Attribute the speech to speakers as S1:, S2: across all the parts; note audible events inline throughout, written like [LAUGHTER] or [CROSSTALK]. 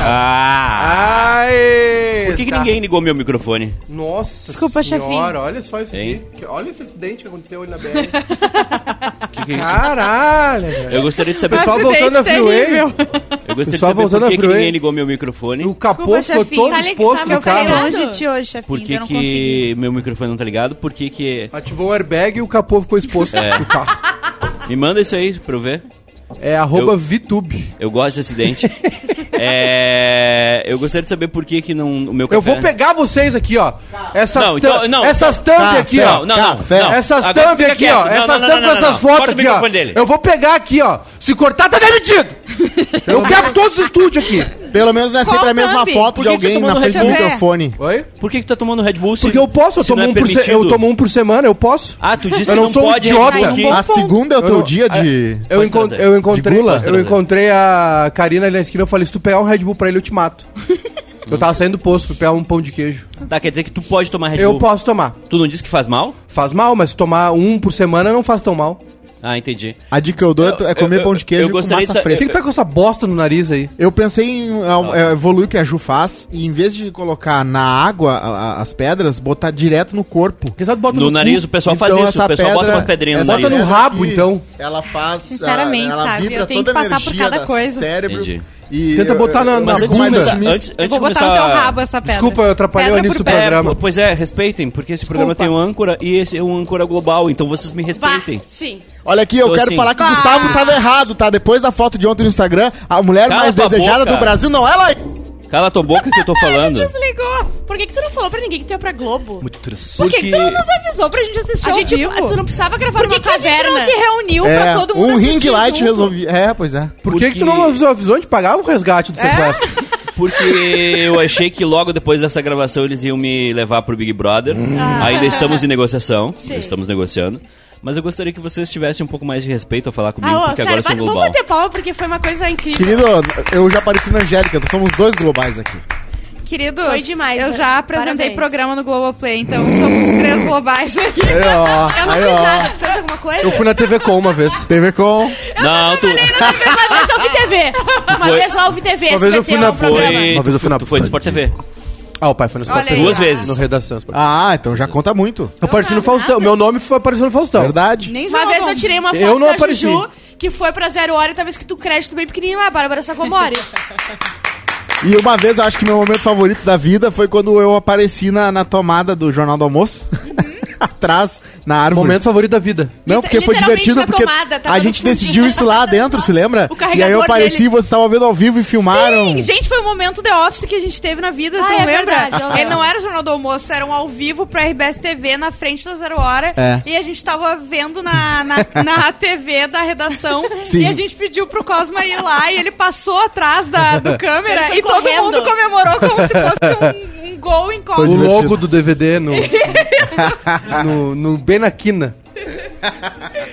S1: Ah! Tá.
S2: Ninguém ligou meu microfone.
S1: Nossa
S3: Desculpa,
S1: senhora,
S3: chefinho.
S1: olha só isso aqui.
S2: Hein?
S1: Que- Olha esse acidente que aconteceu ali na BR.
S2: Que que é
S1: Ah!
S2: isso?
S1: Caralho, velho.
S2: Eu gostaria de saber,
S1: Pessoal
S3: Acidente
S1: voltando a freeway.
S3: terrível.
S2: eu gostaria de
S1: pessoal
S2: saber por que,
S1: voltando a
S2: que
S1: Freeway.
S2: ninguém ligou meu microfone.
S1: O capô
S4: Desculpa,
S1: ficou
S4: chefinho.
S1: todo
S4: Tá ligado,
S1: exposto
S4: meu
S1: no
S3: Eu
S4: Tá
S3: falei
S1: carro.
S4: ligado?
S3: longe de ti hoje, chefinho,
S2: Por que,
S3: eu não consegui.
S2: que meu microfone não tá ligado? Por que que...
S1: Ativou o airbag e o capô ficou exposto
S2: É.
S1: no carro.
S2: Me manda isso aí pra eu ver.
S1: É arroba
S2: Eu-
S1: VTube.
S2: Eu gosto de
S1: [LAUGHS]
S2: acidente. é... Eu gostaria de saber por que que não... O meu
S1: Eu
S2: café-
S1: vou pegar vocês aqui, ó. Essas,
S2: É. Não,
S1: não,
S2: então- não.
S1: essas thumb
S5: Tá,
S1: aqui,
S5: tá,
S2: Não,
S1: ó.
S2: não, não.
S5: Café.
S2: não.
S1: Essas
S2: Agora
S1: thumb
S2: fica
S1: aqui,
S2: quieto.
S1: ó.
S2: Não,
S1: Essas
S2: não, não,
S1: thumb
S2: não, não,
S1: com
S2: não.
S1: essas fotos
S2: Corta o
S1: aqui, ó.
S2: microfone dele.
S1: Eu vou pegar aqui, ó. Se cortar,
S2: [LAUGHS]
S1: tá demitido! Eu quero todos os estúdios aqui.
S5: Pelo menos é sempre
S3: Qual
S5: a mesma
S3: thumb?
S5: foto
S2: Por
S5: de
S2: que que
S5: alguém
S2: tá
S5: na
S2: tomando
S5: frente do
S3: Red Bull?
S5: microfone.
S1: Oi?
S2: Por que que tu tá tomando Red Bull se...
S1: Porque eu posso, eu
S2: se não
S1: tomo,
S2: é
S1: um por se-
S2: permitido?
S1: eu tomo um por semana, eu posso.
S2: Ah, tu disse
S1: Eu
S2: que
S1: não
S2: não
S1: sou um
S2: pode... Tá,
S1: idiota.
S2: porque-
S3: Bom
S5: A
S3: ponto.
S5: segunda é o teu dia de.
S1: Eu,
S2: Pode
S1: encon-
S2: trazer.
S1: eu encontrei,
S5: De gula?
S1: eu encontrei a Karina ali na esquina, eu falei, se tu pegar um Red Bull pra ele, eu te mato. [LAUGHS] eu tava saindo do posto, fui pegar um pão de queijo.
S2: Tá, quer dizer que tu pode tomar Red
S1: Eu
S2: Bull.
S1: posso tomar.
S2: Tu não disse que faz mal?
S1: Faz mal, mas tomar um por semana não faz tão mal.
S2: Ah, entendi.
S5: A dica que eu dou é tu- é
S2: Eu-
S5: comer
S2: eu-
S5: pão de
S2: eu
S5: queijo com
S2: gostaria de
S5: massa
S2: sa-
S5: fresca.
S1: Você que tá com essa bosta no nariz aí.
S5: Eu pensei em um, é, evoluir o que a Ju faz e em vez de colocar na água a- a- as pedras, botar direto no corpo. Então,
S1: Porque sabe, bota
S2: No nariz
S1: tá cu.
S2: o pessoal faz isso. O pessoal bota umas pedrinhas no
S1: bota
S2: nariz.
S1: no rabo, então.
S5: Ela faz.
S3: Sinceramente,
S5: ela
S3: sabe,
S5: vibra
S3: eu tenho
S5: toda
S3: que
S5: a
S3: passar por
S5: energia
S3: cada
S5: da
S3: coisa.
S5: Cérebro
S2: Entendi.
S5: e-
S1: Tenta botar na-
S5: uma
S2: Mas
S1: na
S5: coisa
S2: antes de
S1: bunda.
S2: começar...
S5: otimista.
S2: Antes, antes
S3: Eu vou
S2: de
S3: botar
S2: começar...
S3: no teu rabo essa pedra.
S1: Desculpa, eu atrapalhei o
S3: Pedra
S1: início
S3: por
S1: do
S3: pedra.
S1: programa.
S2: É, po- pois é, respeitem, porque esse programa tem um âncora e esse é um âncora global, então vocês me
S4: Bah,
S2: respeitem.
S4: Ah, sim.
S5: Olha aqui, eu
S2: Tô
S5: quero
S2: assim.
S5: falar que o
S4: Bah.
S5: Gustavo tava errado, tá? Depois da foto de ontem no Instagram, a mulher
S2: Cala
S5: mais
S2: tua
S5: desejada
S2: boca.
S5: do Brasil não é ela.
S2: Cala tua boca que eu tô
S4: [LAUGHS]
S2: falando.
S4: Desligou. Por que, que tu não falou pra ninguém que tu ia pra Globo?
S1: Muito triste.
S3: Por que,
S2: Porque-
S3: que tu não nos avisou pra gente assistir
S4: A
S3: ao
S4: gente,
S3: vivo?
S4: tu não precisava gravar
S3: Por
S4: numa
S3: que, que a gente
S4: caverna.
S3: não se reuniu pra
S5: É,
S3: todo mundo
S5: um ring
S3: assistir
S5: light
S3: junto?
S5: resolvi. É, pois é.
S1: Por que,
S2: Porque-
S1: que tu não avisou, avisou de pagar o resgate
S3: É?
S1: do sequestro?
S2: Porque eu achei que logo depois dessa gravação eles iam me levar pro Big Brother. Ainda estamos em negociação.
S4: Ah. Sim.
S2: Estamos negociando. Mas eu gostaria que vocês tivessem um pouco mais de respeito ao falar comigo,
S4: Ah, ô,
S2: porque
S4: sério,
S2: agora eu sou
S4: vai-
S2: global.
S4: vamos bater palma porque foi uma coisa incrível.
S5: Querido, eu já pareci na Angélica, somos dois globais aqui.
S3: Queridos,
S4: Foi demais,
S3: eu
S4: né?
S3: já apresentei
S4: Parabéns.
S3: programa no Globoplay, então somos três globais aqui.
S5: Aí, ó,
S4: Eu não
S5: aí,
S4: fiz
S5: ó.
S4: nada, tu fez alguma coisa?
S1: Eu fui na TV Com uma vez.
S5: TV com.
S2: Não, tu,
S4: Uma vez eu vi TV. Uma
S2: Foi-
S4: vez eu vi TV.
S1: Uma vez eu fui
S4: SBT
S1: na
S4: é um programa.
S1: Foi-
S2: foi,
S1: Uma vez eu fui na
S2: tu foi do Sport TV.
S1: [LAUGHS] Ah, o pai foi no Sport
S3: Olha
S1: TV.
S3: aí.
S2: Duas vezes.
S1: No Redação. Sport.
S5: Ah, então já conta muito.
S1: Eu apareci Ah, no Faustão. Meu nome foi apareceu no
S5: Então.
S1: Faustão.
S5: Verdade.
S3: Nem
S4: Uma
S3: jogam.
S4: vez eu tirei uma foto
S1: Eu não
S4: da
S1: apareci.
S4: Juju, que foi pra Zero Hora e tava escrito crédito bem pequenininho lá, Bárbara Sacomori.
S5: E uma vez, eu acho que meu momento favorito da vida foi quando eu apareci na, na tomada do Jornal do Almoço. [LAUGHS] Atrás, na árvore.
S1: Momento favorito da vida.
S5: Não, porque foi
S4: Literalmente
S5: divertido,
S4: na
S5: porque
S4: tomada, tava
S5: a
S4: no
S5: gente
S4: fundinho.
S5: decidiu isso lá dentro, se lembra?
S4: [LAUGHS] O
S5: E aí
S4: carregador
S5: eu apareci,
S4: dele.
S5: vocês estavam vendo ao vivo e filmaram.
S3: Sim, gente, foi o momento The Office que a gente teve na vida,
S4: Ah,
S3: tu
S4: é
S3: lembra?
S4: verdade, eu lembro.
S3: Ele não era o Jornal do Almoço, era um ao vivo pra RBS TV na frente da Zero Hora.
S5: É.
S3: E a gente tava vendo na, na,
S2: [LAUGHS]
S3: na TV da redação.
S5: Sim.
S3: E a gente pediu pro Cosma ir lá e ele passou atrás
S2: [LAUGHS]
S3: da, do câmera
S4: foi
S3: e todo
S4: correndo.
S3: mundo comemorou como se fosse um, um gol em
S1: O
S3: Cosma.
S5: divertido.
S1: logo do DVD
S5: [LAUGHS]
S1: no, no, no- Bem na quina.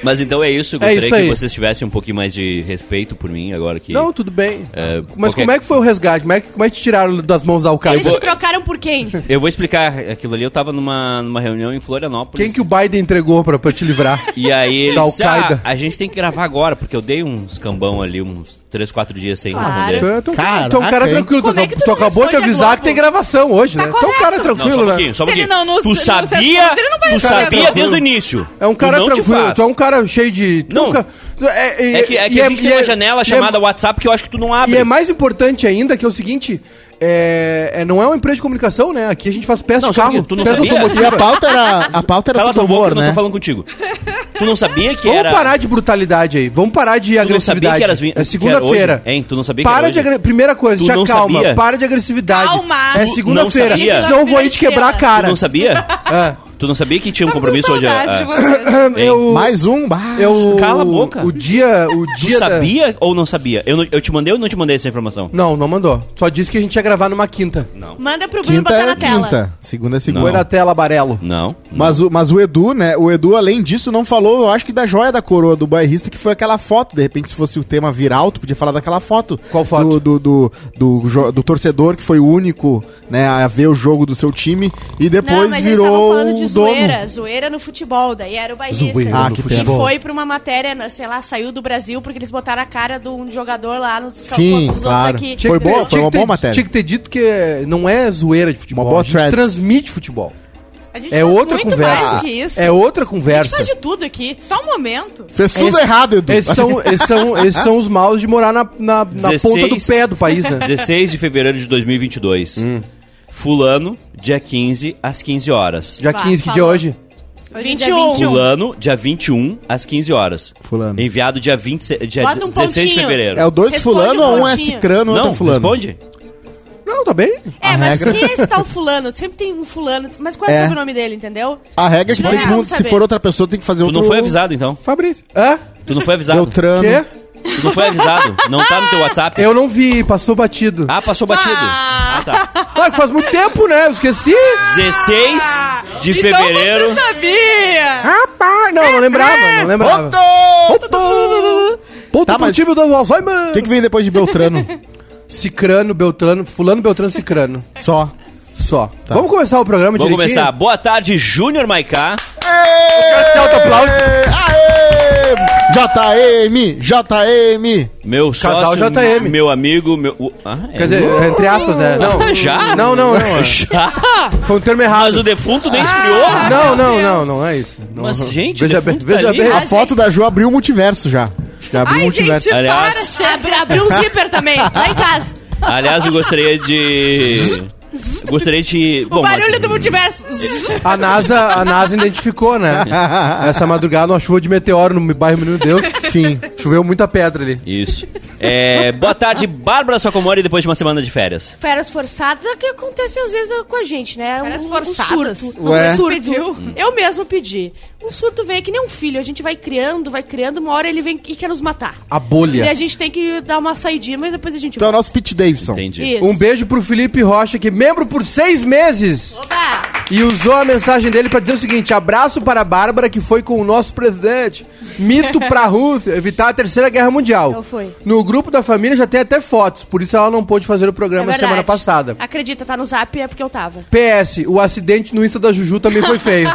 S2: Mas então é isso, eu gostaria
S1: isso aí.
S2: que vocês tivessem um pouquinho mais de respeito por mim agora que.
S1: Não, tudo bem.
S2: É,
S1: Mas
S2: qualquer-
S1: como é que foi o resgate? Como é que, como é que te tiraram das mãos da Alcatra?
S4: Eles te trocaram por quem?
S2: Eu vou explicar aquilo ali. Eu tava numa, numa reunião em Florianópolis.
S1: Quem que o Biden entregou pra, pra
S2: [LAUGHS]
S1: te livrar?
S2: E aí ele
S1: Da
S2: disse, ah,
S1: Al-Qaeda.
S2: a gente tem que gravar agora, porque eu dei uns cambão ali, uns 3, 4 dias sem
S4: Claro.
S2: responder.
S1: Então, então,
S5: Caraca,
S1: então, cara,
S5: hein?
S1: tranquilo. Tu,
S4: Como é
S1: acab-
S4: que tu
S1: tu
S4: não
S1: acabou de
S4: responde a
S1: avisar
S4: Globo?
S1: que tem gravação hoje, né? Então, cara,
S2: Tá Não,
S1: tranquilo,
S2: só um
S1: né?
S2: pouquinho, só um
S3: Se ele
S2: pouquinho.
S3: não nos-
S2: tu
S3: nos
S2: sabia,
S3: responde, ele não vai
S2: tu
S3: responder
S2: sabia
S3: agora.
S2: desde o início.
S1: É um cara
S2: tu não te
S1: tranquilo,
S2: faz.
S1: tu é um cara cheio de. tu
S2: Não.
S1: nunca- É,
S2: É que, é que
S1: e
S2: a gente
S1: e
S2: tem uma janela
S1: e
S2: chamada WhatsApp que eu acho que tu não abre.
S1: E é mais importante ainda que é o seguinte. É, é- não é uma empresa de comunicação, né? Aqui a gente faz peça
S2: Não,
S1: de
S2: sabe
S1: carro,
S2: que tu não
S1: peça
S2: sabia?
S5: E
S1: automotiva.
S5: a pauta era, a pauta era
S2: Cala tua
S5: sobre
S2: boca,
S5: humor,
S2: eu não
S5: né?
S2: tô falando contigo. Tu não sabia que
S1: Vamos
S2: era...
S1: parar de brutalidade aí. Vamos parar de
S2: Tu não sabia
S1: agressividade.
S2: que era... as vi- que
S1: é
S2: era
S1: segunda-feira.
S2: hoje? Hein, tu não sabia que
S1: Para
S2: era
S1: de
S2: hoje?
S1: agressividade. Primeira coisa,
S2: Tu
S1: já
S2: não
S1: calma.
S2: sabia?
S1: Para de agressividade.
S3: Calma.
S1: É
S3: Tu não
S1: segunda-feira.
S2: sabia?
S1: Senão eu vou aí te quebrar a
S2: Tu
S1: cara.
S2: não sabia?
S1: É.
S2: Tu não sabia que tinha um compromisso hoje?
S3: Saudade de
S2: ah,
S3: vocês.
S2: Hein?
S1: Eu,
S5: Mais um, bah.
S1: eu.
S2: Cala a boca.
S1: O dia. O
S2: Tu
S1: dia da-
S2: sabia ou não sabia? Eu, não- eu te mandei ou não te mandei essa informação?
S1: Não, não mandou. Só disse que a gente ia gravar numa quinta.
S4: Manda pro Bruno
S5: Quinta
S4: botar na
S5: é
S4: tela.
S5: quinta, segunda é segunda.
S1: Foi na tela amarelo.
S2: Não.
S5: Mas o, mas o Edu, né? O Edu, além disso, não falou, eu acho que da joia da coroa do bairrista, que foi aquela foto. De repente, se fosse o tema viral, tu podia falar daquela foto.
S1: Qual foto?
S5: Do, do, do, do jo- do torcedor que foi o único né, a ver o jogo do seu time. E depois
S4: Não, mas eles
S5: virou
S4: estavam falando
S5: o
S4: disso zoeira, zoeira no futebol, daí era o bairrista.
S1: Zoeira
S5: Ah,
S1: no
S5: que
S4: Que
S5: Bom.
S1: futebol.
S4: foi pra uma matéria, na- sei lá, saiu do Brasil porque eles botaram a cara de um jogador lá nos cal-
S5: Sim,
S4: dos
S5: claro.
S4: outros aqui.
S5: Foi
S1: que ter-
S5: boa, foi
S1: tinha
S5: uma
S1: que ter-
S5: boa matéria.
S1: Tinha que ter dito que é- não é zoeira de futebol.
S5: Uma boa
S1: a gente
S5: thread.
S1: transmite futebol.
S3: A gente
S1: É
S3: faz
S1: outra
S3: muito
S1: conversa.
S3: mais que isso.
S1: É outra
S4: A gente
S1: conversa.
S4: faz de tudo aqui.
S3: Só um momento.
S5: Fez tudo
S1: Esse-
S5: errado, Edu.
S1: Esses são, esses, são, esses são os maus de morar na, na, na
S2: 16.
S1: ponta do pé do país, né?
S2: 16 de fevereiro de 2022.
S5: Hum.
S2: Fulano, dia 15, às 15 horas.
S1: Dia
S3: Vá,
S1: 15, que dia é
S3: falou.
S1: hoje?
S3: Hoje em dia é
S4: 21.
S3: 21.
S2: Fulano, dia 21, às 15 horas.
S1: Fulano.
S2: Enviado dia, 20, dia
S4: Bota um
S2: 16 de
S4: pontinho.
S2: fevereiro.
S5: [LAUGHS] É o dois
S4: Responde
S5: fulano
S4: um
S5: ou um é
S4: pouquinho.
S5: cicrano, outro
S2: Não,
S5: é fulano.
S2: responde.
S1: Não, tá bem.
S4: É, mas
S5: regra-
S4: quem é esse
S5: [LAUGHS]
S4: tal fulano? Sempre tem um fulano, mas qual é,
S5: É.
S4: o sobrenome dele, entendeu?
S5: A regra é que
S4: Não
S5: tem
S4: é,
S5: que,
S4: vamos
S5: se
S4: saber.
S5: for outra pessoa, tem que fazer
S2: Tu
S5: outro...
S2: não foi avisado, então.
S1: Fabrício. Hã?
S2: Tu não foi avisado.
S5: Beltrano.
S1: Quê?
S2: Tu não foi avisado. Não tá no teu WhatsApp.
S1: Eu não vi, passou batido.
S2: Ah, passou batido. Ah, tá.
S1: Ah, que faz muito tempo, né? Eu esqueci.
S2: 16 de fevereiro.
S3: Então
S4: tá
S3: você sabia!
S1: Rapaz! é. Não, não lembrava, não lembrava.
S5: Otto!
S1: Ponto
S5: Tá,
S1: pro
S5: mas-
S1: time do Alzheimer.
S5: O que, que vem depois
S2: [LAUGHS]
S5: de Beltrano?
S1: Cicrano, Beltrano, fulano, Beltrano, Cicrano.
S5: Só. Tá.
S1: Só. Vamos começar o programa
S2: Tá. Vamos
S1: direitinho?
S2: começar. Boa tarde, Júnior Maiká.
S5: Quero
S1: que se autoaplaude.
S5: Aê! JM! JM!
S2: Meu
S1: Casal
S2: sócio,
S1: JM.
S2: meu amigo, meu... o- Ah, é.
S1: Quer dizer, entre aspas, né?
S2: [LAUGHS]
S1: Não.
S2: Já?
S1: Não, não, não.
S2: [LAUGHS]
S5: [LAUGHS]
S2: Já?
S1: Foi um termo
S2: É Mas o
S1: errado.
S2: defunto nem esfriou?
S1: Não, não, não, não é isso. Não.
S2: Mas, gente,
S1: veja
S2: o
S1: bem,
S2: defunto tá
S1: veja
S2: ali.
S1: bem.
S5: A foto da Ju abriu o multiverso já. Já abriu o
S3: Ai,
S5: multiverso.
S3: gente,
S2: Aliás-
S3: para, chefe.
S4: Abri, abriu um zíper também, lá
S3: [LAUGHS]
S4: em casa.
S2: Aliás, eu gostaria de... gostaria de... assim,
S4: O barulho
S2: mas-
S4: do multiverso.
S1: A NASA, a NASA identificou, [LAUGHS] né? Essa madrugada uma chuva de meteoro no bairro Menino Deus. Sim. Choveu muita pedra ali.
S2: Isso. É, boa tarde, Bárbara Sacomori, depois de uma semana de férias.
S4: Feras forçadas é o que acontece às vezes com a gente, né? Um-
S3: Feras
S4: um
S3: forçadas.
S4: surto.
S5: Ué.
S4: Um surto.
S3: Pediu?
S4: Eu mesmo pedi. Um surto vem que nem um filho. A gente vai criando, vai criando, uma hora ele vem e quer nos matar.
S1: A
S4: E a
S1: bolha.
S4: gente tem que dar uma saidinha, mas depois a gente
S5: Então é o
S4: volta.
S5: nosso Pete Davidson.
S2: Entendi.
S4: Isso.
S1: Um beijo pro Felipe Rocha, que é membro por seis meses.
S4: Oba!
S1: E usou a mensagem dele pra dizer o seguinte: abraço para a Bárbara, que foi com o nosso presidente.
S4: [LAUGHS]
S1: Mito pra Rússia evitar a Terceira Guerra Mundial.
S4: Não foi.
S1: No grupo da família já tem até fotos, por isso ela não pôde fazer o
S4: É
S1: programa
S4: verdade.
S1: semana passada.
S4: Acredita, tá no zap, é porque eu tava.
S1: PS, o acidente no Insta da Juju também foi
S4: [LAUGHS]
S1: feio.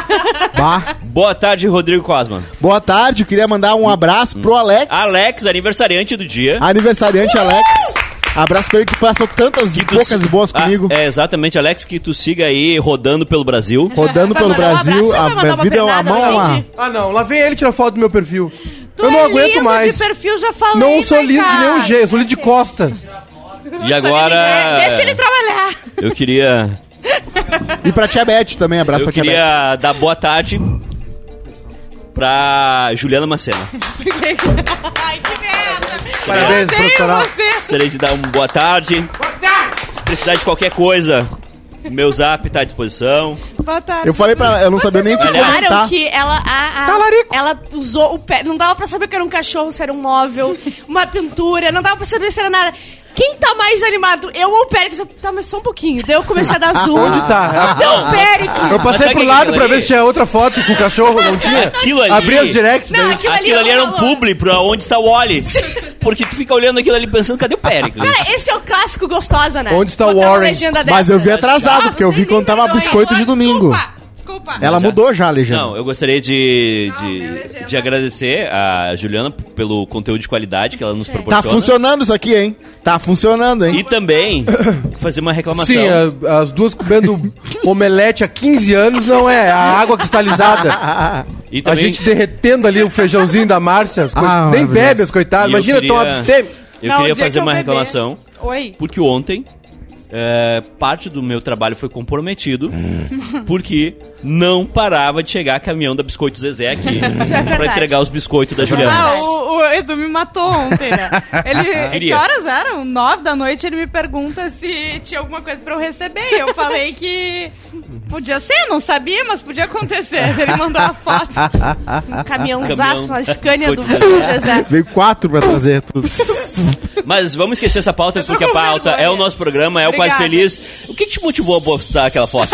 S5: Bah.
S2: Boa tarde, Rodrigo Cosma.
S5: Boa tarde, eu queria mandar um abraço pro Alex.
S2: Alex, aniversariante do
S5: Ah,
S2: dia.
S5: Aniversariante Alex. Abraço pra ele que passou tantas
S2: Que tu
S5: poucas
S2: si-
S5: e boas
S2: Ah,
S5: comigo.
S2: é, exatamente, Alex, que tu siga aí rodando pelo Brasil.
S5: Rodando
S4: Vai
S5: pelo
S4: mandar um abraço
S5: Brasil,
S4: ou vai mandar
S5: a,
S4: uma
S5: vida é uma
S4: pernada?
S5: mão, é
S4: Não
S5: uma...
S4: entendi.
S1: ah, não, lá vem ele tirar foto do meu perfil.
S3: Tu
S1: eu não
S3: é
S1: aguento
S3: lindo
S1: mais.
S3: de perfil, já falei,
S1: Não sou
S3: vai,
S1: lindo de
S3: cara.
S1: nenhum jeito, sou lindo de costa.
S2: E agora.
S3: É, Deixa ele
S4: tá-
S3: trabalhar.
S2: Eu queria.
S5: E pra Tia Beth também,
S2: Eu
S5: abraço pra é? Tia Beth.
S2: queria dar boa tarde pra Juliana Macena.
S3: Ai, que merda.
S1: Parabéns,
S3: Odeio
S1: profissional.
S3: você.
S2: Gostaria de dar uma boa tarde. Se precisar de qualquer coisa, o meu zap tá à disposição.
S3: Boa tarde.
S5: Eu falei pra eu não sabia nem o que
S2: Aliás-
S5: comentar.
S4: Claro que ela. A, a-
S1: tá. Talarico.
S4: Ela usou o pé. Não dava pra saber que era um cachorro, se era
S1: [LAUGHS]
S4: um móvel, uma pintura, não dava pra saber se era nada. Quem tá mais animado? Eu ou o Péricles? Eu, tá, mas só um pouquinho. Daí eu comecei a dar zoom.
S1: [LAUGHS] Onde tá?
S4: Deu o Péricles!
S1: Eu
S2: Ah. sabe
S1: passei pro
S2: que
S1: lado
S2: aquilo
S1: pra
S2: ali-
S1: ver se tinha outra foto com o cachorro, não tinha?
S2: Aquilo ali.
S1: Abri tá os directs,
S4: Não,
S3: é
S1: daí...
S4: aquilo ali
S2: Aquilo ali
S4: não
S2: era um
S4: rolou.
S2: publi pra onde está o Wally. Porque tu fica olhando aquilo ali pensando, cadê o Pericles?
S4: Cara, esse é o clássico gostosa, né?
S1: Onde está o
S4: Botar uma
S1: Warren?
S4: legenda dessa.
S5: Mas eu vi
S4: Ah,
S5: atrasado, porque eu vi
S3: Vocês
S5: quando
S3: me
S5: tava
S3: perdoem,
S5: biscoito de
S3: agora,
S5: domingo.
S3: é. Desculpa, desculpa.
S5: Ela
S2: Já-
S5: mudou já a legenda.
S2: Não, eu gostaria de,
S3: Não, minha
S2: de,
S3: legenda.
S2: de agradecer a Juliana p- pelo conteúdo de qualidade que ela nos proporciona.
S5: Tá funcionando isso aqui, hein? Tá funcionando,
S2: E
S5: hein?
S2: também fazer uma reclamação.
S1: Sim, é, a- as duas comendo omelete há 15 anos não é a água cristalizada.
S2: e
S1: A
S2: também,
S1: gente derretendo ali o feijãozinho da Márcia. as coisas-
S5: Ah,
S1: nem
S5: maravilhoso.
S1: bebe as coitadas.
S2: E eu
S1: Imagina,
S2: queria-
S1: tão abstêmio.
S2: eu
S3: Não, o
S2: queria
S3: dia
S2: fazer
S3: que eu
S2: uma
S3: beber-
S2: reclamação,
S3: Oi.
S2: porque ontem é, parte do meu trabalho foi comprometido,
S4: Hum.
S2: porque não parava de chegar caminhão da Biscoito Zezé
S4: [LAUGHS]
S2: aqui pra
S4: é verdade.
S2: entregar os biscoitos da Juliana.
S3: Ah, o, o Edu me matou ontem, né?
S1: Ah.
S3: Ele, que
S2: Queria.
S3: horas eram? Nove da noite, ele me pergunta se tinha alguma coisa pra eu receber. E eu falei que podia ser, não sabia, mas podia acontecer. Ele mandou
S1: [LAUGHS]
S3: a foto.
S4: Um caminhãozaço, uma Scania do
S2: Biscoito
S4: Zezé.
S5: Veio quatro pra trazer tudo.
S4: [LAUGHS]
S2: Mas vamos esquecer essa pauta, porque a
S3: com
S2: pauta
S3: vergonha.
S2: é o nosso programa, é o Quase
S3: Obrigada.
S2: Feliz. O que te motivou a postar aquela
S4: [LAUGHS]
S2: foto?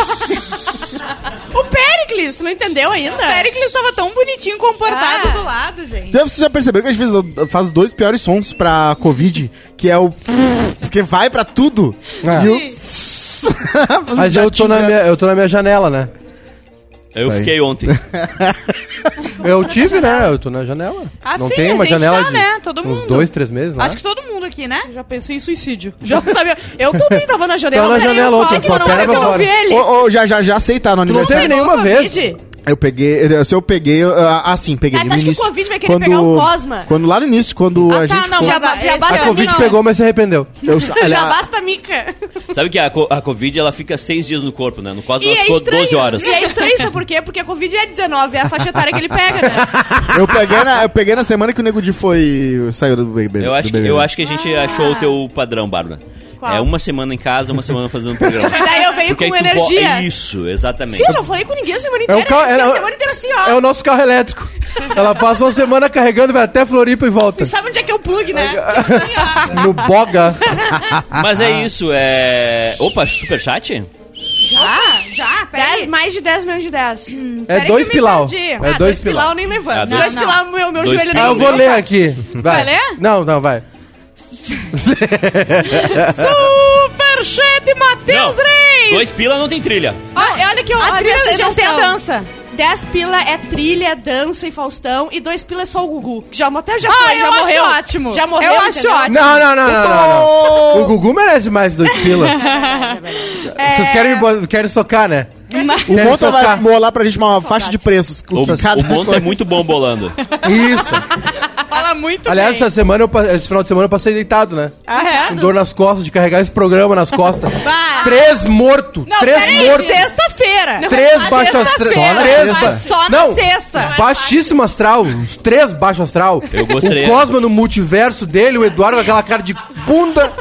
S4: O Péricles, tu não entendeu ainda?
S3: O Pericles estava tão bonitinho comportado
S4: Ah.
S3: do lado, gente.
S5: Já, vocês já perceberam que a gente fez- faz os dois piores sons pra Covid, que é o... Porque vai pra tudo.
S1: É.
S5: E o... [LAUGHS]
S1: né? Mas eu tô, na minha, eu tô na minha janela, né?
S2: Eu
S5: Tá aí.
S2: fiquei
S4: [LAUGHS]
S2: ontem.
S1: Eu tive, né? Eu tô na janela.
S3: Ah,
S1: não
S3: sim,
S1: tem
S3: a
S1: uma
S3: gente
S1: janela
S3: tá,
S1: de
S3: né? Todo
S1: uns
S3: mundo.
S1: dois, três meses, né?
S3: Acho que todo mundo aqui, né?
S4: Já pensei em suicídio. Já sabia. Eu também tava na janela.
S1: Tava na
S4: mas aí eu
S1: janela ontem,
S4: quase que
S1: com a
S4: não
S1: perna
S4: era que eu
S1: pra
S4: não vi
S1: fora.
S4: ele.
S5: Ô, ô, já, já, já aceitaram o
S1: Tu não
S5: aniversário.
S4: né?
S1: teve nenhuma vez. É,
S4: Covid?
S5: Eu peguei, se eu peguei, eu- ah, sim, peguei.
S4: Ah, tu
S5: no
S4: acha que o
S5: início.
S4: Covid vai querer pegar o Cosma?
S5: Quando lá no início, quando
S3: Ah,
S5: a
S3: tá,
S5: gente
S3: não,
S5: ficou-
S4: Já, ba-
S3: Mas
S4: já
S3: a-
S4: basta
S1: A Covid
S4: não.
S1: pegou, mas se arrependeu.
S4: [LAUGHS]
S5: eu-
S4: Já
S5: ela-
S4: basta, Mica.
S2: Sabe que a, co- a Covid ela fica seis dias no corpo, né? No Cosmo
S4: E
S2: ela
S4: é
S2: ficou
S4: estranho.
S2: 12 horas.
S4: E é estranho, sabe por quê? Porque a Covid é 19, é a faixa etária que ele pega, né?
S5: eu, peguei na, eu peguei na semana que o Nego Di foi... Saiu do BBB.
S2: Eu acho, que,
S5: do BBB.
S2: eu acho que a gente
S4: Ah.
S2: achou o teu padrão, Bárbara.
S4: Qual?
S2: É uma semana em casa, uma semana fazendo um programa.
S4: [LAUGHS] E daí eu venho
S2: Porque
S4: com
S2: aí tu vo- é
S4: energia.
S2: Isso, né? exatamente.
S4: Sim, eu não falei com ninguém a semana
S1: É
S4: inteira.
S1: o carro-
S4: eu fiquei
S1: é-
S4: a semana inteira assim, ó.
S1: É o nosso carro elétrico. Ela passou a semana carregando, vai até Floripa e volta.
S4: Sabe onde é que é o plug, né? Assim, ó.
S1: No boga.
S2: Mas
S1: Ah,
S2: é isso, é. Opa, superchat?
S4: Já?
S3: Já,
S4: Dez- mais de 10 menos de 10.
S1: É
S3: Hum, Peraí que
S1: dois
S3: eu me
S1: pilau.
S3: perdi.
S1: É
S3: Ah,
S4: ah,
S1: dois
S4: pilau
S1: pilau.
S4: nem
S2: Ah,
S4: levando.
S2: dois-
S4: dois
S3: Não,
S4: pilau, meu, meu
S2: Dois
S4: joelho
S2: pilau.
S1: Ah,
S4: nem
S1: eu vou
S4: levanta.
S1: ler aqui. Vai.
S3: Vai ler?
S1: Não, não, vai.
S3: Superchat Matheus Reis!
S2: Dois pila não tem trilha.
S4: Ó, é olha que eu
S3: A trilha não tem a dança.
S4: 10 pila é trilha, é dança e Faustão. E 2 pila é só o Gugu. que Já, até já
S3: Ah,
S4: foi,
S3: eu
S4: já
S3: acho
S4: morreu.
S3: ótimo.
S4: Já morreu.
S3: Eu acho
S4: entendeu?
S3: ótimo.
S1: Não, não, não, não, não, não. O Gugu merece mais dois
S3: [LAUGHS]
S1: pila.
S3: É.
S1: Vocês querem, bo- querem socar, né?
S5: O
S1: Deve
S5: Monta vai
S1: socar.
S5: molar pra gente uma faixa de preços.
S2: O,
S5: custa
S2: o Monta é muito bom
S1: [LAUGHS]
S2: bolando.
S1: Isso.
S3: Fala muito
S1: Aliás,
S3: bem.
S1: essa semana, eu pa- esse final de semana eu passei deitado, né?
S3: Ah, é?
S1: Com dor nas costas, de carregar esse programa nas costas.
S3: Vai.
S1: Três mortos.
S3: Não,
S1: Três
S3: peraí,
S1: mortos.
S3: sexta-feira.
S1: Três
S3: Mas
S1: baixo astral.
S3: sexta-feira,
S1: Três
S3: mas
S1: ba-
S3: Só na
S1: Não,
S3: sexta.
S1: Baixíssimo astral. Os três baixo astral.
S2: Eu gostaria-
S1: O Cosma no multiverso dele, o Eduardo com aquela cara de bunda.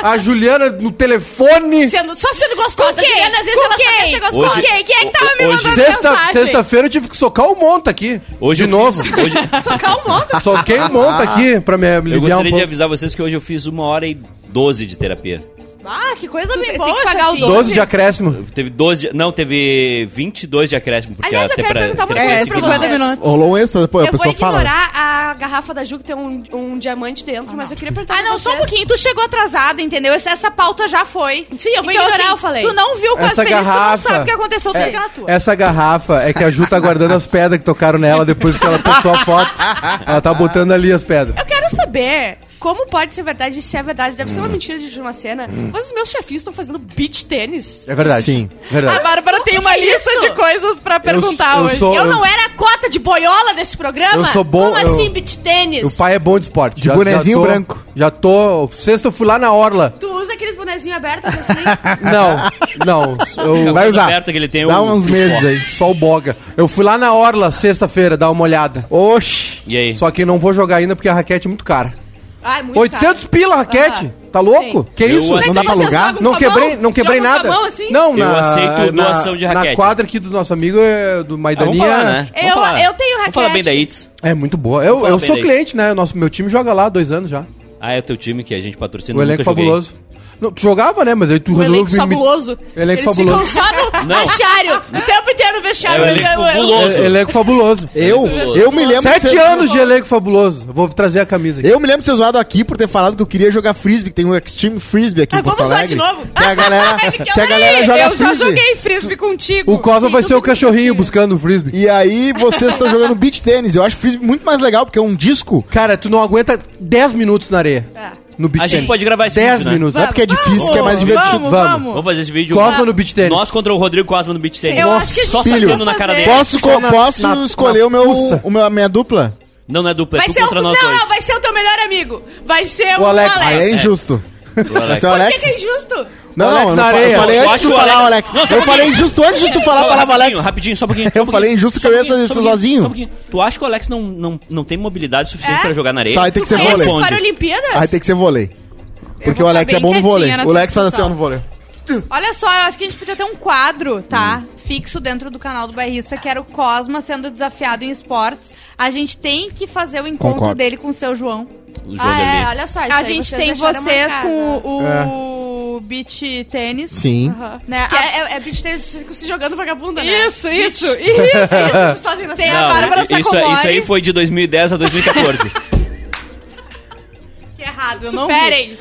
S1: A Juliana no telefone.
S4: Sendo- só sendo gostosa.
S3: Com quem?
S4: Juliana, às vezes
S3: Com
S4: ela só quer
S3: quem?
S4: ser gostosa.
S2: Hoje-
S3: Quem? Quem é que tava me
S2: hoje-
S3: mandando
S1: Sexta-
S3: mensagem?
S1: Sexta-feira eu tive que socar o monta aqui.
S2: Hoje
S1: de
S2: eu
S1: novo.
S2: Fiz,
S1: [LAUGHS]
S2: hoje,
S4: Socar o monta.
S1: Soquei o monta aqui pra me
S2: eu
S1: aliviar um
S2: gostaria de
S1: pouco.
S2: avisar vocês que hoje eu fiz uma hora e doze de terapia.
S4: [LAUGHS] Ah, que coisa
S3: tem
S4: bem
S3: que
S4: boa.
S3: pagar o
S4: chefinho.
S3: doze.
S1: 12 de acréscimo.
S2: Teve 12. de- Não, teve 22 de acréscimo, porque
S4: Aliás,
S2: a
S4: eu quero
S2: tempera-
S4: perguntar uma
S2: terapia
S4: coisa
S3: É,
S4: pra
S2: seguida-
S3: 50
S4: vocês.
S3: minutos.
S5: Rolou um extra, depois a
S4: eu vou
S5: pessoa fala. né?
S4: ignorar a garrafa da Ju que tem um, um diamante dentro, mas eu queria perguntar
S3: Ah,
S4: pra
S3: não, só um
S4: vocês.
S3: pouquinho. Tu chegou atrasada, entendeu? Essa, essa pauta já foi.
S4: Sim, eu vou ignorar, eu falei.
S3: Tu não viu o quase
S1: Essa
S3: feliz, tu
S1: garrafa.
S3: não sabe o que aconteceu, tu
S1: É,
S3: fica na tua.
S1: essa garrafa é que a Ju tá guardando as pedras que tocaram nela depois que ela postou a foto. Ela tá botando ali as pedras.
S4: Eu quero saber como pode ser verdade e se é verdade. Deve
S1: Hum.
S4: ser uma mentira de uma cena. Mas os meus chefinhos estão fazendo beach tênis.
S1: É verdade.
S5: Sim,
S3: A
S1: verdade.
S3: Bárbara tem uma
S4: que é
S3: lista
S4: isso?
S3: de coisas pra perguntar
S1: eu
S3: hoje.
S1: sou-
S4: eu não era a cota de boiola desse programa?
S1: Eu sou bom,
S4: Como
S1: eu-
S4: assim, beach tênis?
S1: O pai é bom de esporte.
S5: De bonezinho
S1: tô-
S5: branco.
S1: Já tô. Sexta eu fui lá na Orla.
S4: Tu usa aqueles bonezinhos abertos
S1: [LAUGHS]
S4: assim?
S1: Não, não. Eu,
S5: [LAUGHS] Vai
S2: Tudo
S5: usar.
S2: aberto que ele tem
S5: Dá
S2: o-
S5: uns
S2: o
S5: meses
S2: foco.
S5: aí.
S1: só o boga. Eu fui lá na Orla sexta-feira dar uma olhada.
S5: Oxi.
S2: E aí?
S1: Só que não vou jogar ainda porque a raquete é muito cara.
S4: Ai, muito
S1: 800 pila a raquete? Tá louco?
S4: Um Sim.
S1: Que
S2: Eu
S1: isso?
S2: aceito.
S1: Não dá pra
S4: Mas vocês
S1: alugar?
S4: jogam
S1: Não
S4: com a
S1: quebrei,
S4: mão?
S1: não quebrei
S4: Jogam com a
S1: nada.
S4: mão, assim?
S1: Não,
S2: Eu aceito
S1: na-
S2: doação de
S1: Na
S2: raquete.
S1: quadra aqui do nosso amigo é, do
S2: Ah, vamos
S1: Maidaninha.
S2: falar, né? Vamos
S4: Eu-
S2: falar.
S4: eu tenho
S2: Vamos falar bem
S4: raquete.
S2: da ITS.
S1: É muito boa. Eu,
S2: falar
S1: eu
S2: bem
S1: sou
S2: daí.
S1: cliente, né? Nosso meu time joga lá há dois anos já.
S2: Ah, é o teu time que a gente patrocina.
S1: o
S2: nunca
S1: elenco
S2: joguei.
S1: fabuloso. Não, tu jogava, né? Mas aí tu
S4: O elenco
S1: me-
S4: é fabuloso.
S1: Elenco
S4: Eles
S1: fabuloso.
S4: ficam só no
S2: Não.
S4: vestiário. O tempo inteiro no
S2: É
S4: vestiário.
S2: o elenco fabuloso.
S1: É, Elenco fabuloso.
S5: Eu,
S2: Fabuloso.
S5: eu me lembro... de
S1: Sete
S5: ser-
S1: anos de elenco fabuloso. Vou trazer a camisa aqui.
S5: Eu me lembro de ser zoado aqui por ter falado que eu queria jogar frisbee, que tem um Extreme Frisbee aqui
S4: Ah,
S5: em Porto
S4: vamos zoar
S5: Alegre.
S4: de novo?
S5: Que
S4: [LAUGHS]
S5: a galera, que a galera
S3: Peraí,
S5: joga
S3: eu já
S5: frisbee.
S3: joguei frisbee contigo.
S1: O Cosma
S4: Sim,
S1: vai
S4: tudo
S1: ser o
S4: bem,
S1: cachorrinho
S4: sim.
S1: buscando o frisbee.
S5: E aí vocês estão jogando beach tênis. Eu acho frisbee muito mais legal, porque é um disco.
S1: Cara, tu não aguenta 10 minutos na areia.
S4: É.
S1: No beat
S2: A gente pode gravar esse
S1: 10
S2: vídeo, né?
S1: minutos.
S5: Não é porque é difícil que é mais divertido.
S3: Vamos,
S1: Vamos.
S3: vamos.
S2: Vamos fazer esse vídeo.
S1: Cosma no beach tennis.
S2: Nós contra o Rodrigo Cosma no beach tennis.
S4: eu acho que a gente
S2: Só
S5: filho.
S2: sacando na cara dele.
S5: Posso, co-
S1: Só na-
S5: posso
S1: na-
S5: escolher
S1: na
S5: o meu,
S1: fuça.
S5: o meu, a minha dupla?
S2: Não, não é dupla, é
S4: Vai
S2: tu
S4: ser o...
S2: contra
S4: Não,
S2: nós dois.
S4: não, vai ser o teu melhor amigo. Vai ser
S1: O
S4: o
S1: Alex.
S4: Alex.
S5: Aí é injusto. Vai ser o
S4: Por que
S5: Alex?
S4: que é injusto?
S5: Não,
S1: Alex
S5: não, eu,
S1: na
S5: não fa- eu
S1: areia.
S5: falei
S2: Eu
S5: antes
S2: acho
S5: de
S2: o
S5: tu falar,
S2: Alex-
S5: Alex.
S2: Não, só um
S5: Eu falei
S2: pouquinho.
S5: injusto antes de tu falar a
S2: Só
S5: palavra
S2: rapidinho,
S5: Alex.
S2: Rapidinho, só um pouquinho.
S5: [LAUGHS] Eu falei injusto que eu ia ser
S2: só um pouquinho,
S5: sozinho.
S2: só um pouquinho. Tu acha que o Alex não, não, não tem mobilidade suficiente
S4: É?
S2: pra jogar na areia?
S5: Só aí tem que
S2: Tu
S5: ser
S2: responde.
S5: vôlei.
S4: Para Olimpíadas?
S5: Aí tem que ser vôlei. Porque o
S3: vou
S5: Alex
S3: ficar
S5: é bom no
S3: bem
S5: vôlei.
S3: quietinha
S5: O Alex
S3: nessa
S5: faz assim,
S3: discussão.
S5: ó, no vôlei.
S3: Olha só, eu acho que a gente podia ter um quadro, tá?
S1: Hum.
S3: Fixo dentro do canal do Barrista, que era o Cosma sendo desafiado em esportes. A gente tem que fazer o encontro
S5: Concordo.
S3: dele com o seu João.
S2: O jogo
S4: Ah, é,
S2: ali.
S4: olha só. isso
S3: a
S4: aí
S3: gente
S4: vocês
S3: tem
S4: deixaram
S3: vocês
S4: marcado.
S3: com
S5: É.
S3: o, o beach tênis.
S5: Sim.
S3: Né?
S4: Que
S3: A-
S4: é, é, é beach tênis se se jogando vagabunda, né?
S3: Isso, isso, isso.
S4: [LAUGHS] Isso, vocês fazem assim, né? na
S3: Tem
S4: sala.
S3: a Bárbara
S4: tá
S2: isso, é, isso
S3: Sacomori.
S2: aí foi de 2010 a 2014.
S3: Que errado, eu não vi.
S4: Superem.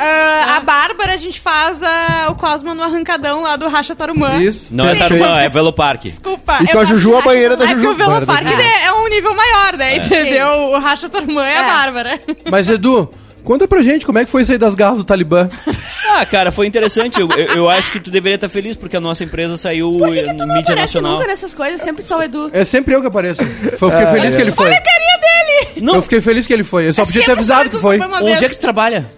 S3: Ah, A Bárbara, a gente faz ah, o Cosmo no arrancadão lá do Racha Tarumã.
S1: Isso.
S2: Não é
S1: Perfeito.
S2: Tarumã, é Velopark.
S3: Desculpa.
S5: E
S3: eu
S5: com a né?
S4: acho-
S5: Juju, a
S4: acho
S5: banheira da
S3: É que
S5: Juju.
S3: o Velopark é. é um nível maior, né? Entendeu? O Racha Tarumã é, a
S4: É.
S3: Bárbara.
S1: Mas, Edu, conta pra gente como é que foi isso aí das garras do Talibã.
S2: Ah, cara, foi interessante. Eu, eu- eu acho que tu deveria estar feliz porque a nossa empresa saiu
S4: Por que, que tu
S2: em
S4: não
S2: mídia
S4: aparece
S2: nacional.
S4: nunca nessas coisas? Sempre só o Edu.
S1: É sempre eu que apareço. Foi- Eu fiquei feliz que ele foi.
S4: Carinha dele!
S2: É,
S4: É
S2: Não,
S1: Eu fiquei feliz que ele foi. Eu só podia ter
S4: Sempre só o
S1: avisado
S4: Edu,
S1: que
S4: só
S1: foi.
S4: uma
S2: onde
S4: vez.
S2: é que tu trabalha?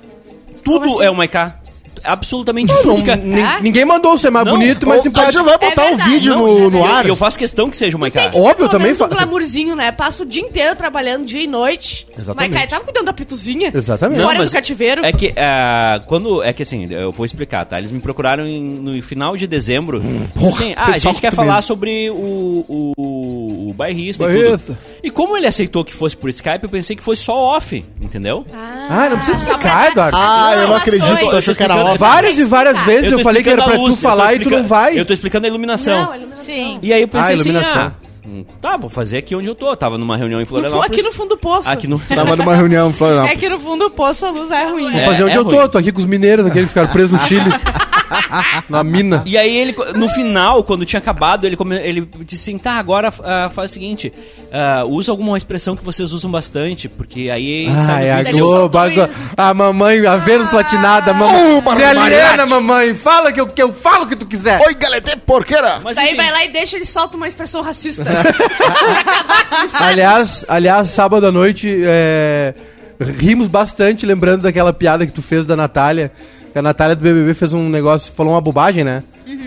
S2: Tudo
S4: assim?
S2: é uma IK. Absolutamente
S1: Não,
S2: tudo. cara.
S1: nin-
S4: É?
S1: Ninguém mandou ser mais
S2: Não.
S1: bonito, mais
S5: Mas a gente
S1: simpático.
S5: vai botar
S4: É
S5: o
S4: verdade.
S5: vídeo
S2: Não,
S5: no, no
S2: eu-
S5: ar.
S2: Eu faço questão que seja uma IK.
S1: Óbvio, eu
S4: Pelo
S1: também
S4: menos um
S1: fa-
S4: glamourzinho, né? Passa o dia inteiro trabalhando, dia e noite.
S1: Exatamente.
S4: Mas, cara, tava cuidando da pituzinha.
S1: Exatamente.
S2: Não,
S4: Fora
S2: mas
S4: do cativeiro.
S2: É que ah, quando é que assim, eu vou explicar, tá? Eles me procuraram em- no final de dezembro.
S1: Hum.
S2: Assim, ah,
S5: teve
S2: a
S5: só
S2: gente quer
S5: quatro
S2: falar
S5: meses.
S2: sobre o, o, o- o bairrista, e
S1: Bairrista.
S2: tudo. E como ele aceitou que fosse por Skype, eu pensei que fosse só off, entendeu?
S1: Ah, não precisa
S4: Só pra
S1: explicar,
S4: dar-
S1: Eduardo.
S5: Ah, eu não
S4: Informações.
S5: acredito, tu achou que era
S2: Explicando-
S5: óbvio.
S1: Várias e várias
S4: Tá.
S1: vezes eu,
S2: tô
S1: falei que era pra
S2: explicando a
S1: tu
S2: Lúcia, eu tô
S1: falar e tu não
S2: explica-
S1: vai.
S2: Eu tô explicando a iluminação.
S4: Não, iluminação. Sim.
S2: E aí eu pensei
S1: Ah,
S2: assim,
S1: iluminação.
S2: ah, tá, vou fazer aqui onde eu tô. Eu tava numa reunião em Florianópolis.
S4: Aqui no fundo do poço.
S2: Aqui
S4: [LAUGHS]
S2: no...
S5: Tava numa reunião em
S3: É
S5: Florianópolis.
S3: que no fundo do poço a luz é ruim.
S1: Vou
S2: É,
S1: fazer onde eu tô,
S2: ruim.
S1: tô aqui com os mineiros, aquele que ficaram presos no
S2: [LAUGHS]
S1: Chile. na mina.
S2: E aí ele, no final, quando tinha acabado, ele, come- ele disse assim, tá, agora ah, faz o seguinte, ah, usa alguma expressão que vocês usam bastante, porque aí
S1: Ah,
S2: sai
S1: é
S2: do
S1: a
S2: vídeo.
S1: Globo, a, Glo- a mamãe, a Vênus platinada, a
S2: Ah,
S1: mamãe. me aliena, mamãe, fala que eu, que eu falo o que tu quiser.
S5: Oi, galete porqueira!
S2: Mas,
S4: Daí
S2: enfim,
S4: vai lá e deixa, ele solta uma expressão racista.
S1: Aliás, aliás, sábado à noite, é, rimos bastante lembrando daquela piada que tu fez da Natália. Que a Natália do BBB fez um negócio, falou uma bobagem, né?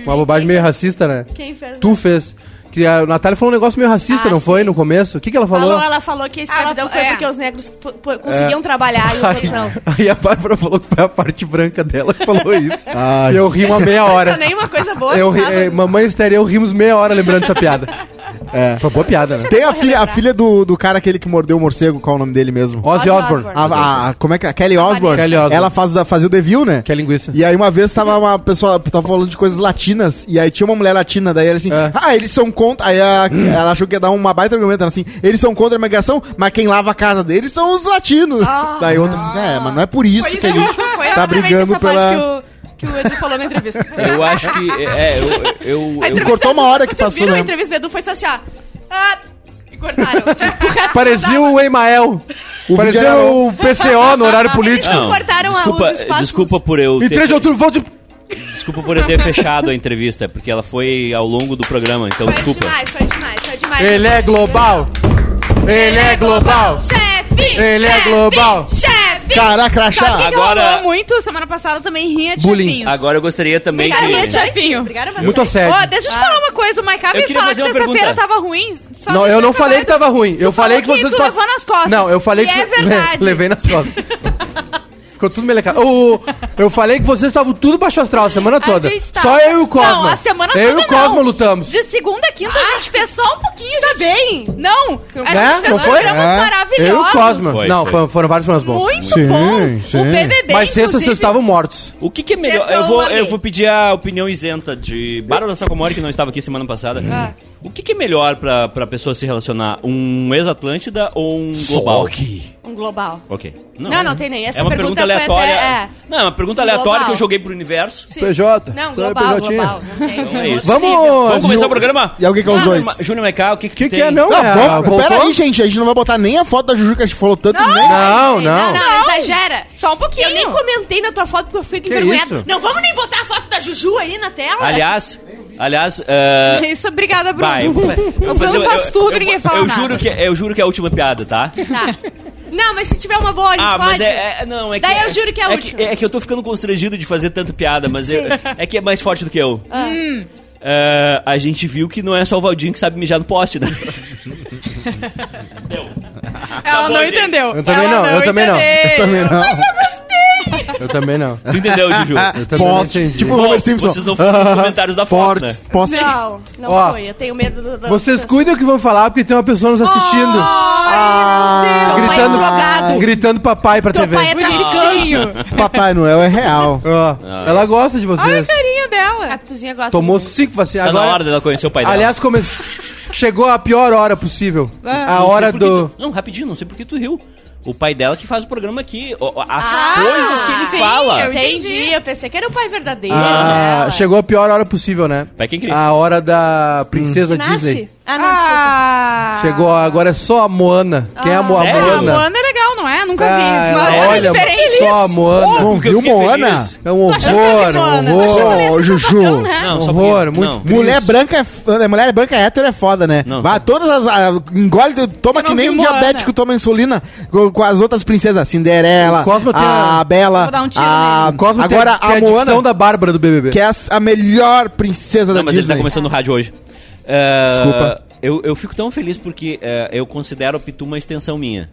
S1: uma bobagem meio racista, né?
S4: Uhum. Quem fez?
S1: Tu fez. Que a Natália falou um negócio meio racista,
S4: Ah,
S1: não foi? No começo? O que, que ela falou?
S4: Falou, ela falou que a escravidão
S3: Ela fa-
S4: foi
S3: é.
S4: porque os negros p- p- conseguiam trabalhar e
S1: [LAUGHS]
S4: os outros não.
S1: Aí a Bárbara falou que foi a parte branca dela que falou [LAUGHS] isso.
S5: Ai.
S1: E eu ri uma meia
S4: Isso
S1: hora.
S4: nem uma coisa boa,
S1: Eu ri-
S4: sabe?
S1: é, mamãe Estéreo, eu rimos meia hora lembrando essa piada. É. Foi boa piada, né?
S5: Tem a filha, a filha do, do cara aquele que mordeu o morcego, qual é o nome dele mesmo?
S1: Ozzy
S4: Ozzy
S1: Osbourne.
S4: Osbourne.
S5: A, a- a- como é que é? A
S4: Tá
S5: Kelly Osbourne.
S1: Kelly Osbourne.
S5: Ela faz, da- fazia o The View, né?
S1: Que é linguiça.
S5: E aí uma vez tava uma pessoa, tava falando de coisas latinas, e aí tinha uma mulher latina, daí ela assim,
S1: É.
S5: ah, eles são contra, aí a- ela achou que ia dar uma baita argumento, ela assim, eles são contra a imigração, mas quem lava a casa deles são os latinos. daí outra assim, é, mas não é por isso,
S4: Ah. Foi
S5: que a
S4: isso,
S5: gente
S4: foi
S5: tá
S4: exatamente
S5: brigando
S4: essa
S5: pela...
S4: parte que o, que o Edu falou na entrevista.
S2: Eu acho que... É, eu... eu,
S4: A
S2: eu-
S4: entrevista
S5: cortou
S4: do-
S5: uma hora que
S4: vocês
S5: passou,
S4: viram
S5: né?
S4: a entrevista do Edu foi só assim, ó. Ah, e cortaram. [LAUGHS] O
S1: [LAUGHS]
S4: resto
S1: Parecia
S4: não dava.
S1: o Emael.
S5: O vídeo
S1: Parecia
S5: era-
S1: o PCO no
S3: [LAUGHS]
S1: horário político.
S4: Não, cortaram a-
S2: desculpa,
S4: os espaços.
S2: desculpa por eu
S1: E
S2: ter,
S1: 3 de outubro, volta.
S2: desculpa por eu ter fechado a entrevista, porque ela foi ao longo do programa, então
S4: Foi
S2: desculpa.
S4: demais, foi demais, foi demais.
S1: Ele é global. Ele é global.
S4: Chefe!
S1: Ele é
S4: chefe,
S1: global.
S4: Chefe!
S5: Caraca,
S3: Sabe o
S4: Tá
S5: crachá!
S3: que que
S2: Agora- Ah,
S3: rolou muito? Semana passada também rinha de
S1: Bullying.
S3: chefinhos.
S2: Agora eu gostaria também
S3: Obrigada, minha
S2: que...
S3: tia. chefinho.
S4: Obrigada, bastante.
S1: Muito assédio.
S3: Ó, deixa eu te falar uma coisa, o Maiká
S2: Eu
S3: me
S2: queria
S3: fala que
S2: fazer uma
S3: sexta-feira
S2: pergunta.
S3: tava ruim. Só
S1: Não,
S3: deixa
S1: eu não
S3: falar,
S1: falei que tava ruim. Eu
S3: tu
S1: falei que
S3: falou
S1: vocês
S3: tu
S1: só-
S3: levou nas costas.
S1: Não, eu falei
S3: E
S1: que [LAUGHS]
S3: é verdade.
S1: levei nas costas. Ficou tudo melecado. Ô, eu falei que vocês estavam tudo baixo astral a semana toda.
S3: gente tava-
S1: Só eu e o Cosmo.
S3: Não, a semana
S1: Eu
S3: toda
S1: e o Cosmo
S3: não.
S1: lutamos.
S3: De segunda a quinta
S4: Ah.
S3: a gente fez só um pouquinho. Tá bem? Não, a gente
S1: Né?
S3: fez
S4: um
S1: Não foi?
S3: programas
S5: É.
S3: maravilhosos.
S1: Eu e o Cosmo.
S2: Foi,
S1: não,
S2: foi.
S1: foram- foram vários programas bons.
S3: Muito
S5: Sim,
S3: bons.
S5: sim.
S3: O BBB,
S1: Mas sexta
S3: inclusive,
S1: vocês estavam mortos.
S2: O que, que é melhor?
S3: Vocês
S2: Eu
S3: são
S2: vou,
S3: uma
S2: eu
S3: vez.
S2: vou pedir a opinião isenta de Bárbara Sacomori, que não estava aqui semana passada.
S4: Ah.
S2: O que, que é melhor pra, pra pessoa se relacionar? Um ex-Atlântida ou um global?
S4: Um global.
S2: Ok.
S4: Não, não tem nem. Essa
S2: é uma
S4: pergunta
S2: pergunta
S4: foi
S2: aleatória.
S4: até- é.
S2: Não, é uma pergunta aleatória
S4: Global.
S2: que eu joguei pro universo.
S4: Sim.
S1: PJ,
S4: Não,
S1: só é
S4: global,
S1: PJ.
S4: global. Não
S2: Então é
S4: tem
S2: isso.
S4: outro nível.
S1: Vamos
S2: Vamos começar
S1: Ju-
S2: o programa?
S5: E alguém que é os
S2: Júnior
S5: dois?
S2: Ma- Júnior Maiká, o que que,
S1: Que
S2: tem?
S1: que é não?
S5: Não,
S1: É,
S5: bom,
S1: voltou?
S5: pera aí, gente, a gente não vai botar nem a foto da Juju que a gente falou tanto, nem...
S1: Não, não.
S4: Não, não, exagera.
S3: Só um pouquinho.
S4: Eu nem comentei na tua foto porque eu fico
S1: Que
S4: envergonhada.
S1: isso?
S4: Não, vamos nem botar a foto da Juju aí na tela?
S2: Aliás, aliás... ah,
S4: [LAUGHS]
S3: Isso, obrigada, Bruno.
S2: vai, eu vou,
S3: o Bruno faz tudo, ninguém fala
S2: eu
S3: nada.
S2: juro que Eu juro que é a última piada, tá?
S4: Tá. Não, mas se tiver uma boa, a gente
S2: Ah, mas
S4: pode.
S2: é, é- Não, é
S4: Daí
S2: que,
S4: eu juro que é a
S2: que,
S4: última.
S2: é que eu tô ficando constrangido de fazer tanta piada, mas eu- é que é mais forte do que eu.
S4: Ah.
S2: É, a gente viu que não é só o Valdinho que sabe mijar no poste, né?
S3: Ela
S2: bom,
S3: não
S2: gente.
S3: entendeu.
S1: Tá Eu também
S3: Ela
S1: não, eu também não.
S3: entendeu.
S5: Eu também não.
S1: Eu também não.
S2: Tu entendeu,
S1: [LAUGHS]
S2: Juju?
S1: Eu também não
S5: Poste,
S1: entendi.
S5: tipo o
S2: Bom,
S5: Homer Simpson.
S2: vocês não foram nos comentários da foto,
S5: Fortes,
S2: né?
S5: poste.
S4: Não, não
S1: Ó,
S4: foi. Eu tenho medo do. do
S1: Vocês
S4: do-
S1: cuidam o que vão falar porque tem uma pessoa nos assistindo.
S4: Oh,
S5: Ah,
S4: Deus. Papai
S1: gritando,
S4: drogado.
S1: gritando papai pra
S4: Teu
S1: TV.
S4: pai é traficante.
S5: Papai Noel é real.
S1: Ó,
S2: Ah.
S1: ela gosta de
S3: Olha a
S1: vocês.
S3: carinha
S4: A
S3: dela.
S4: Pituzinha gosta.
S1: Tomou
S4: de mim.
S1: cinco vacinas.
S2: Tá na
S1: Agora,
S2: hora dela conhecer o pai dela.
S1: aliás, come... chegou a pior hora possível.
S3: Ah.
S1: A
S2: Não sei
S1: hora
S2: por que
S1: do...
S2: tu- Não, rapidinho, não sei por que tu riu. O pai dela que faz o programa aqui. O- o- As
S4: Ah,
S2: coisas que ele
S3: sim,
S2: fala.
S3: eu-
S4: Entendi, eu pensei que era o pai verdadeiro.
S1: Ah,
S4: dela.
S1: chegou a pior hora possível, né?
S2: Vai é quem cria.
S1: A hora da princesa Disney.
S4: Nasce? Ah, não, desculpa.
S3: Ah,
S1: Chegou, agora é só a Moana. Quem é a Mo- a
S2: Sério?
S1: Moana?
S3: Ah, Moana é legal, não é? Nunca
S1: Ah,
S3: vi.
S1: ela
S3: Mas
S1: olha,
S3: é diferente.
S1: só a Moana.
S5: Não
S2: Porque eu
S5: viu
S2: fiquei
S5: Moana?
S2: feliz.
S1: É um horror,
S4: achando que era
S1: é
S4: Moana,
S1: um
S4: tô achando que
S1: horror.
S4: ela ia ser
S5: Ô, Juju.
S4: sapatão, né?
S2: Não, só
S1: Ah, Horror,
S2: porque-
S1: muito
S2: não.
S1: triste.
S5: Mulher branca, é f- mulher branca hétero é foda, né?
S2: Não,
S5: Vai, todas as. ah, engole, tu- toma
S3: Eu
S5: que
S3: não
S5: nem
S3: vi
S5: um
S3: Moana.
S5: diabético toma insulina com, com as outras princesas. Cinderela,
S1: O Cosmo tem
S5: a,
S1: a-
S5: Bela.
S3: Vou dar um tiro
S5: a,
S1: O Cosmo tem-
S5: agora
S1: tem
S5: a
S1: dicção
S5: Moana,
S1: da Bárbara do BBB.
S5: que é a, s- a melhor princesa da
S2: Não, mas ele
S5: Disney.
S2: tá começando no rádio hoje. É,
S5: Desculpa.
S2: Eu, eu fico tão feliz porque é, eu considero a Pitu uma extensão minha.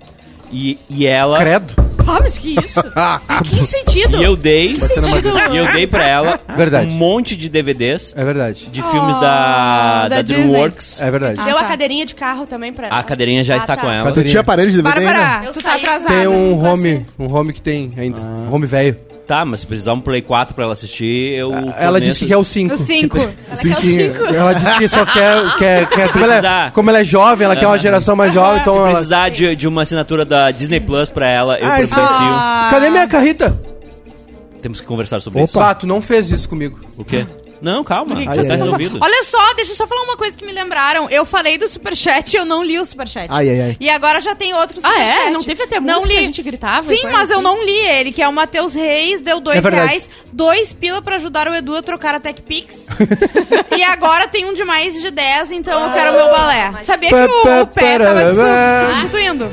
S2: E, e ela.
S1: Credo.
S4: Ah, mas que isso? Em que sentido?
S2: E eu dei.
S4: Que sentido?
S2: E eu dei pra ela
S1: né? Verdade.
S2: um monte de DVDs
S1: É verdade.
S2: de filmes da,
S3: da
S2: da,
S3: Disney.
S2: DreamWorks.
S1: É verdade.
S4: Deu
S3: Ah,
S4: a
S3: tá.
S4: cadeirinha de carro também pra
S2: A cadeirinha já está
S4: tá.
S2: com ela.
S5: Mas tu tinha aparelho de né? DVD ainda?
S3: Bárbara,
S4: Eu
S3: tu tá
S4: saí.
S3: atrasada.
S1: Tem um
S4: não
S1: home, um home que tem ainda. Um home velho.
S2: Tá, mas se precisar um Play 4 pra ela assistir, eu.
S1: Ela disse que é o 5.
S3: No
S4: [LAUGHS]
S3: 5.
S4: Ela quer os cinco.
S1: Ela disse que só quer. quer, quer- como, ela é,
S2: precisar.
S1: como ela é jovem, ela quer uma geração mais jovem, então ela.
S2: Precisar de, de uma assinatura da Disney Plus pra ela, eu
S1: Ah, isso-
S2: providencio.
S1: Cadê minha carrita?
S2: Temos que conversar sobre isso.
S1: Opa, tu não fez isso comigo.
S2: O quê? Não, calma, já
S3: que que
S2: tá
S5: vocês estão
S2: resolvido.
S3: Olha só, deixa eu só falar uma coisa que me lembraram. Eu falei do superchat e eu não li o superchat.
S5: Ai, ai, ai.
S3: E agora já tem outro
S4: Ah,
S3: superchat.
S4: é? Não teve até música
S3: Não li.
S4: que a gente gritava? e
S3: Sim,
S4: coisa
S3: mas eu
S4: assim?
S3: não li ele, que é o Matheus Reis, deu dois
S1: É verdade.
S3: reais, dois pila pra ajudar o Edu a trocar
S1: [LAUGHS]
S3: a TechPix. e agora tem um de mais de 10, então eu quero o meu balé. Sabia que o, o pé tava te su- substituindo?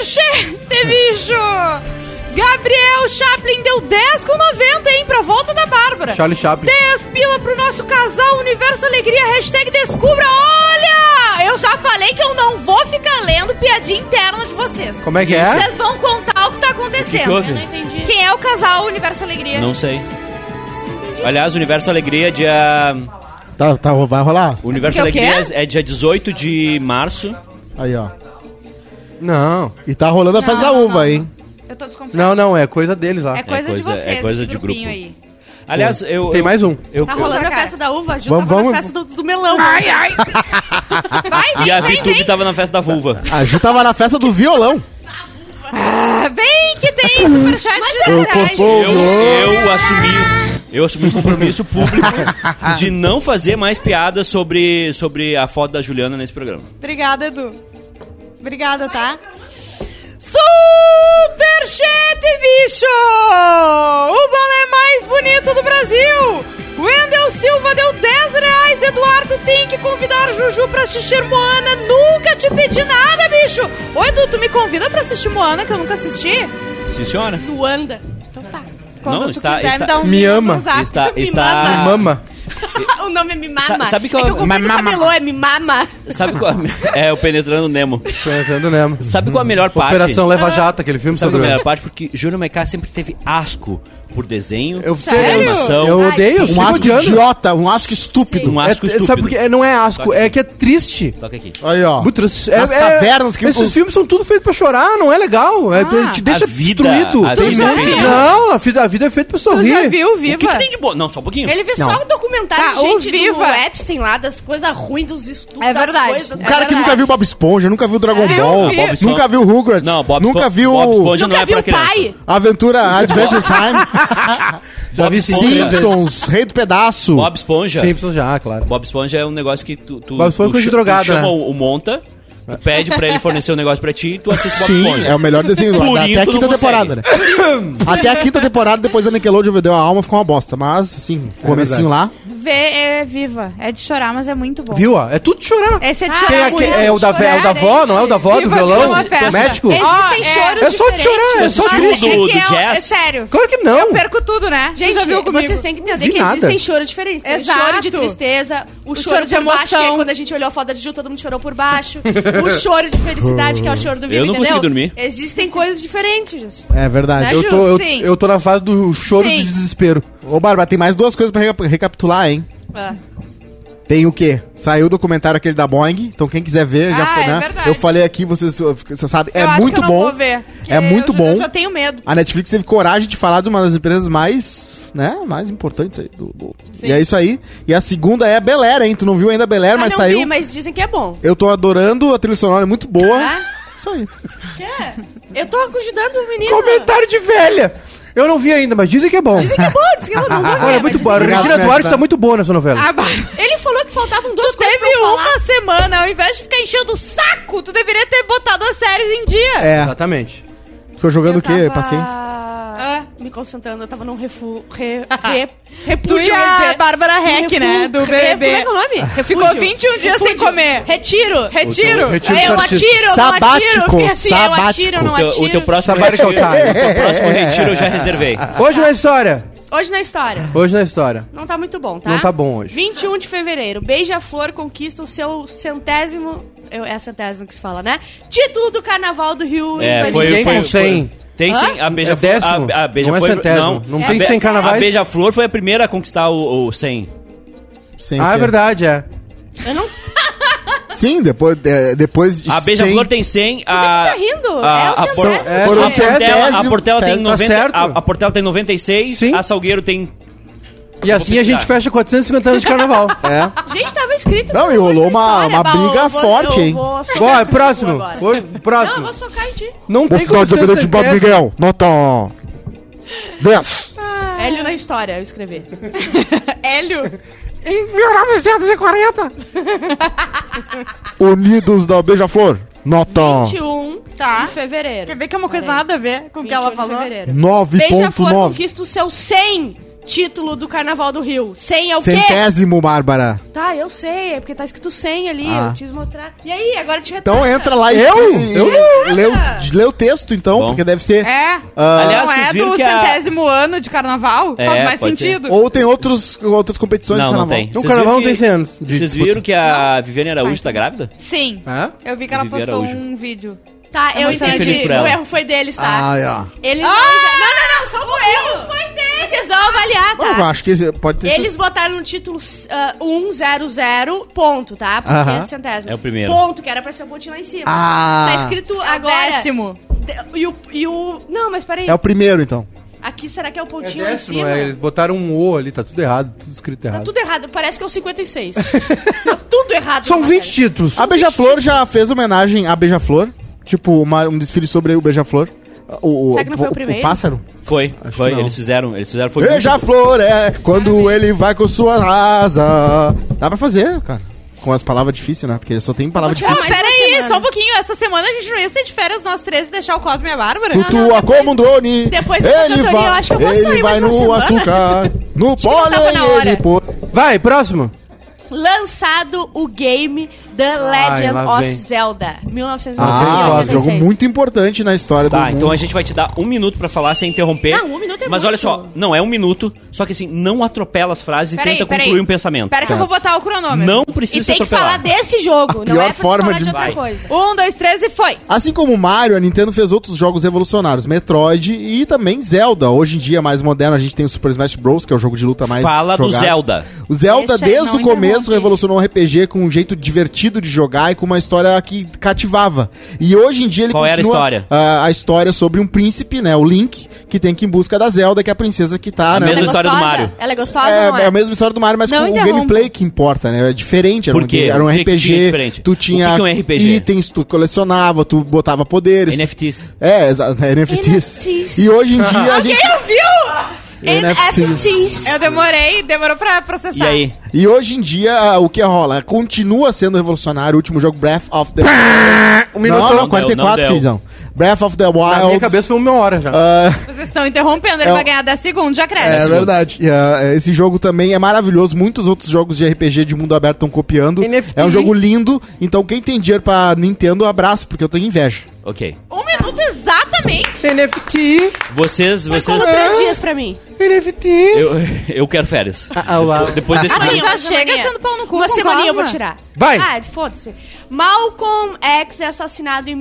S3: Superchat, bicho! Gabriel Chaplin deu 10 com 90, hein, pra volta da Bárbara.
S1: Charlie Chaplin.
S3: 10 pila pro nosso casal Universo Alegria, hashtag descubra. Olha! Eu já falei que eu não vou ficar lendo piadinha interna de vocês.
S1: Como é que é?
S3: Vocês vão contar o
S2: O que
S3: que tá
S2: que
S3: acontecendo.
S2: houve?
S4: Eu não entendi.
S3: Quem é o casal Universo Alegria?
S2: Não sei. Aliás, Universo Alegria é dia.
S5: Tá, tá, vai rolar?
S2: Universo
S3: Que o quê?
S2: Alegria é dia 18 de março.
S5: Aí, ó.
S1: Não.
S5: E tá rolando a fase da
S3: não,
S5: uva,
S3: não.
S5: hein?
S3: Eu tô desconfiada.
S1: Não, não, é coisa deles lá.
S3: É coisa, de
S2: coisa-
S3: vocês,
S2: é coisa
S3: esse
S2: de
S3: grupinho
S2: grupo.
S3: aí.
S2: Aliás, eu.
S1: Tem
S2: eu-
S1: mais um.
S2: eu-
S4: Tá rolando a
S3: Cara.
S4: festa da uva, Ju
S5: Vamos-
S4: tava
S5: vamos-
S4: na festa do, do melão.
S3: Vai,
S2: eu- E a
S3: vem, vem,
S2: Vitude
S3: vem.
S2: tava na festa da vulva.
S5: A Ju tava na festa do violão.
S3: Ah, vem que tem
S1: [LAUGHS]
S3: superchat. Mas
S5: Eu cortou o
S2: Eu,
S5: violão.
S2: eu assumi. Eu assumi um compromisso público de não fazer mais piadas sobre, sobre a foto da Juliana nesse programa.
S3: Obrigada, Edu. Obrigada, tá? Superchat, bicho! O balé mais bonito do Brasil! Wendel Silva deu 10 reais. Eduardo tem que convidar Juju pra assistir Moana. Nunca te pedi nada, bicho! Ô, Edu, tu me convida pra assistir Moana, que eu nunca assisti?
S2: Sim, senhora.
S4: Luanda.
S3: Então tá. Quando
S2: Não,
S3: tu
S2: está-
S3: quiser,
S2: está-
S3: me dá um,
S1: Me ama.
S3: um [LAUGHS] zap.
S2: Está,
S4: me
S2: está,
S4: mama.
S3: [LAUGHS]
S1: Mama.
S4: o nome é Mimama.
S2: Sa- sabe que eu-
S4: É que eu comprei no
S5: Mamama.
S4: camelô, é Mimama.
S2: Sabe qual [LAUGHS] é o penetrando Nemo?
S1: Pensando, né?
S2: Sabe qual a melhor parte?
S1: Operação
S3: Ah.
S1: Leva Jato, aquele filme
S2: Sabe é?
S1: sobre.
S2: qual a melhor parte? Porque Júnior Maiká sempre teve asco por desenho,
S1: Eu
S2: por
S1: sei.
S2: animação.
S1: Eu odeio, eu
S5: Um
S1: sigo
S5: asco
S1: odiando.
S5: idiota, um asco estúpido.
S2: Um
S1: É-
S2: asco
S1: é-
S2: estúpido.
S1: Sabe por quê? É, Não é asco, é que é triste.
S2: Toca aqui.
S5: Aí, ó.
S1: Muito triste. É,
S5: Nas cavernas que-
S1: Esses
S5: o-
S1: filmes são tudo feitos pra chorar, não é legal. É,
S3: Ah.
S1: te deixa
S2: A vida-
S1: destruído.
S2: a vida é
S1: Tu
S3: já
S1: não-
S3: viu?
S1: Não, a vida, a vida é feita pra
S3: Tu
S1: sorrir.
S3: já viu,
S2: O que,
S3: Viva?
S2: que tem de bom? Não, só um pouquinho.
S4: Ele vê
S5: Não.
S4: só o documentário,
S3: Tá,
S4: de gente,
S3: o Viva.
S4: do Epstein lá, das coisas ruins, dos estudos,
S3: É
S4: das
S3: verdade.
S4: coisas.
S5: O Um cara que nunca viu Bob Esponja, nunca viu Dragon
S3: É, eu
S5: Ball,
S3: vi. Bob
S2: Esponja-
S5: nunca viu Rugrats,
S2: Não, Bob
S5: nunca
S2: Espo-
S5: viu
S2: Bob Esponja
S4: Nunca
S2: não é
S4: viu
S2: pra criança.
S4: pai.
S2: [LAUGHS]
S5: Aventura Adventure Time,
S1: Já vi Simpsons.
S5: Simpsons, Rei do Pedaço.
S2: Bob Esponja.
S1: Simpsons já, claro.
S2: Bob Esponja é um negócio que tu. tu
S1: Bob Esponja é
S2: tu
S1: coisa de
S2: cha- tu
S1: drogado,
S2: chama
S1: né?
S2: o, o Monta, tu pede pra ele fornecer um negócio pra ti e tu assiste o Bob
S5: Sim,
S2: Esponja.
S5: é o melhor desenho do
S2: Por
S5: da-
S2: isso
S5: até a
S2: tu não
S5: quinta
S2: [LAUGHS]
S5: temporada, né? até a quinta temporada, depois a Nickelodeon vendeu a alma, ficou uma bosta. Mas, assim, o comecinho lá.
S3: Vê, é viva. É de chorar, mas é muito bom.
S1: Viu, ó? É tudo de chorar.
S3: Esse é de
S4: Ah,
S1: Tem
S3: chorar
S1: aqui,
S3: muito.
S1: é o da, vé- é o da vó, não é o da vó do
S3: Viva
S1: violão?
S3: uma festa.
S1: Do médico?
S3: Esse-
S4: Existem
S3: Ó, é-
S4: choros
S1: É só de chorar, é
S4: diferentes.
S1: só
S2: Mas
S1: triste.
S2: é que- Do- do
S3: que eu-
S2: jazz?
S3: É sério.
S1: Claro que não.
S3: Eu perco tudo, né? Tu
S4: Gente,
S3: já viu comigo?
S4: vocês têm que entender
S1: Vi
S4: que
S1: nada.
S4: existem choros diferentes. Tem
S3: Exato.
S4: o choro de tristeza, o, choro,
S3: choro de
S4: de emoção.
S3: emoção.
S4: que é quando a gente olhou a foto de Ju, todo mundo chorou por baixo. o choro de felicidade, que é o choro do Viva,
S2: Eu não
S4: entendeu?
S2: consegui dormir.
S4: Existem coisas diferentes.
S5: É verdade.
S1: Eu
S4: Ju?
S1: tô, eu,
S3: Sim.
S1: eu tô na fase do choro
S3: Né, Sim.
S1: de desespero.
S4: É.
S5: Ô, Bárbara, tem mais duas coisas pra reca- recapitular, hein? Tem o quê? Saiu o documentário aquele da Boeing, então quem quiser ver, já
S3: Ah,
S5: foi,
S3: é
S5: né?
S3: verdade.
S5: eu falei aqui, vocês, vocês sabem, é
S3: eu acho
S5: muito
S3: que eu
S5: bom.
S3: Não vou ver, porque
S5: é muito
S3: eu já-
S5: bom.
S3: Eu já tenho medo.
S5: A Netflix teve coragem de falar de uma das empresas mais, né, mais importantes aí do, do- E é isso aí. E a segunda é a Belera, hein? Tu não viu ainda a Belera,
S4: Ah,
S5: mas
S4: não
S5: saiu.
S4: vi,
S1: um?
S4: mas dizem que é bom.
S5: Eu tô adorando, a trilha sonora é muito boa.
S3: Ah?
S4: Tá?
S5: Isso aí.
S4: Quê? Eu tô ajudando o menino.
S1: Comentário de velha! Eu não vi ainda, mas dizem que é bom.
S4: Dizem que é bom, dizem que é bom. Não vou ver,
S1: Olha, é
S4: mas
S1: muito
S4: dizem
S1: boa. A
S4: que é bom.
S1: Regina
S5: Obrigado,
S1: Duarte
S5: Regina.
S1: tá muito boa nessa novela.
S3: Ah, bah.
S4: Ele falou que faltavam duas
S3: Tu
S4: coisas pra
S3: teve
S4: eu falar.
S3: uma semana, ao invés de ficar enchendo o saco, tu deveria ter botado as séries em dia.
S5: É.
S1: Exatamente.
S5: Tô jogando o quê?
S4: Tava
S5: Paciência.
S4: Me concentrando, eu tava num refu... [LAUGHS] Re, re, repúdio,
S3: Tu e
S4: quer
S3: a
S4: dizer.
S3: Bárbara Reck,
S4: Refu-
S3: né? Do
S4: re-
S3: BBB.
S4: Como é que é o nome?
S3: Ficou 21 dias sem comer.
S4: Retiro.
S3: Retiro.
S1: Retiro
S4: É, eu
S1: dos artistas.
S4: atiro, eu não atiro. Eu
S5: Sabático,
S4: fiquei assim, eu atiro, eu não
S2: O teu,
S4: atiro.
S2: o teu próximo
S1: Sabbatical
S2: retiro,
S1: time.
S2: o teu próximo retiro eu
S1: [LAUGHS]
S2: já reservei.
S1: Hoje na história.
S4: Hoje na história.
S1: Hoje na história.
S4: Não tá muito bom, tá?
S1: Não tá bom hoje.
S4: 21 de fevereiro. Beija-Flor conquista o seu centésimo... eu- É centésimo que se fala, né? Título do Carnaval do Rio
S2: É,
S4: em
S2: foi,
S4: 2017.
S1: Ninguém
S2: foi,
S1: com cem.
S2: foi- Tem sim, a Beija
S1: É décimo.
S2: A, a Beija
S1: Não é centésimo. Não tem
S2: A Be-
S1: cem carnavais?
S2: A Beija-Flor foi a primeira a conquistar o, o 100.
S5: Sem o
S1: Ah, é
S5: quê?
S1: verdade, é.
S5: Sim, depois, é, depois de.
S2: A Beija-Flor
S5: 100.
S2: tem 100.
S4: tá
S2: A,
S4: rindo?
S2: A,
S4: É o
S2: a, por,
S4: centésimo.
S1: É,
S2: a,
S1: foi
S2: Portela, a
S5: centésimo.
S2: Portela tem
S1: Tá
S2: 90.
S1: certo.
S2: a, a Portela tem 96.
S1: Sim.
S2: A Salgueiro tem.
S1: E assim a gente fecha 450 anos de [LAUGHS] carnaval.
S5: É.
S4: Gente, tava escrito.
S5: Não,
S4: no
S5: e rolou
S4: outro
S5: uma-
S4: história,
S5: uma
S4: Baú.
S5: briga
S4: Eu vou-
S5: forte,
S4: eu
S5: hein?
S4: vou socar
S1: Bora,
S4: em ti
S1: é próximo.
S4: agora.
S1: Hoje-
S4: Não, eu
S1: Próximo.
S4: vou socar em ti.
S1: Não, tem
S5: Vou
S1: como
S5: ficar
S1: ser
S5: é de Bob
S1: centésimo.
S5: Miguel. Nota 10.
S4: Hélio na história, eu escrevi.
S3: Hélio.
S5: Em 1940. Unidos da Beija-Flor. Nota
S4: 21
S3: Tá.
S4: de fevereiro.
S3: Quer ver que é uma coisa nada a ver com o que ela
S4: 21 de
S3: falou?
S4: fevereiro. um. Beija-Flor
S5: 9.9.
S4: conquista o seu 100 título do Carnaval do Rio. 100 é o quê?
S5: Centésimo, Bárbara.
S4: Tá, eu sei, é porque tá escrito 100 ali,
S5: Ah.
S4: eu te mostrar. E aí, agora eu te retrata.
S5: Então entra lá e,
S1: Eu?
S5: e- e- lê, o, lê o texto, então,
S2: Bom.
S5: porque deve ser.
S3: É. Aliás,
S5: Ah.
S2: Aliás,
S3: não
S2: vocês
S3: é
S2: viram
S3: do
S2: que a-
S3: centésimo ano de carnaval?
S2: É,
S3: Faz mais
S2: pode ser.
S3: sentido.
S5: Ou tem outros, outras competições
S2: Não,
S5: de
S2: não
S5: carnaval.
S2: tem.
S1: Então,
S2: Vocês
S1: carnaval
S2: viram
S1: não tem 100 anos de
S2: Vocês
S1: disputa.
S2: viram que a Viviane Araújo tá grávida?
S3: Sim.
S1: Hã?
S3: Eu vi que ela
S2: Vivi
S3: postou
S2: Araújo.
S3: um vídeo.
S4: Tá,
S5: É
S4: eu,
S3: Eu tô feliz
S4: entendi.
S2: por
S4: O
S2: ela.
S4: erro foi deles, tá?
S5: Ah, é.
S4: Eles
S3: Ah!
S4: não, não, não, não, só o erro foi deles. Vocês vão avaliar, tá?
S5: Bom, eu acho que esse- pode ter
S4: Eles botaram no título ah, 100, ponto, tá? Porque
S5: Aham.
S4: é centésimo.
S2: É o primeiro.
S4: Ponto, que era pra ser o pontinho lá em cima.
S5: Ah.
S4: Tá escrito agora.
S3: Agora. Décimo.
S4: De- E o, e o. Não, mas peraí.
S5: É o primeiro, então.
S4: Aqui será que é o
S1: É
S4: pontinho lá em
S1: décimo,
S4: cima?
S1: é, eles botaram um O ali, tá tudo errado, tudo escrito
S4: Tá
S1: errado.
S4: tudo errado, parece que é
S5: [LAUGHS]
S4: o 56. tá tudo errado.
S1: São
S4: na
S1: 20
S4: matéria.
S1: títulos.
S5: A Beija-Flor já fez homenagem à Beija-Flor. Tipo, uma- um desfile sobre o Beija-Flor. O,
S4: Será que não foi o primeiro?
S5: pássaro?
S2: Foi, foi.
S5: que não.
S2: Eles fizeram. Eles fizeram. Foi muito bom.
S5: Beija-Flor é quando ele vai com sua asa. Dá pra fazer, cara. Com as palavras difíceis, né? Porque ele só tem palavra
S4: Vou tirar
S5: difícil.
S4: mais
S3: Espera
S4: uma
S3: aí,
S4: semana.
S3: só um pouquinho. Essa semana a gente não ia ser de férias nós três e deixar o Cosme e a Bárbara?
S4: não,
S5: Flutua
S4: depois-
S5: como um drone.
S4: depois dessa
S5: ele
S4: cantoria,
S5: vai,
S4: eu acho que eu vou
S5: ele
S4: sair
S5: vai
S4: mais uma
S5: no
S4: semana. [LAUGHS]
S5: açúcar, no
S4: tava na
S5: pólen,
S4: hora.
S5: ele pô.
S1: Vai, próximo.
S4: Lançado o game The
S1: Ai,
S4: Legend
S1: lá
S4: of
S1: vem.
S4: Zelda,
S5: Ah, um
S4: 1996.
S5: jogo muito importante na história do
S2: Tá,
S5: mundo.
S2: então a gente vai te dar um minuto pra falar sem interromper.
S4: Não, um minuto é
S2: Mas
S4: muito.
S2: olha só, não, é um minuto. Só que assim, não atropela as frases e tenta concluir um pensamento.
S3: Pera que eu vou botar o cronômetro.
S2: Não
S4: E
S2: precisa ser
S4: tem que falar
S2: atropelado.
S4: desse jogo,
S5: A
S4: não
S5: pior
S4: é pra tu
S5: forma
S4: falar de,
S5: de-
S4: outra
S2: Vai.
S4: coisa.
S3: Um, dois, três e foi.
S5: Assim como Mario, a Nintendo fez outros jogos revolucionários, Metroid e também Zelda. Hoje em dia, mais moderno, a gente tem o Super Smash Bros, que é o jogo de luta mais
S2: Fala do
S5: jogado.
S2: Zelda.
S5: O Zelda,
S3: Deixa-
S5: desde
S3: não
S5: o começo,
S3: interrompe.
S5: revolucionou o RPG com um jeito divertido de jogar e com uma história que cativava. E hoje em dia ele
S2: Qual era a
S5: continua
S2: história?
S5: ah, a história sobre um príncipe, né, o Link, que tem que ir em busca da Zelda, que é a princesa que tá...
S2: A
S5: né,
S2: mesma
S4: Ela é
S2: história do
S4: gostosa?
S2: Mario.
S4: Ela é gostosa ou não
S5: é,
S4: é?
S5: é a mesma história do Mario, mas
S3: um Não
S5: com o
S3: interrompa.
S5: gameplay que importa, né? É diferente. Era,
S2: Por
S5: um,
S2: quê?
S5: game- era um
S2: O que que
S5: RPG.
S2: tinha diferente?
S5: tu
S2: O que
S5: tinha
S2: que é um RPG?
S5: itens, tu colecionava, tu botava poderes. tu
S2: NFTs.
S5: é, [LAUGHS] exato, é NFTs.
S4: NFTs.
S5: E hoje em dia
S3: [LAUGHS]
S5: a gente.
S4: viu? NFTs.
S3: Eu demorei, demorou pra processar.
S2: E aí?
S5: E hoje em dia ah, o que rola? Continua sendo revolucionário o último jogo Breath of the
S1: Um
S5: Não,
S1: minuto.
S5: não,
S2: Não deu,
S5: 44,
S2: não deu.
S5: queridão. Breath of the
S1: Na minha
S5: Wild.
S1: cabeça foi uma hora já.
S5: ah,
S3: Vocês estão interrompendo, ele
S5: É o-
S3: vai ganhar 10 segundos, já cresce.
S5: é
S2: Segundo.
S5: [LAUGHS] verdade. E, ah, esse jogo também é maravilhoso. Muitos outros jogos de RPG de mundo aberto estão copiando.
S1: NFT.
S5: É um jogo lindo. Então quem tem dinheiro pra Nintendo, abraço, porque eu tenho inveja.
S2: Ok.
S3: Um minuto exatamente.
S1: NFT.
S2: Vocês, vocês.
S4: Cola três dias pra mim.
S1: NFT.
S2: Eu, [LAUGHS] eu quero férias.
S1: Ah, uau.
S2: Depois desse
S4: Amanhã,
S2: mês.
S4: uma
S3: já chega
S4: semaninha.
S3: sendo pau no cu,
S4: Uma
S3: concorda?
S4: semaninha eu vou tirar.
S1: Vai.
S4: Ah, foda-se. Malcolm X é assassinado em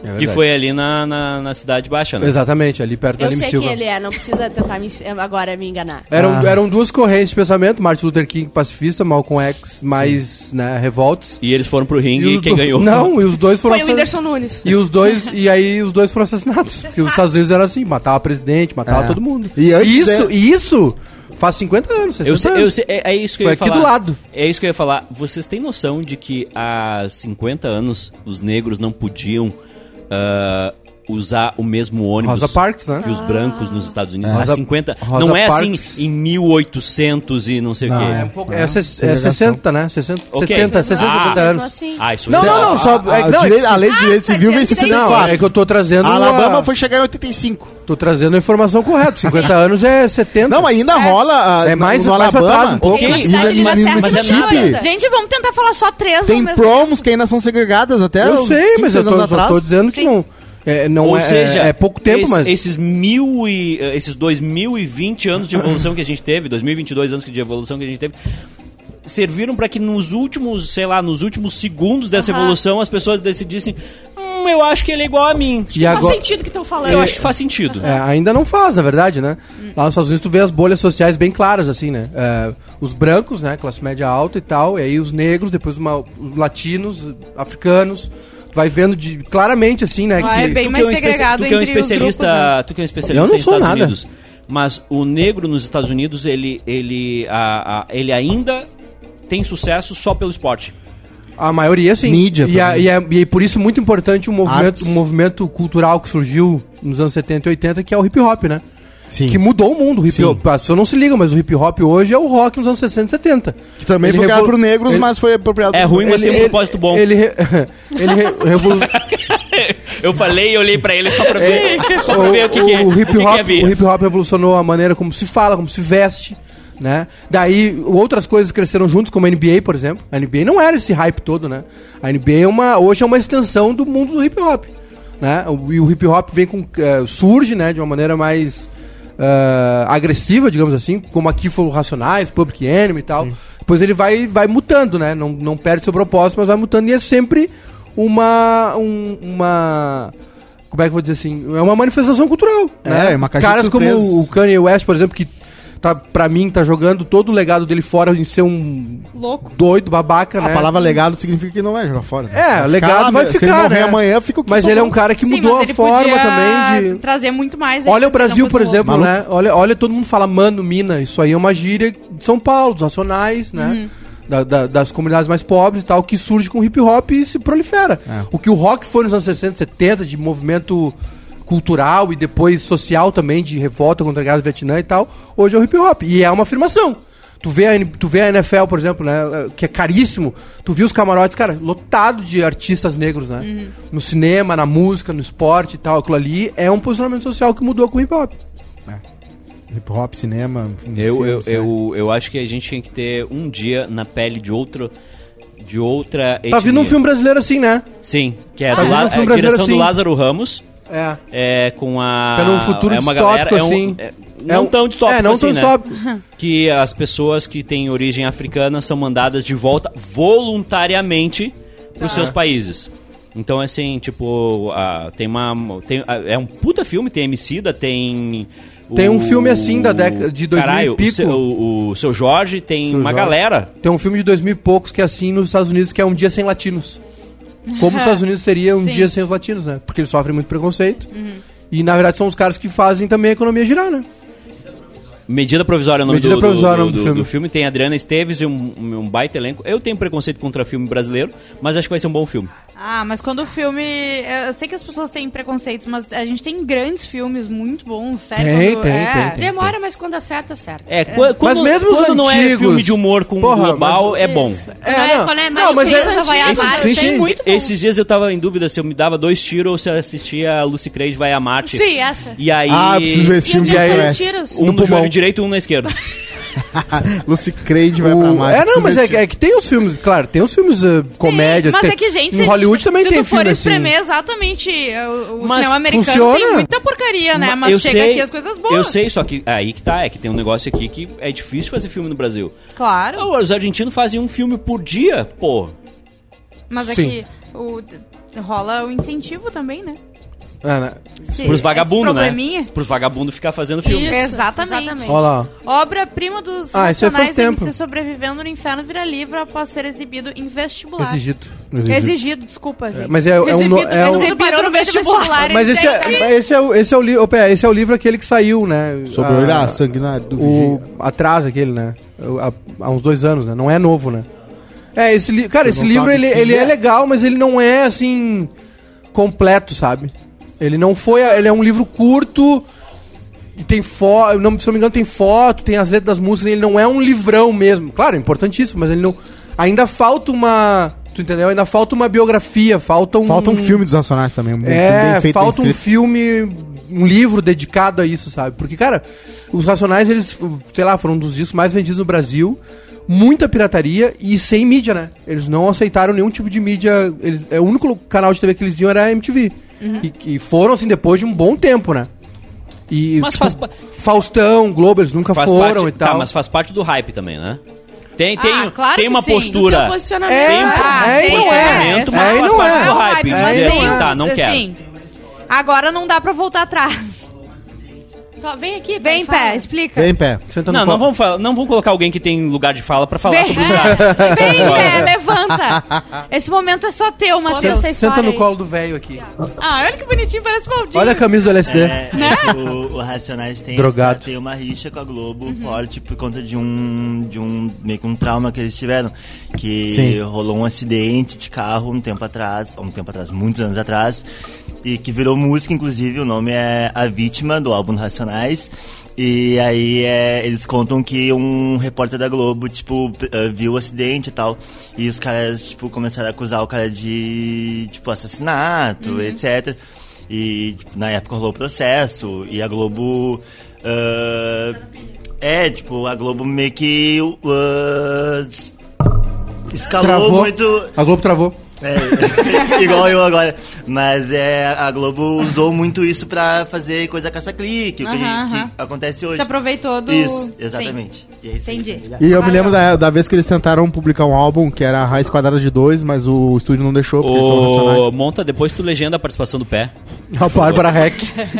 S1: É
S2: Que
S1: verdade.
S2: foi ali na, na, na Cidade Baixa, né?
S1: Exatamente, ali perto da
S4: Eu
S1: Lima
S4: sei
S1: Silva.
S4: quem ele é, não precisa tentar me, agora me enganar.
S1: Eram,
S5: Ah.
S1: eram duas correntes de pensamento, Martin Luther King pacifista, Malcolm X mais né, revoltos.
S2: E eles foram pro
S1: os
S2: ringue e, quem
S1: do-
S2: ganhou.
S1: Não, e os dois foram
S4: Foi o
S1: assa-
S4: Whindersson Nunes.
S1: E os
S4: [LAUGHS]
S1: dois, e aí os dois foram assassinados. Porque os Estados Unidos era assim, matava presidente, matava
S5: É.
S1: todo mundo.
S5: E antes
S1: isso,
S5: dela-
S1: e isso faz 50 anos, 60
S2: Eu sei, eu
S1: anos.
S2: sei, é, é isso que eu
S1: Foi
S2: ia
S1: aqui
S2: falar.
S1: do lado.
S2: É isso que eu ia falar. Vocês têm noção de que há 50 anos os negros não podiam ah, usar o mesmo ônibus
S1: Rosa Parks, né?
S2: que os brancos nos Estados Unidos?
S1: Rosa-
S2: há 50.
S1: Rosa
S2: não é
S1: Parks.
S2: assim em 1800 e não sei o
S5: Não,
S2: quê.
S1: É,
S5: é
S1: um pouco-
S5: Ah,
S1: é, ses- é
S5: segregação.
S1: 60, né? 60,
S2: Ok.
S1: 70, 60,
S2: Ah,
S1: 70
S4: mesmo
S1: anos.
S4: assim.
S2: Ah, isso
S1: Não,
S2: é-
S1: não, não, só.
S5: A,
S1: é, não,
S5: direito-
S1: é-
S5: a lei de direito
S4: tá
S5: civil vem em
S2: assim,
S4: dizendo-
S1: não, é
S5: 64.
S1: que eu tô trazendo.
S5: a Alabama
S1: a-
S5: foi chegar em 85.
S1: Tô trazendo a informação correta.
S2: [LAUGHS]
S1: 50 anos é 70.
S5: Não, ainda rola. ah,
S1: É mais-
S5: no
S1: mais pra
S5: Alabama.
S1: trás um pouco.
S2: Ok,
S5: E
S2: mas
S5: no-
S4: cidade
S5: no
S4: da Serra
S2: Mas é
S5: Mississippi.
S4: nada.
S3: Gente, vamos tentar falar só três ao
S5: Tem
S3: mesmo
S5: promos que ainda são segregadas até.
S1: eu
S5: uns
S1: sei,
S5: cinco,
S1: mas eu
S5: seis
S1: tô,
S5: anos
S1: só
S5: atrás.
S1: tô dizendo que não. É, não
S2: Ou
S1: é,
S2: seja,
S1: é, é pouco tempo,
S2: esse-
S1: mas.
S2: esses mil e eh, esses 2020 anos de evolução que a gente teve, 2022 anos de evolução que a gente teve, serviram para que nos últimos, sei lá, nos últimos segundos dessa
S4: Aham.
S2: evolução as pessoas decidissem, hum, eu acho que ele é igual a mim.
S1: e
S4: Faz
S1: agora,
S4: sentido o que estão falando.
S2: Eu acho que faz sentido.
S1: É, ainda não faz, na verdade, né?
S3: Hum.
S1: Lá nos Estados Unidos tu vê as bolhas sociais bem claras, assim, né? É, os brancos, né? Classe média alta e tal, e aí os negros, depois uma- os latinos, africanos. Tu vai vendo de, claramente, assim, né?
S3: Ah, é bem
S2: Tu que
S3: mais
S2: é um espe-
S3: segregado
S2: tu que é um
S3: entre os
S2: especialista,
S3: grupos, né?
S2: tu que é um especialista
S1: Eu não
S2: nos
S1: sou
S2: Estados
S1: nada.
S2: Unidos. Mas o negro nos Estados Unidos, ele ele a- a- ele ainda tem sucesso só pelo esporte.
S1: A maioria, sim.
S5: Mídia,
S1: E, a-
S5: pelo
S1: e, é, e é por isso muito importante um movimento,
S5: Artes.
S1: um movimento cultural que surgiu nos anos 70 e 80, que é o hip hop, né?
S5: Sim.
S1: Que mudou o mundo. O hip
S5: Sim.
S1: hop, as pessoas não se ligam, mas o hip hop hoje é o rock nos anos 60 e 70.
S5: Que também
S1: Ele
S5: foi criado
S1: revol-
S5: pro negros,
S1: ele-
S5: mas foi apropriado
S2: É
S5: pros-
S2: ruim, mas tem um propósito bom.
S1: Ele, re- [LAUGHS] ele re-
S2: [LAUGHS]
S1: revolu-
S2: Eu falei e olhei pra ele só pra ver, só pra
S1: o,
S2: ver o que, que é.
S1: o hip
S2: que que
S1: hop,
S2: é vir.
S1: o hip hop revolucionou a maneira como se fala, como se veste, né? Daí outras coisas cresceram juntos, como a NBA, por exemplo. A NBA não era esse hype todo, né? A NBA é uma, hoje é uma extensão do mundo do hip hop, né? O- E o hip hop vem com eh, surge, né, de uma maneira mais ah, agressiva, digamos assim, como aqui foi o Racionais, Public Enemy e tal. Depois ele vai, vai mutando, né? Não, não perde seu propósito, mas vai mutando e é sempre uma um- uma como é que eu vou dizer assim? É uma manifestação cultural.
S5: É,
S1: né?
S5: é uma caixa de
S1: Caras
S5: surpresas.
S1: como o Kanye West, por exemplo, que tá, pra mim tá jogando todo o legado dele fora em ser um
S3: Louco.
S1: doido, babaca, né?
S5: A palavra legado significa que não vai jogar fora. né?
S1: É,
S5: ficar
S1: legado
S5: lá,
S1: vai
S5: né? Se
S1: ficar,
S5: ele morrer
S1: né?
S5: amanhã, fica o que
S1: Mas ele é um
S5: sobrou.
S1: cara que
S3: Sim,
S1: mudou
S3: mas
S1: a
S3: ele
S1: forma
S3: podia
S1: também de.
S3: trazer muito mais.
S1: Olha o
S3: ainda, se
S1: Brasil,
S3: não fosse
S1: por
S3: o outro.
S1: exemplo,
S5: Maluco.
S1: né? Olha, olha, todo mundo fala mano, mina, isso aí é uma gíria de São Paulo, dos racionais, né? Da- da- das comunidades mais pobres e tal, que surge com hip hop e se prolifera.
S5: É.
S1: O que o rock foi nos anos 60, 70, de movimento cultural e depois social também, de revolta contra a guerra do Vietnã e tal, hoje é o hip hop. E é uma afirmação. Tu vê, a, N- tu vê a NFL, por exemplo, né? Que é caríssimo. Tu viu os camarotes, cara, lotado de artistas negros, né? No cinema, na música, no esporte e tal. Aquilo ali é um posicionamento social que mudou com o hip hop.
S5: um Hip hop, cinema.
S2: Eu, eu,
S5: filmes, né?
S2: eu, eu acho que a gente tinha que ter um dia na pele de outro. De outra
S1: Tá
S2: etnia.
S1: vindo um filme brasileiro assim, né?
S2: Sim, que é
S1: Tá
S2: do
S1: vindo um
S2: La-
S1: filme
S2: é,
S1: brasileiro,
S2: direção do
S1: sim.
S2: Lázaro Ramos.
S1: É.
S2: É com a.
S1: Que é num futuro
S2: é uma
S1: distópico,
S2: galera, é um-
S1: assim.
S2: é- não
S1: um-
S2: tão distópico
S1: É, não
S2: assim,
S1: tão
S2: né?
S1: distópico.
S2: [LAUGHS] Que as pessoas que têm origem africana são mandadas de volta voluntariamente pros seus países. Então, assim, tipo, ah, tem uma. Tem, ah, é um puta filme, tem Emicida, tem.
S1: Tem um filme assim da década de 2000 e
S2: Caralho, o
S1: pico.
S2: seu, o, o seu Jorge tem
S1: Seu
S2: uma
S1: Jorge.
S2: galera.
S1: Tem um filme de 2000 e poucos que é assim nos Estados Unidos, que é Um Dia Sem Latinos. Como os Estados Unidos
S4: [LAUGHS]
S1: seria Um
S3: Sim.
S1: Dia Sem os Latinos, né? Porque eles sofrem muito preconceito.
S4: Uhum.
S1: E, na verdade, são os caras que fazem também a economia girar, né?
S2: Medida provisória é o nome
S1: Medida
S2: do,
S1: Provisória é
S2: do,
S1: o nome do
S2: do-
S1: filme.
S2: do filme. Tem Adriana Esteves e um, um baita elenco. Eu tenho preconceito contra filme brasileiro, mas acho que vai ser um bom filme.
S3: Ah, mas quando o filme. Eu sei que as pessoas têm preconceitos, mas a gente tem grandes filmes muito bons, sério.
S1: Tem,
S3: quando-
S1: tem,
S3: é.
S1: tem,
S4: Demora, mas quando acerta, acerta.
S2: É, qua- quando,
S1: mesmo os
S2: quando não é
S1: antigos-
S2: filme de humor com
S1: Porra,
S2: global,
S1: mas-
S2: é bom.
S4: Quando é- quando é mais criança, vai
S1: Esse-
S4: amar,
S1: sim,
S4: tem
S1: sim.
S4: muito bom.
S2: Esses dias eu tava em dúvida se eu me dava dois tiros ou se eu assistia a Lucy Craig vai a Marte.
S4: Sim, essa.
S2: E aí.
S5: Ah, eu preciso ver esse
S4: E
S5: filme
S4: onde
S5: de
S4: é que
S5: aí.
S4: foram
S5: né?
S4: os tiros?
S2: Um
S1: No
S2: no
S1: pulmão.
S2: joelho direito e um na esquerda.
S5: Lucy Craig vai pra
S1: O-
S5: mais.
S1: é, não, mas é, que- é que tem os filmes, claro, tem os filmes eh, comédia.
S4: mas
S1: tem-
S4: é que, gente,
S1: em Hollywood também
S3: se
S1: tem
S3: tu for
S1: filme assim.
S3: espremer exatamente eh, o, o
S2: Mas
S3: cinema americano, tem
S1: funciona?
S3: muita porcaria, [LAUGHS] né? Mas
S2: eu
S3: chega
S2: sei-
S3: aqui as coisas
S2: Eu
S3: boas.
S2: sei, só que aí que tá, é que tem um negócio aqui que é difícil fazer filme no Brasil. Ah,
S3: Claro,
S2: Os argentinos fazem um filme por dia, pô.
S3: mas
S1: Sim.
S3: aqui o, rola o incentivo também, né?
S1: É, né?
S3: Se-
S2: Pros vagabundos,
S3: esse
S2: né?
S3: probleminha.
S2: Pros vagabundos ficar fazendo filme.
S4: Isso,
S3: Exatamente.
S4: exatamente.
S1: Olha lá. ó.
S3: Obra-prima dos
S1: Ah, isso aí faz
S3: nacionais MC
S1: tempo.
S3: sobrevivendo no inferno vira livro após ser exibido em vestibular. Exigido,
S1: Exigido.
S3: desculpa, gente.
S1: Mas é, é um. no- É um
S3: exibido
S4: Parou no
S3: no vestibular.
S4: vestibular.
S1: mas esse é, mas esse, é, o- esse, é o li, opa, esse é o livro aquele que saiu, né?
S5: Sobre o
S1: Ah,
S5: olhar sanguinário do
S1: o
S5: vigia.
S1: atrás aquele, né? O- Há, há uns dois anos, né? Não é novo, né? É, esse livro. Cara,
S5: Você
S1: esse
S5: não
S1: livro
S5: sabe
S1: ele,
S5: quem
S1: ele é.
S5: é.
S1: legal, mas ele não é assim. completo, sabe? Ele não foi. a- Ele é um livro curto. E tem foto. Não, se eu não me engano, tem foto, tem as letras das músicas. Ele não é um livrão mesmo. Claro, é importantíssimo, mas ele não. Ainda falta uma. Tu entendeu? Ainda falta uma biografia, falta um.
S5: Falta um filme dos nacionais também. Um filme
S1: É,
S5: bem feito,
S1: falta
S5: bem
S1: um
S5: escrito.
S1: filme, um livro dedicado a isso, sabe? Porque, cara, os Racionais, eles, sei lá, foram um dos discos mais vendidos no Brasil. Muita pirataria e sem mídia, né? Eles não aceitaram nenhum tipo de mídia. Eles, é, o único canal de TV que eles iam era a MTV.
S2: Uhum.
S1: E, e foram, assim, depois de um bom tempo, né? E, tipo,
S2: Mas faz pa-
S1: Faustão, Globo, eles nunca
S2: Faz
S1: foram
S2: parte,
S1: e tal.
S2: Tá, mas faz parte do hype também, né? Tem, tem,
S3: Ah, claro
S2: tem
S3: que
S2: uma
S3: sim,
S2: postura.
S4: Teu posicionamento.
S1: É,
S2: Tem um
S3: Ah, tem,
S2: posicionamento,
S3: é,
S2: mas
S1: é,
S2: faz
S1: não
S2: parte
S1: é.
S2: do
S1: É um
S2: hype.
S1: hype,
S2: dizer
S1: mas
S2: assim,
S1: tem-
S2: tá, não quero.
S3: agora não dá pra voltar atrás.
S4: Tó, vem aqui,
S3: Vem,
S4: pai,
S3: pé,
S4: fala.
S3: explica.
S5: Bem em pé.
S1: Senta Tá no
S2: Não, não
S1: colo.
S2: vamos, falar- não vamos colocar alguém que tem lugar de fala pra falar
S3: Vem,
S2: sobre o lugar.
S3: é, [LAUGHS] vem, pé, levanta. Esse momento é só teu, Matheus.
S4: Senta-
S1: Senta no
S4: aí.
S1: colo do velho aqui.
S3: Ah, olha que bonitinho, parece Valdir.
S1: Olha a camisa do LSD.
S6: É, o, o Racionais tem,
S1: né? Drogado.
S6: essa- tem uma rixa com a Globo forte por conta de um, de um meio que um trauma que eles tiveram. Que
S5: Sim.
S6: rolou um acidente de carro um tempo atrás, um tempo atrás, muitos anos atrás, e que virou música, inclusive, o nome é A Vítima, do álbum Racionais. E aí é, eles contam que um repórter da Globo, tipo, p- eh, viu o acidente e tal. E os caras, tipo, começaram a acusar o cara de, tipo, assassinato, etc. E tipo, na época rolou o processo e a Globo. ah, é, tipo, a Globo meio que. ah, es- escalou
S1: Travou.
S6: muito.
S1: A Globo travou.
S6: É, [LAUGHS] igual eu agora. Mas é, a Globo usou muito isso pra fazer coisa caça-clique, o que,
S3: Aham,
S6: que
S3: aham.
S6: acontece hoje.
S3: Se aproveitou do...
S6: Isso, exatamente. E é isso aí,
S3: Entendi.
S6: família.
S5: E eu me lembro da, da vez que eles tentaram publicar um álbum que era Raiz Quadrada de dois, mas o estúdio não deixou, porque eles são
S2: Ô,
S5: racionais.
S2: monta depois tu legenda a participação do pé.
S1: A
S2: [LAUGHS]
S1: Bárbara Heck.
S2: A,
S1: A
S2: nossa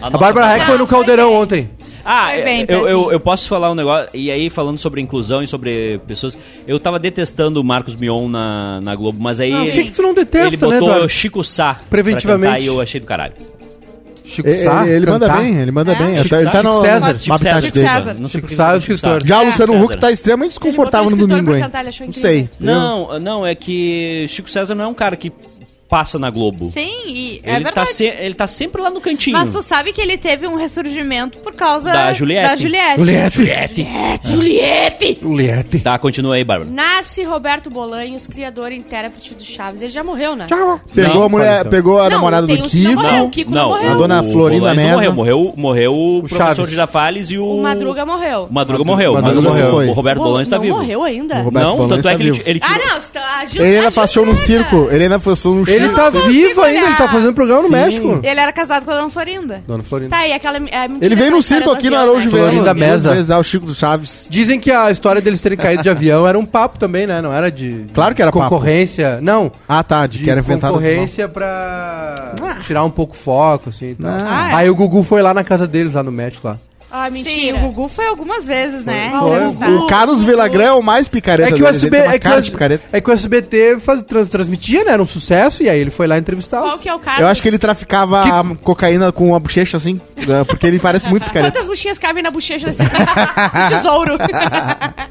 S1: Bárbara
S2: participação-
S1: Heck foi no Caldeirão ontem.
S2: Ah,
S3: Foi bem,
S2: eu,
S3: Pezinho.
S2: eu, eu posso falar um negócio. E aí, falando sobre inclusão e sobre pessoas. Eu tava detestando o Marcos Mion na, na Globo, mas aí.
S1: Por que, que tu não detesta,
S2: ele botou
S1: né, Eduardo?
S2: Chico Sá.
S1: Preventivamente.
S2: Pra cantar, e eu achei do caralho.
S1: Chico
S5: Ele,
S1: Sá,
S5: É, ele manda
S1: cantar?
S5: bem, ele manda
S3: É?
S5: bem.
S1: Chico
S5: Até- ele
S1: Sá,
S5: tá
S1: Chico
S5: no
S1: César.
S5: no habitat
S3: Chico
S5: dele.
S3: César.
S2: Não sei por que
S1: Chico Sá
S2: eu
S1: é o
S2: disse Chico Sá.
S1: escritor.
S5: Já o
S2: É,
S3: um
S5: Luciano
S2: César.
S5: Huck tá extremamente desconfortável
S4: Ele
S5: no
S4: botou o escritor
S5: domingo,
S4: pra
S5: hein?
S4: cantar, ele achou
S5: Não
S4: incrível.
S5: sei.
S2: Não, não, é que Chico César não é um cara que passa na Globo.
S3: Sim, e é
S2: ele, tá
S3: verdade.
S2: se- ele tá sempre lá no cantinho.
S3: Mas tu sabe que ele teve um ressurgimento por causa
S2: Da Juliette.
S3: Da
S1: É
S3: Juliette.
S2: Juliette.
S4: Juliette!
S1: Juliette.
S2: Tá, continua aí, Bárbara.
S4: Nasce Roberto Bolanhos, criador e intérprete do Chaves. Ele já morreu, né?
S1: Tchau.
S5: Pegou
S2: Não,
S5: a mulher,
S1: fala então.
S5: pegou a
S4: Não,
S5: namorada do
S4: tem uns que não
S5: Kiko.
S4: morreram. o Kiko não morreu.
S5: A dona
S2: o
S5: Florinda
S2: Bolanes não
S5: Mesa.
S2: Morreu, morreu, morreu o, professor
S1: Chaves.
S2: Girafales e o...
S4: O Madruga morreu.
S2: O Madruga morreu,
S5: Madruga
S2: mas o-
S5: morreu.
S2: o Roberto
S4: Bol-
S2: Bolanes tá
S4: não
S2: vivo.
S4: morreu ainda?
S5: Roberto
S2: Não,
S5: Bolanes
S2: tanto é
S5: tá
S2: que ele,
S5: vivo.
S2: ti- ele
S4: Ah,
S2: tirou-
S4: não, está- a Ju-
S5: Ele
S4: a
S5: ainda faz show no
S4: Juliana.
S5: circo. Ele ainda faz show no circo.
S1: Ele tá
S3: não
S1: vivo
S3: consigo
S1: ainda, ele tá
S3: olhar.
S1: fazendo programa no
S5: Sim.
S1: México.
S3: Ele era casado com a Dona Florinda.
S1: Dona Florinda.
S4: Tá, e aquela. é, mentira
S5: Ele veio
S4: aquela
S5: no
S4: história
S5: circo
S4: do
S5: aqui no
S4: avião,
S5: Araújo
S4: né?
S5: Viana.
S1: Florinda Mesa.
S5: Mesa, o Chico do Chaves.
S1: Dizem que a história deles terem caído de avião era um papo também, né? Não era de. de
S5: Claro que era papo.
S1: concorrência. Não.
S5: Ah, tá, de,
S1: De
S5: que era inventado. no final.
S1: concorrência pra
S4: Ah.
S1: tirar um pouco o foco, assim. e tal.
S5: Ah.
S3: Ah, é?
S1: Aí o Gugu foi lá na casa deles, lá no México, lá.
S4: Ah,
S3: Sim,
S4: mentira.
S3: o Gugu foi algumas vezes, né?
S1: Foi.
S4: Tá.
S3: entrevistar.
S5: O Carlos Villagrã é o mais picareta
S1: É que, o
S5: deles,
S1: SB,
S5: ele tem uma
S1: é, que o
S5: cara de
S1: S-
S5: picareta.
S1: é que o SBT faz, trans- transmitia, né? Era um sucesso, e aí ele foi lá entrevistar.
S4: Qual
S1: os-
S4: que é o Carlos?
S5: Eu acho que ele tá- traficava a cocaína com uma bochecha assim, né, porque ele parece muito picareta.
S4: Quantas buchinhas cabem na bochecha
S5: [LAUGHS]
S4: desse Um tesouro? [LAUGHS]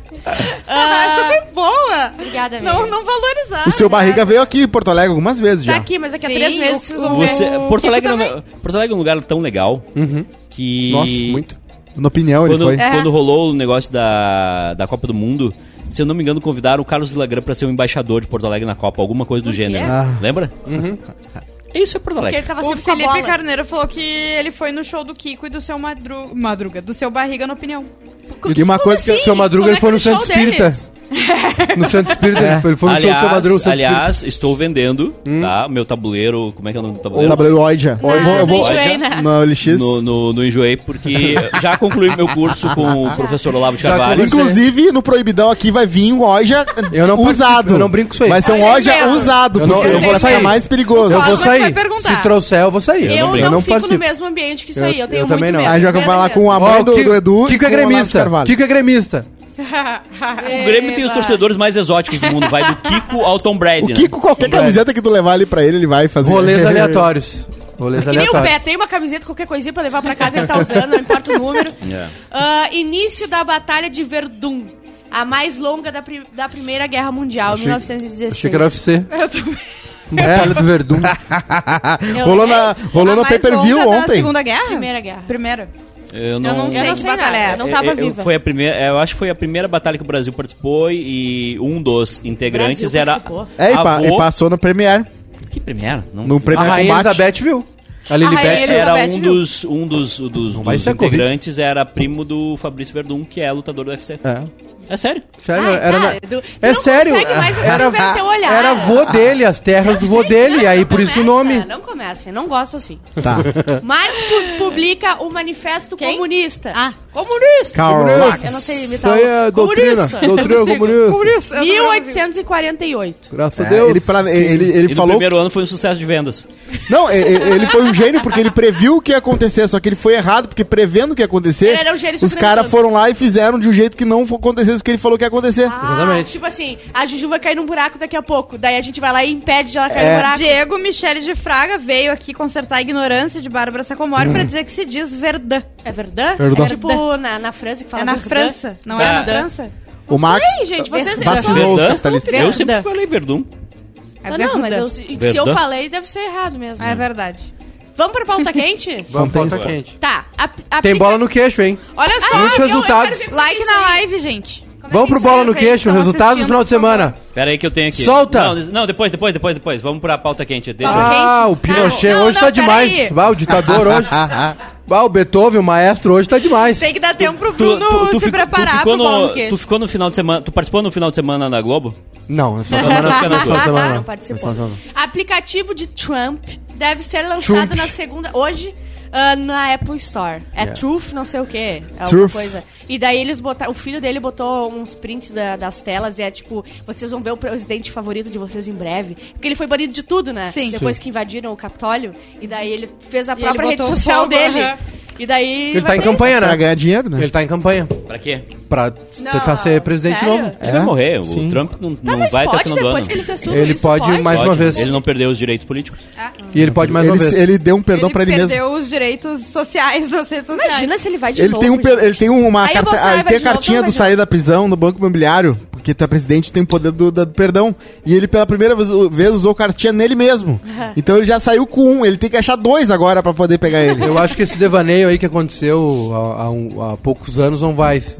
S3: Ah, essa foi boa!
S4: Obrigada, amiga.
S3: Não, não valorizar.
S5: O seu
S3: né?
S5: barriga veio aqui em Porto Alegre algumas vezes
S4: Tá
S5: já.
S4: aqui, mas daqui a
S3: Sim,
S4: três meses
S3: o-
S4: vocês vão
S3: o-
S4: ver.
S2: Você,
S3: o
S2: Porto,
S3: Kiko
S2: Alegre é um-
S3: também.
S2: Porto Alegre é um lugar tão legal que...
S5: Uhum. Nossa, muito. Na opinião, ele
S2: Quando,
S4: É,
S5: foi.
S2: quando rolou o negócio da, da Copa do Mundo, se eu não me engano, convidaram o Carlos Villagrã pra ser o embaixador de Porto Alegre na Copa, alguma coisa do gênero.
S5: Ah.
S2: Lembra? Isso é Porto
S4: Porque
S2: Alegre.
S4: ele tava
S3: O
S4: sempre com a
S3: Felipe
S4: bola.
S3: Carneiro falou que ele foi no show do Kiko e do seu Madru- Madruga, do seu Barriga na [LAUGHS] Opinião.
S1: E uma
S4: Como
S1: coisa que o
S4: assim?
S1: seu Madruga
S4: Como é
S1: ele foi
S4: que
S1: no
S4: show
S1: Centro Espírita.
S4: deles?
S1: No Santo Espírita, ele foi, ele foi no show do seu
S2: É. Aliás,
S1: Madruga, no Santo Espírita.
S2: aliás estou vendendo, tá? Meu tabuleiro. Como é que é o nome do
S5: Ou
S2: tabuleiro?
S5: tabuleiro Oidja. Ou eu vou, eu vou
S4: Não, enjoei, né?
S5: na LX.
S2: No, no, no Enjoei, porque já concluí meu curso com o professor Olavo de
S1: Já
S2: Carvalho.
S1: concluí.
S5: Inclusive, no Proibidão aqui vai vir um Oja
S1: Eu não participo,
S5: usado.
S1: eu não brinco com isso aí.
S5: Vai ser um
S3: Olha,
S5: Oja
S3: meu.
S5: usado,
S1: Eu não-
S5: porque
S1: eu
S5: ele
S1: vou
S5: vai ficar
S1: sair.
S5: mais perigoso.
S1: Eu
S3: Claro,
S1: vou
S3: mas vai
S1: sair.
S3: perguntar.
S1: Se trouxer, eu vou sair.
S4: Eu, não,
S2: brinco.
S4: fico no
S1: participo.
S4: mesmo ambiente que isso
S1: Eu-
S4: aí. Eu tenho
S1: eu
S4: muito
S1: também não.
S4: medo.
S5: Aí já vai falar
S4: Medo
S5: com a
S4: mesmo.
S5: mãe
S1: Ó,
S5: do,
S1: Ki-
S5: do Edu.
S1: Kiko é
S5: com o Olavo de
S1: gremista.
S5: Carvalho.
S1: Kiko é gremista.
S3: É.
S2: O Grêmio tem os torcedores mais exóticos do mundo. Vai do Kiko ao Tom Brady.
S5: O
S2: né?
S5: Kiko, qualquer camiseta que tu levar ali pra ele, ele vai fazer. [LAUGHS]
S1: Rolês aleatórios. Rolês
S4: É Que nem o pé,
S1: aleatórios.
S4: tem uma camiseta, qualquer coisinha pra levar pra casa, ele tá usando, não importa o [LAUGHS] número.
S2: É.
S4: Ah, início da Batalha de Verdun, a mais longa da, pri- da Primeira Guerra Mundial, 1916.
S1: Achei que era UFC.
S3: Eu também.
S1: Batalha do
S5: [LAUGHS]
S1: Verdun.
S4: Eu-
S5: É. rolou na, rolou
S3: A
S5: no
S3: Ah, mais
S5: pay-per-view
S3: longa da
S5: ontem.
S3: Segunda Guerra?
S4: é Primeira Guerra.
S3: Primeira.
S2: Eu não,
S3: Eu não
S4: Eu
S3: sei
S4: não
S3: que
S4: sei nada,
S3: batalha é
S4: eu
S3: essa.
S4: não tava
S2: Eu- eu-
S4: viva.
S2: Foi a primeira, é, eu acho que foi a primeira batalha que o Brasil participou e um dos integrantes
S4: Brasil
S2: era.
S4: participou.
S5: É, e, pa-
S2: avô-
S5: e passou no Premiere.
S2: Que primeira? Não,
S5: No
S1: A
S5: Premiere
S1: rainha
S5: Combate.
S1: Elizabeth viu. A Lili
S3: rainha
S1: Beck.
S3: Elizabeth.
S2: era
S3: Elizabeth,
S2: um
S3: viu?
S2: dos, um dos, dos,
S1: vai
S2: dos
S1: ser a Covid.
S2: integrantes, era primo do Fabrício Verdun, que é lutador do UFC. É,
S5: É.
S2: sério?
S1: Sério,
S4: Ai,
S1: era
S4: cara,
S1: na-
S4: Edu, tu
S1: É
S4: não
S1: sério.
S4: consegue mais o
S1: Era,
S4: ver teu olhar. Ah.
S1: era vô dele, as terras do vô dele, e aí por isso o nome. É.
S4: Não comece, não gosto assim.
S5: Tá.
S4: Marx pu- publica o Manifesto
S3: Quem?
S4: Comunista.
S3: Ah.
S4: Comunista!
S5: Calma.
S4: Eu não sei imitar
S1: Foi a
S4: o
S1: é doutrina.
S4: comunista.
S1: Doutrina é comunista.
S3: isso,
S4: assim.
S3: eu não consigo.
S4: 1848.
S1: Graças a
S5: É,
S1: Deus.
S5: ele, plane- ele, ele
S2: e no
S5: falou.
S2: primeiro ano foi um sucesso de vendas.
S5: Não, e- e- ele foi um gênio porque ele previu o que ia acontecer, só que ele foi errado, porque prevendo o que ia acontecer,
S4: Ele era um gênio
S5: os caras
S4: surpreendendo.
S5: foram lá e fizeram de um jeito que não acontecesse o que ele falou que ia acontecer.
S1: Exatamente.
S4: Ah, tipo assim, a Juju vai cair num buraco daqui a pouco. Daí a gente vai lá e impede de ela cair
S5: É.
S4: no buraco.
S3: Diego Michele de Fraga veio aqui consertar a ignorância de Bárbara Sacomori
S1: Hum.
S3: pra dizer que se diz verdã.
S4: É verdade?
S5: Verdun.
S4: É tipo na, na França que fala
S3: É na
S4: Verdun.
S3: França, não é
S2: Tá.
S3: na França?
S5: o Marx
S4: Ei, gente, vocês... eu
S5: vacilou
S4: sou-
S5: os
S2: Verdun?
S5: capitalistas.
S2: Eu sempre
S3: Verdun.
S2: falei Verdun.
S3: É
S4: Ah, não, mas
S3: verdã.
S4: eu- se eu
S2: Verdun?
S4: falei, deve ser errado mesmo.
S3: É verdade.
S4: Vamos pra pauta quente?
S1: Vamos,
S5: Não tem
S1: pauta
S5: isso.
S1: quente.
S4: tá. a- a-
S1: Tem bola no queixo, hein?
S3: Olha só,
S1: Muitos
S4: eu- eu
S1: resultados.
S4: quero ver-
S3: like
S4: é Isso
S3: na
S4: aí. é
S3: live, gente.
S1: Vamos pro
S3: isso
S1: bola
S3: aí,
S1: no
S3: vocês
S1: queixo,
S3: estão
S1: resultados do
S3: assistindo,
S1: final de
S3: por favor.
S1: semana.
S2: Pera aí que eu tenho aqui.
S1: Solta!
S2: Não, não, depois, depois, depois, depois. Vamos pra pauta quente. Deixa
S3: Pauta
S2: eu-
S1: Ah,
S3: quente.
S1: o Pinochet
S3: Ah, não,
S1: hoje tá
S3: não,
S1: demais.
S3: peraí.
S1: Vai, o ditador hoje. Vai, o Beethoven, o maestro hoje tá demais.
S3: Tem que dar tempo pro Bruno se
S2: fico-
S3: preparar
S2: ficou
S3: pro bola no
S2: Tu
S3: queixo.
S2: ficou no final de semana. Tu participou no final de semana na Globo?
S1: Não, essa
S2: Não, não,
S4: [LAUGHS]
S1: semana
S2: não,
S1: não. Essa semana
S4: Tá, Não
S1: não.
S4: participou. Aplicativo de Trump deve ser lançado
S5: Trump.
S4: na segunda. Hoje. ah, na Apple Store. É Truth, não sei o que. Alguma
S5: Truth.
S4: coisa. E daí eles botaram. O filho dele botou uns prints da- das telas e é tipo, vocês vão ver o presidente favorito de vocês em breve. Porque ele foi banido de tudo, né?
S3: Sim.
S4: Depois que invadiram o Capitólio. E daí ele fez a
S3: ele
S4: própria rede
S3: botou um
S4: social
S3: fogo,
S4: dele.
S3: aham.
S4: E daí.
S1: Ele
S4: vai
S1: tá em
S4: preso.
S1: campanha,
S5: pra
S1: né?
S5: ganhar dinheiro, né?
S1: Ele tá em campanha.
S2: Pra quê?
S1: Pra
S4: Não,
S1: tentar ser presidente
S4: sério?
S1: novo.
S2: Ele vai morrer. O
S5: Sim.
S2: Trump não,
S4: Tá,
S2: não
S4: mas
S2: vai até o
S4: pode
S2: final do
S4: depois
S2: ano.
S4: que ele fez tudo
S1: Ele
S4: isso,
S1: pode, mais uma
S2: Pode.
S1: vez.
S2: Ele não perdeu os direitos políticos.
S1: E ele pode mais uma vez.
S5: Ele, ele deu um perdão
S3: ele
S5: pra ele mesmo.
S3: perdeu os direitos sociais nas redes sociais.
S4: Imagina se ele vai de
S5: Ele
S4: novo.
S5: tem, um, per-
S4: gente.
S5: ele tem uma
S4: Aí o
S5: carta- ah,
S4: Bolsonaro
S5: ele
S4: vai
S5: tem a
S4: de novo,
S5: cartinha
S4: então
S5: do
S4: vai de
S5: sair da prisão no Banco Imobiliário, porque tu é presidente tem o poder do, da- do perdão. E ele, pela primeira vez, vez, usou cartinha nele mesmo.
S1: [LAUGHS]
S5: Então ele já saiu com um, ele tem que achar dois agora pra poder pegar
S1: [LAUGHS]
S5: ele.
S1: Eu acho que esse devaneio aí que aconteceu há, há um- há poucos anos não vai se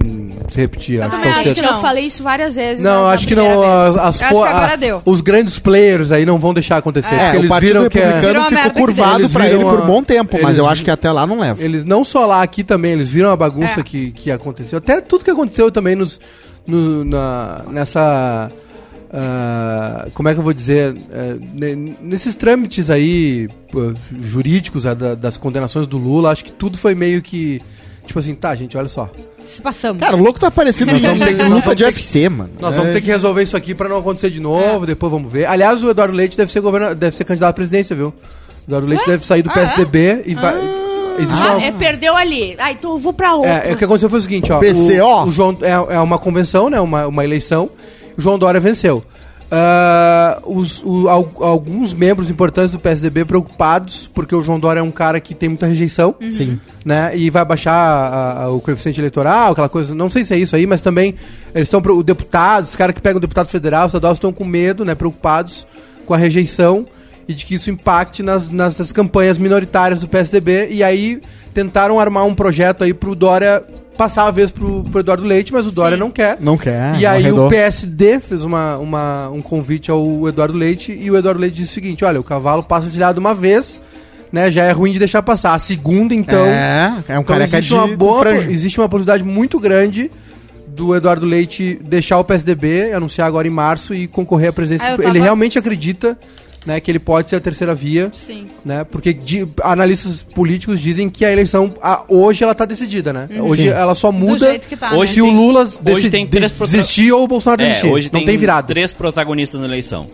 S1: se repetir.
S4: Eu
S1: acho
S4: também
S1: tão
S4: acho
S1: cedo.
S4: que
S3: não.
S4: não. Eu falei isso várias vezes.
S1: Não,
S4: na- na
S1: acho que
S4: primeira
S1: não.
S4: vez.
S1: As, as
S3: Eu acho
S1: fo-
S3: que agora
S1: a-
S3: deu.
S1: Os grandes players aí não vão deixar acontecer.
S5: É,
S1: porque
S5: o
S1: eles
S5: Partido
S1: viram que é,
S5: Republicano
S3: Virou uma merda
S5: ficou
S3: que deu.
S5: curvado
S1: Eles
S5: pra ele
S1: viram
S5: por
S1: a-
S5: um bom tempo, mas
S1: eles
S5: eu
S1: vi-
S5: acho que até lá não leva.
S1: eles não só lá aqui também, eles viram a bagunça
S3: É.
S1: que, que aconteceu. Até tudo que aconteceu também nos, no- na, nessa. ah, como é que eu vou dizer? Eh, ne- nesses trâmites aí pô, jurídicos ah, da- das condenações do Lula, acho que tudo foi meio que. Tipo assim, tá, gente, olha só.
S3: Se passamos.
S5: Cara, o louco tá parecendo
S1: Nós vamos ter que- nós
S5: luta
S1: vamos
S5: de
S1: ter que-
S5: UFC, mano.
S1: Nós vamos
S5: É.
S1: ter que resolver isso aqui pra não acontecer de
S4: É.
S1: novo, depois vamos ver. Aliás, o Eduardo Leite deve ser, governa- deve ser candidato à presidência, viu? O Eduardo Leite deve sair do PSDB e vai. Existe
S4: É? Ah,
S1: uma-
S4: é, perdeu ali. Ah, então eu vou pra outra.
S1: é, é, o que aconteceu foi o seguinte, ó.
S5: PCO.
S1: O, o João, é, é uma convenção, né? Uma, uma eleição. O João Dória venceu. Ah, os- o- al- alguns membros importantes do PSDB preocupados, porque o João Dória é um cara que tem muita rejeição. Sim. Né, e vai baixar a- a- o coeficiente eleitoral, aquela coisa. Não sei se é isso aí, mas também eles estão. pro- O deputado, os caras que pegam o deputado federal, estadual, estão com medo, né? Preocupados com a rejeição e de que isso impacte nas, nessas campanhas minoritárias do PSDB. E aí tentaram armar um projeto aí pro Dória passar a vez pro, pro Eduardo Leite, mas o Dória não quer.
S5: Não quer.
S1: E aí
S5: arredou.
S1: o PSD fez uma, uma- um convite ao Eduardo Leite e o Eduardo Leite disse o seguinte: olha, o cavalo passa encilhado uma vez, né? Já é ruim de deixar passar. A segunda, então.
S5: É, é um
S1: então
S5: careca
S1: existe
S5: de
S1: uma boa,
S5: com franja.
S1: existe uma possibilidade muito grande do Eduardo Leite deixar o PSDB, anunciar agora em março e concorrer à presidência.
S3: Ah, eu
S1: Ele
S3: tava-
S1: realmente acredita, né, que ele pode ser a terceira via
S3: Sim.
S1: né? Porque di- analistas políticos dizem que a eleição a- hoje ela tá decidida, né? Hoje
S5: Sim.
S1: ela só muda
S3: Uhum. jeito que tá,
S2: Hoje
S1: se
S2: né?
S1: o
S2: tem-
S1: Lula
S2: hoje
S1: deci-
S2: tem
S1: de-
S2: três protra-
S1: desistir ou o Bolsonaro
S2: É,
S1: desistir.
S2: hoje
S1: não
S2: tem,
S1: tem virada.
S2: três protagonistas na eleição.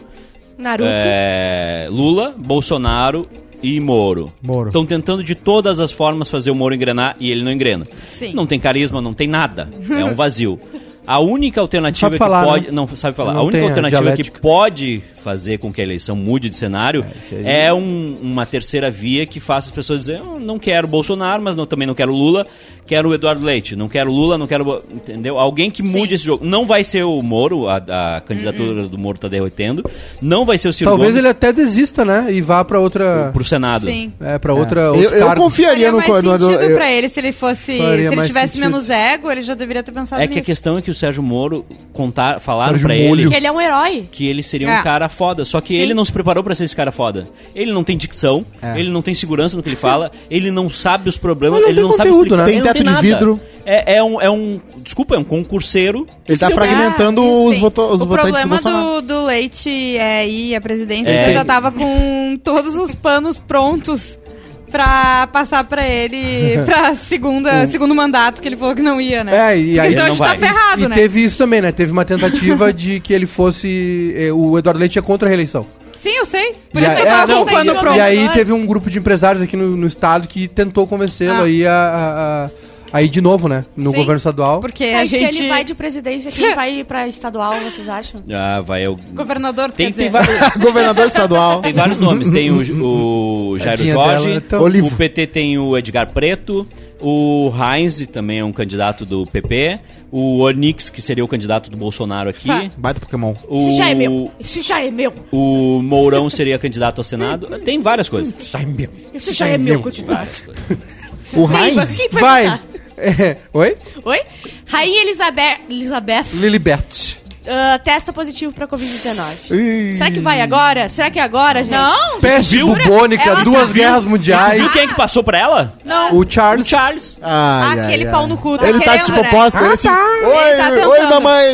S4: Naruto.
S2: É, Lula, Bolsonaro e Moro.
S5: Moro.
S2: Estão tentando de todas as formas fazer o Moro engrenar e ele não engrena.
S3: Sim.
S2: Não tem carisma, não tem nada. É um vazio. A única alternativa
S1: Sabe
S2: que
S1: falar,
S2: pode.
S1: né?
S2: Não sabe falar.
S1: Não
S2: a única
S1: tem a
S2: alternativa que
S1: dialética.
S2: pode fazer com que a eleição mude de cenário
S1: isso aí.
S2: é, um- uma terceira via que faça as pessoas dizerem: "Eu não quero Bolsonaro, mas não- também não quero Lula, quero o Eduardo Leite, não quero Lula, não quero. Bo-", Entendeu? Alguém que mude esse jogo. Não vai ser o Moro, a, a candidatura do Moro tá derrotando. Não vai ser o Ciro
S1: Talvez
S2: Gomes
S1: ele até desista, né? E vá pra outra
S2: pro Senado.
S3: Sim.
S1: é, para outra os
S5: Eu, eu
S1: cargos.
S3: Faria
S5: confiaria no
S3: mais
S5: no-
S3: sentido
S5: no- eu-
S3: pra ele se ele fosse. Se
S1: Faria
S3: ele
S1: mais
S3: tivesse
S1: sentido.
S3: menos ego, ele já deveria ter pensado
S2: É que a
S3: nisso.
S2: questão é que o Sérgio Moro contar, falaram
S1: Sérgio
S2: pra
S1: Molho.
S2: ele
S4: Que ele é um herói.
S2: que ele seria
S3: É.
S2: um cara foda, só que
S3: Sim.
S2: ele não se preparou pra ser esse cara foda. Ele não tem dicção, ele não tem segurança no que ele
S1: [LAUGHS]
S2: fala, ele não sabe os problemas,
S1: É. Mas não
S2: ele
S1: tem
S2: não sabe
S1: conteúdo,
S2: explicar,
S1: né?
S2: ele
S5: Tem
S2: não
S5: teto de
S2: nada.
S5: vidro.
S2: É, é um, é um, desculpa, é um concurseiro.
S5: Ele tá
S2: Entendeu?
S5: fragmentando
S3: Ah,
S5: os,
S3: sim.
S5: voto- os
S3: o
S5: votantes do
S3: problema
S5: Bolsonaro. [LAUGHS]
S3: do, do Leite é, e a presidência
S2: É.
S3: que eu já tava com todos os panos prontos pra passar pra ele pra segunda, segundo mandato que ele falou que não ia, né?
S1: É, e aí
S3: então a
S2: não
S3: gente tá
S2: vai.
S3: ferrado,
S1: e
S3: né?
S1: teve isso também, né? Teve uma tentativa [LAUGHS] de que ele fosse. eh, O Eduardo Leite é contra a reeleição.
S3: Sim, eu sei. Por
S1: E
S3: isso que eu
S1: aí-
S3: tava
S1: é,
S3: com
S1: não,
S3: o né? pano
S4: entendi.
S3: pronto.
S1: E
S4: Pronto,
S1: aí
S4: agora.
S1: teve um grupo de empresários aqui no, no estado que tentou convencê-lo
S3: Ah.
S1: aí a, a- a- a ir de novo, né? No
S3: Sim.
S1: governo estadual.
S3: Porque
S4: Aí
S3: É, a
S4: se
S3: gente.
S4: ele vai de
S3: [LAUGHS]
S4: presidência, quem vai pra estadual, vocês acham?
S2: Ah, vai, eu...
S3: Governador, tu
S2: Tem, tem,
S3: quer dizer.
S2: vários,
S5: Ah, Governador estadual.
S2: tem vários nomes, tem
S1: [LAUGHS]
S2: o, o Jairo
S1: Tadinha
S2: Jorge,
S1: dela, então.
S5: Olivo.
S2: o PT tem o Edgar Preto, o Heinz também é um candidato do PP, o Onix, que seria o candidato do Bolsonaro aqui...
S3: Tá.
S5: Baita Pokémon.
S2: O,
S4: Isso já é meu. Isso já é meu.
S2: o Mourão seria candidato ao Senado. Tem várias coisas.
S4: Isso já é meu candidato.
S5: O
S4: Quem vai-
S5: Heinz?
S4: quem
S1: Vai!
S3: tá?
S4: votar?
S1: [LAUGHS] É, Oi?
S4: Oi? Rainha Elizabeth, Elizabeth
S1: Lilibert.
S4: ah, testa positivo pra Covid-19.
S5: Ih,
S4: Será que vai agora? Será que é agora, gente?
S3: Não,
S1: Peste
S2: viu?
S1: bubônica,
S3: Ela tá-
S1: duas guerras mundiais.
S2: Viu quem é que passou pra ela?
S3: não.
S1: O Charles.
S2: O Charles.
S5: ai,
S3: Aquele
S5: ai,
S3: pau
S5: ai.
S3: no cu, tá
S5: Ele tá
S3: querendo,
S5: tipo
S3: né?
S5: oposto. ele assim,
S3: Ele tá
S5: Oi,
S3: tentando.
S5: oi, mamãe.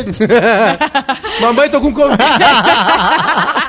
S5: É
S1: Mamãe, tô com
S3: [LAUGHS]
S1: Covid.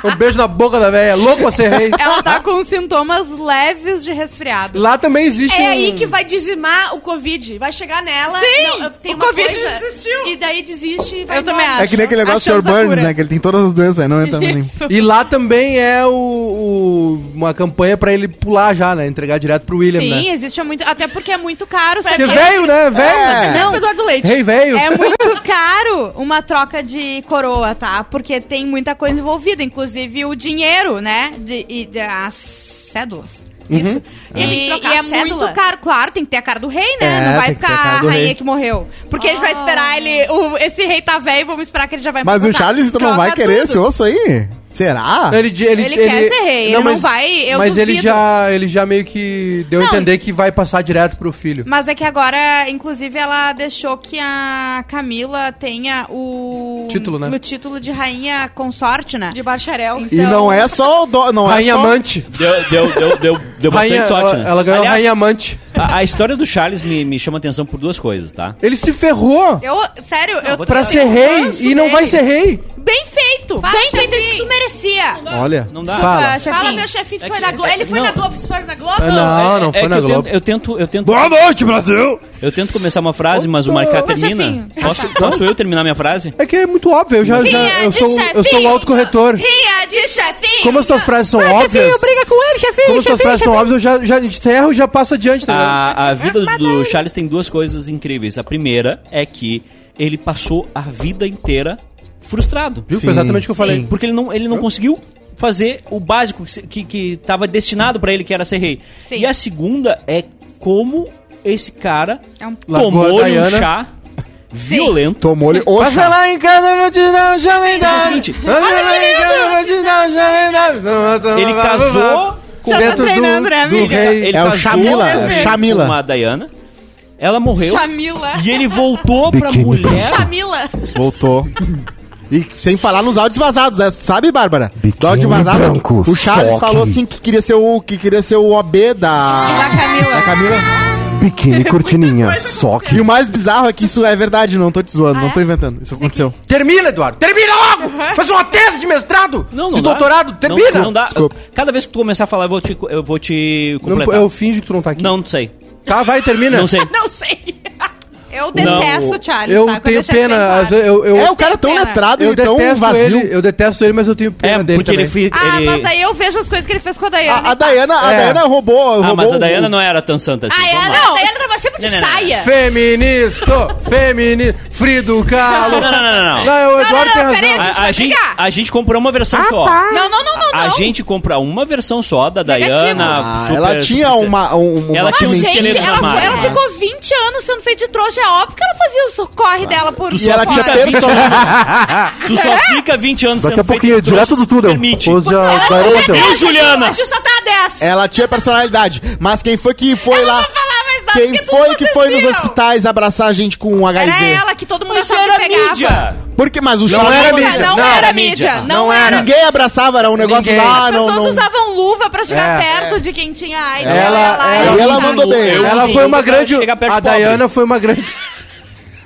S1: um beijo na boca da velha. Louco você, rei.
S3: Ela tá com sintomas leves de resfriado.
S1: Lá também existe.
S4: É
S1: um-
S4: aí que vai dizimar o Covid. Vai chegar nela.
S3: Sim,
S4: não, tem
S3: o
S4: uma
S3: Covid
S4: coisa,
S3: desistiu.
S4: E daí desiste e vai
S3: Eu também
S4: embora.
S5: É que nem aquele negócio do
S3: Achamos
S5: Sr.
S3: a
S5: Burns,
S3: cura.
S5: né? Que ele tem todas as doenças, aí
S3: [LAUGHS]
S5: não entra nem.
S3: Isso.
S1: E lá também é o, o- uma campanha pra ele pular já, né? Entregar direto pro William,
S3: Sim, É,
S1: né?
S3: existe muito. Até porque é muito caro.
S4: Pra
S3: sabe?
S1: Porque veio, né? Veio.
S2: É.
S3: um
S4: Não, Eduardo Leite.
S1: Rei veio.
S3: É muito caro uma troca de coroa, tá? Porque tem muita coisa envolvida, inclusive o dinheiro, né? De, e de- as cédulas.
S5: Uhum.
S3: Isso. E,
S4: Tem que trocar
S3: e é
S4: a cédula?
S3: muito caro, claro, tem que ter a cara do rei, né?
S5: Ah. É,
S3: Não vai
S5: tem que ter a
S3: ficar a,
S5: cara do
S3: rainha
S5: rei.
S3: que morreu. Porque a gente vai esperar ele. o- esse rei tá velho, vamos esperar que ele já vai
S5: Mas o
S3: empocotar.
S5: Charles então, não
S3: Troca
S5: vai querer esse
S3: tudo.
S5: osso aí? Será?
S1: Ele, di- ele,
S3: Ele quer ser rei, ele não vai, eu
S1: mas ele
S3: duvido.
S1: já, ele já meio que deu a
S3: Não.
S1: entender que vai passar direto pro filho.
S3: Mas é que agora, inclusive, ela deixou que a Camila tenha o.
S1: Título, né?
S3: O título de rainha consorte, né?
S4: De bacharel.
S5: E não é só o dó, não
S1: rainha
S5: é só...
S1: amante.
S2: Deu, deu, deu, deu, deu bastante
S1: Rainha,
S2: sorte,
S1: ela,
S2: né?
S1: ela ganhou
S2: Aliás,
S1: rainha amante.
S2: a, a história do Charles me, me chama atenção por duas coisas, tá?
S1: Ele se ferrou
S3: Eu, sério, eu.
S1: pra ser rei e não vai ser rei.
S3: Bem feito!
S4: Vai,
S3: bem
S4: chefinho.
S3: feito, isso que tu merecia!
S5: Olha.
S2: Não dá.
S1: Fala.
S3: Ah,
S4: Fala,
S3: chefinho.
S4: meu chefinho, que
S2: É
S4: foi
S2: que-
S4: na Globo. Ele foi
S2: não.
S4: na Globo, vocês foram na Globo?
S1: Não,
S2: É-
S1: não
S2: é
S1: foi
S2: que
S1: na
S2: eu tento-
S1: Globo.
S2: Eu tento, eu tento,
S1: Boa noite, Brasil!
S2: eu tento começar uma frase, mas o Marcar
S3: Opa,
S2: termina.
S3: chefinho.
S2: Posso,
S1: Tá.
S2: posso eu terminar minha frase?
S1: É que é muito óbvio, eu já, já
S3: Rinha
S1: eu
S3: de
S1: sou eu sou o
S3: chefinho.
S1: autocorretor.
S3: Ria de chefinho!
S1: Como as tuas frases são óbvias?
S3: com ele, chefinho!
S1: Como as tuas frases são óbvias, eu já, já encerro e já passo adiante, tá ligado?
S2: A, a vida do Charles tem duas coisas incríveis. A primeira é que ele passou a vida inteira frustrado.
S1: Viu?
S5: Sim,
S1: Foi exatamente o que eu falei.
S2: Porque ele não, ele não conseguiu fazer o básico que se- que, que tava destinado pra ele, que era ser rei.
S3: Sim.
S2: E a segunda é como esse cara
S3: É um-
S1: Largou a
S2: tomou-lhe um
S1: Diana.
S2: chá violento.
S5: Tomou-lhe o
S1: Passa
S5: chá.
S1: lá em casa, eu vou te dar um jovem
S2: É o
S1: da.
S2: seguinte,
S1: Passa lá em casa, eu vou te dar um jovem da.
S2: Ele casou
S1: com
S3: Já tá
S1: dentro do,
S3: treinando, né,
S1: do
S3: amiga?
S1: rei.
S2: ele
S5: É o
S2: casou
S5: Chamila,
S2: com
S5: Chamila.
S2: a Diana. Ela morreu.
S4: Chamila.
S2: E ele voltou pra
S5: Biquíni
S2: mulher.
S4: Chamila.
S5: Voltou. E sem falar nos áudios vazados, né? sabe, Bárbara? Do áudio vazado, o Charles falou assim que queria ser o que queria ser o OB da
S4: Da
S5: da
S4: Camila.
S5: Camila.
S4: [LAUGHS]
S7: Biquíni cortininha, só que
S5: E o mais bizarro é que isso é verdade, não tô te zoando,
S4: Ah,
S5: não tô
S4: é?
S5: inventando. Isso aconteceu.
S1: Termina, Eduardo! Termina logo! Faz uma tese de mestrado!
S2: Uhum. Não, não
S1: de
S2: dá.
S1: doutorado,
S2: Não-
S1: termina!
S2: Não, dá.
S5: Desculpa.
S2: Cada vez que tu começar a falar, eu vou te, co- eu vou te
S1: Não,
S2: completar.
S1: eu finjo que tu não tá aqui.
S2: Não, não sei.
S1: Tá, vai, termina.
S2: Não sei.
S4: Não sei.
S3: Eu detesto o Charles,
S1: Eu
S3: tá? Quando
S1: tenho
S3: deixa ele bem
S1: pena.
S3: claro.
S1: às vezes eu, eu,
S5: é, o cara é tão
S4: pena.
S5: letrado
S1: eu
S5: e tão
S1: detesto
S5: vazio.
S1: ele, eu detesto ele, mas eu tenho pena
S2: É,
S1: dele
S2: porque
S1: também.
S2: ele, fi-
S3: Ah,
S2: ele-
S3: mas daí eu vejo as coisas que ele fez com a Dayane.
S5: A, a Dayana, a
S1: É.
S5: Dayana roubou, roubou.
S2: Ah, mas a
S5: o-
S2: Dayana não era tão santa assim.
S4: Ah,
S2: vamos
S4: ela,
S2: lá.
S4: não, a Dayana tava sempre de
S2: Não, não, não.
S4: saia.
S1: Feministo! Feminista! Frio do calo!
S2: Não, não, não, não, não.
S1: Não, é o
S4: não,
S1: Eduardo tem
S4: não, peraí,
S1: razão.
S4: a
S2: A,
S4: gente
S2: a
S4: vai
S2: gente,
S4: brigar.
S2: a gente comprou uma versão só.
S4: Não, não, não, não,
S2: A
S4: não.
S2: gente compra uma versão só da
S4: Negativo.
S2: Diana.
S5: Ah,
S2: é super-
S5: ela tinha
S2: super-
S5: uma, um, uma
S2: Ela tinha um
S4: Mas,
S5: dimensão.
S2: esqueleto
S4: gente,
S2: no
S4: ela,
S2: armário.
S4: ela ficou 20 anos sendo feita de trouxa. É óbvio que ela fazia o
S2: Ah.
S4: socorre dela por
S2: Tu
S5: E
S2: só
S5: ela
S2: fica
S5: tinha
S2: 20
S5: perso-
S2: [LAUGHS] anos- Tu
S4: É?
S2: só fica 20 anos
S7: daqui
S2: sendo
S7: a pouquinho,
S2: feito de trouxa,
S7: direto do túnel.
S2: Permite.
S7: Hoje a
S4: Ela só
S7: garota-
S4: fazia-
S2: Viu, Juliana? É,
S4: A justa tá a 10.
S5: Ela tinha personalidade. Mas quem foi que foi
S4: Eu não
S5: lá?
S4: vou falar mais nada,
S5: Quem
S4: porque tudo
S5: foi que
S4: vocês
S5: foi nos
S4: viram.
S5: hospitais né? abraçar a gente com um HIV?
S4: Era ela que todo mundo
S2: Isso
S4: achava que
S2: era
S4: pegava.
S2: mídia.
S5: Porque, mas o
S1: Não
S5: Charles
S1: era
S4: Não,
S1: mídia.
S4: Não,
S1: Não,
S4: era
S1: era
S4: mídia.
S2: mídia.
S4: Não, era.
S5: Ninguém abraçava, era um negócio
S1: Ninguém.
S5: lá,
S4: As
S5: não,
S4: pessoas
S5: não.
S4: usavam luva pra chegar
S1: É.
S4: perto de quem tinha AIDS.
S5: Ela-
S4: Ela
S2: é
S4: lá,
S5: ela-
S4: e
S5: ela
S4: usava.
S5: mandou bem.
S2: Eu
S1: Ela
S2: uso
S1: foi
S2: luva
S1: uma
S2: pra
S1: grande.
S2: chegar perto
S1: A
S2: de pobre.
S1: Dayana foi uma grande.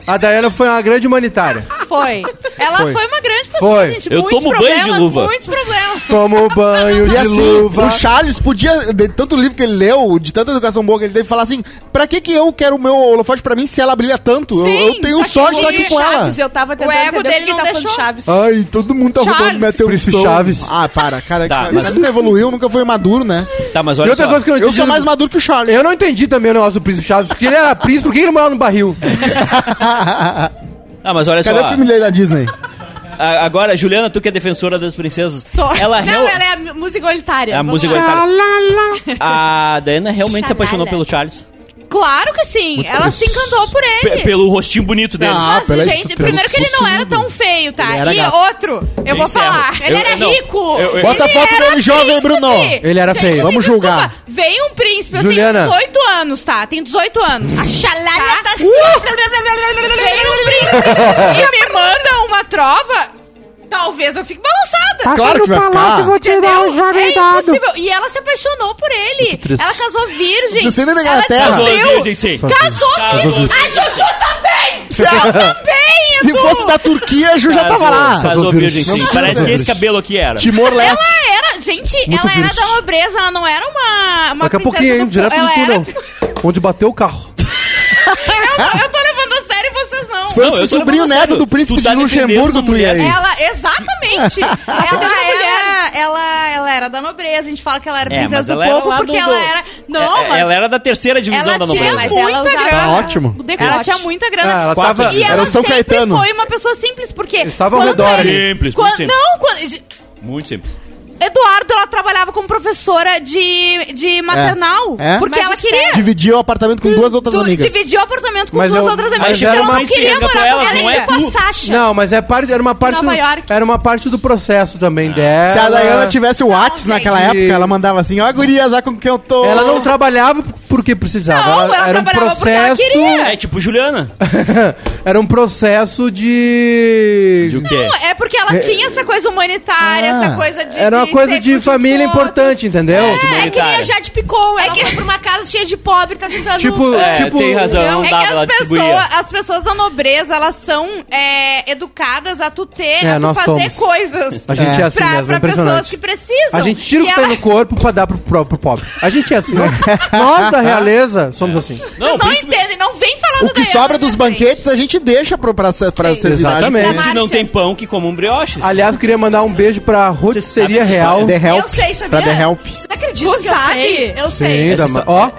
S1: A Dayana foi uma grande humanitária.
S4: Foi. Ela foi.
S5: Foi.
S4: uma grande pessoa,
S1: Foi.
S4: gente.
S2: Eu
S4: muitos
S2: tomo banho de
S4: problemas,
S2: luva.
S4: Muitos problemas.
S1: Tomou banho de
S5: E assim,
S1: luva.
S5: o Charles podia, de tanto livro que ele leu, de tanta educação boa que ele teve, falar assim: pra que que eu quero o meu holofote pra mim se ela brilha tanto? Eu- eu,
S4: Sim,
S5: tenho
S4: só
S5: sorte de estar
S4: que
S5: aqui com ela.
S8: Chaves, eu tava tentando
S4: O ego
S8: entender
S4: dele
S8: por que
S4: não
S8: tá falando
S4: deixou.
S8: Chaves.
S5: Ai, todo mundo tá
S4: Charles.
S5: roubando minha atenção.
S1: Príncipe Chaves.
S5: Ah, para, cara.
S2: Tá,
S5: cara
S2: mas-
S5: Ele não evoluiu, nunca foi maduro, né?
S2: Tá, mas
S1: E
S2: olha
S1: outra
S2: só.
S1: coisa que eu não
S5: Eu
S1: entendi.
S5: sou mais maduro que o Charles.
S1: Eu não entendi também o negócio do Príncipe Chaves, porque ele era príncipe, por que ele morava no barril?
S2: Ah, mas olha
S5: Cadê
S2: só.
S5: a família da Disney?
S2: A- Agora, Juliana, tu que é defensora das princesas.
S4: Só.
S2: Ela
S4: não,
S2: real-
S4: ela é a mu- musicolitária.
S2: É a
S4: vamos
S2: música
S4: lá.
S2: A Diana realmente se apaixonou
S8: Xalala.
S2: pelo Charles.
S4: Claro que sim. ela se encantou por ele.
S2: Pe- pelo rostinho bonito dele.
S5: Ah,
S4: Mas,
S5: pela
S4: gente,
S5: estrutura,
S4: primeiro que ele não era
S5: possuído.
S4: tão feio, tá?
S5: Ele era
S4: E
S5: gato.
S4: outro, eu vou
S2: encerro.
S4: falar. Ele
S2: Eu-
S4: era
S2: não,
S4: rico.
S2: eu- eu-
S5: Bota a
S4: Ele
S5: foto
S4: era
S5: dele jovem,
S4: príncipe.
S5: Bruno.
S1: Ele era
S4: Gente,
S1: feio.
S4: me
S5: Vamos
S4: desculpa,
S5: julgar.
S4: Vem um príncipe, eu
S1: Juliana.
S4: tenho 18 anos, tá? Tem 18 anos. A xalala
S3: Uh!
S4: tá assim. Vem um príncipe e me manda uma trova, talvez eu fique balançada.
S5: Claro que vai ficar.
S4: Entendeu? É impossível. E ela se apaixonou por ele.
S1: triste.
S4: Ela casou virgem.
S5: Você nem negar
S4: Ela
S5: a terra.
S2: Casou
S4: descobriu-
S2: virgem, sim.
S4: Casou,
S2: Casou
S4: virgem. A Juju também!
S5: Se, a-
S4: Também,
S5: "Ah, se
S4: Edu!
S5: fosse da Turquia, a Ju já tava lá.
S2: Casou virgem,
S5: Não
S2: sim.
S5: precisa.
S2: Parece que esse cabelo aqui era.
S1: Tipo,
S5: Timor-Leste.
S4: Ela era, gente, ela era da nobreza, ela não era uma, uma
S1: Daqui a
S4: princesa
S1: pouquinho, hein,
S4: do-
S1: direto
S4: ela
S1: no
S4: era-
S1: túnel. Onde bateu o carro.
S4: Eu, eu tô levando a sério vocês não.
S5: Foi
S2: Não,
S5: o
S2: eu tô
S5: sobrinho
S2: levando a
S5: neto
S2: sério.
S5: do príncipe
S2: Tu tá
S5: de Luxemburgo,
S2: defendendo
S5: tu
S2: uma
S5: ia aí.
S2: mulher.
S4: [LAUGHS] Ela,
S1: [LAUGHS]
S4: exatamente. ela, era, ela, ela era da nobreza, a gente fala que ela era
S2: É, mas
S4: princesa do
S2: ela era
S4: povo
S2: lá
S4: porque
S2: do-
S4: ela era... Não,
S2: É,
S4: mas
S2: Ela era da terceira divisão
S4: ela
S2: da
S4: tinha
S2: nobreza.
S8: Mas
S4: muita
S8: ela usava-
S4: grana.
S5: Tá ótimo.
S8: O decote.
S4: Ela tinha muita grana.
S1: Ah, ela
S5: Quatro
S1: tava-
S4: E ela
S5: Era o São
S4: sempre
S5: Caetano.
S4: foi uma pessoa simples, porque...
S1: estavam ao
S4: quando
S1: redor
S4: ele-
S1: ali.
S2: Simples,
S4: quando-
S2: muito simples.
S4: Não, quando...
S2: Muito simples.
S4: Eduardo, ela trabalhava como professora de, de maternal.
S5: É.
S4: Porque ela
S8: Magistério.
S4: queria.
S5: Dividiu o apartamento com duas outras
S4: Tu
S5: amigas.
S4: dividiu o apartamento com
S1: Mas
S4: duas
S1: eu-
S4: outras
S1: mas
S4: amigas. porque
S1: era
S4: ela
S1: uma
S4: não queria
S2: espiga
S4: morar
S2: pra
S4: com
S2: ela,
S4: ela.
S2: não
S4: Ela
S2: é
S4: é
S2: tu.
S4: tipo a Sasha.
S1: Não, mas é parte, era uma parte
S8: Nova
S1: do,
S8: York.
S1: era uma parte do processo também dela.
S5: Se a Dayana tivesse o Whats
S4: Não,
S5: naquela
S1: gente.
S5: época, ela mandava assim, ó, gurias, olha com quem eu tô.
S1: Ela não trabalhava porque precisava.
S4: Não, ela
S1: era um
S4: trabalhava porque ela
S1: processo.
S4: queria.
S2: É tipo
S1: [LAUGHS]
S2: Juliana.
S1: era um processo de.
S2: De o quê?
S4: Não, é porque ela tinha essa coisa humanitária,
S5: Ah,
S4: essa coisa de.
S1: era uma
S4: de
S1: coisa
S4: ser
S1: de
S4: útil
S1: família
S4: pro outro.
S1: importante, entendeu?
S4: É, é que nem a
S2: humanitária.
S4: Jade Picou.
S8: Ela
S4: É que,
S8: foi pra uma casa cheia de pobre, tá tentando...
S1: Tipo,
S2: É,
S1: tipo.
S2: tem razão, não
S4: é que
S2: dava, ela
S4: as,
S2: distribuía.
S4: pessoa, as pessoas da nobreza, elas são é, educadas a tu ter,
S1: É,
S4: a tu
S1: nós
S4: fazer
S1: somos.
S4: coisas.
S1: A gente é,
S5: É.
S1: assim
S4: pra
S1: mesmo, é
S4: pra pessoas
S1: impressionante.
S4: que
S1: A
S4: precisam.
S1: gente tira o
S4: E
S1: que tá tem
S4: ela-
S1: no corpo pra dar pro próprio pobre. A gente é assim. Nós, nós da realeza, somos assim.
S4: Vocês não
S2: príncipe-
S4: entendem, não vem falar
S5: O
S4: do
S5: que
S4: Dayana
S5: sobra
S4: na
S5: dos
S4: minha frente.
S5: banquetes a gente deixa pra, pra, ser- pra servir a gente.
S1: Exatamente.
S2: Se não tem pão, que como um brioche.
S1: Aliás, queria mandar um beijo pra
S2: Você sabe
S1: Rotisseria
S2: essa
S1: Real.
S5: The Help.
S8: Eu sei, sabia?
S5: Pra The Help.
S8: Você não acredita
S4: Tu
S8: que eu
S4: sabe?
S8: sei? Eu
S1: Sim,
S8: sei.
S1: da ma- Ó,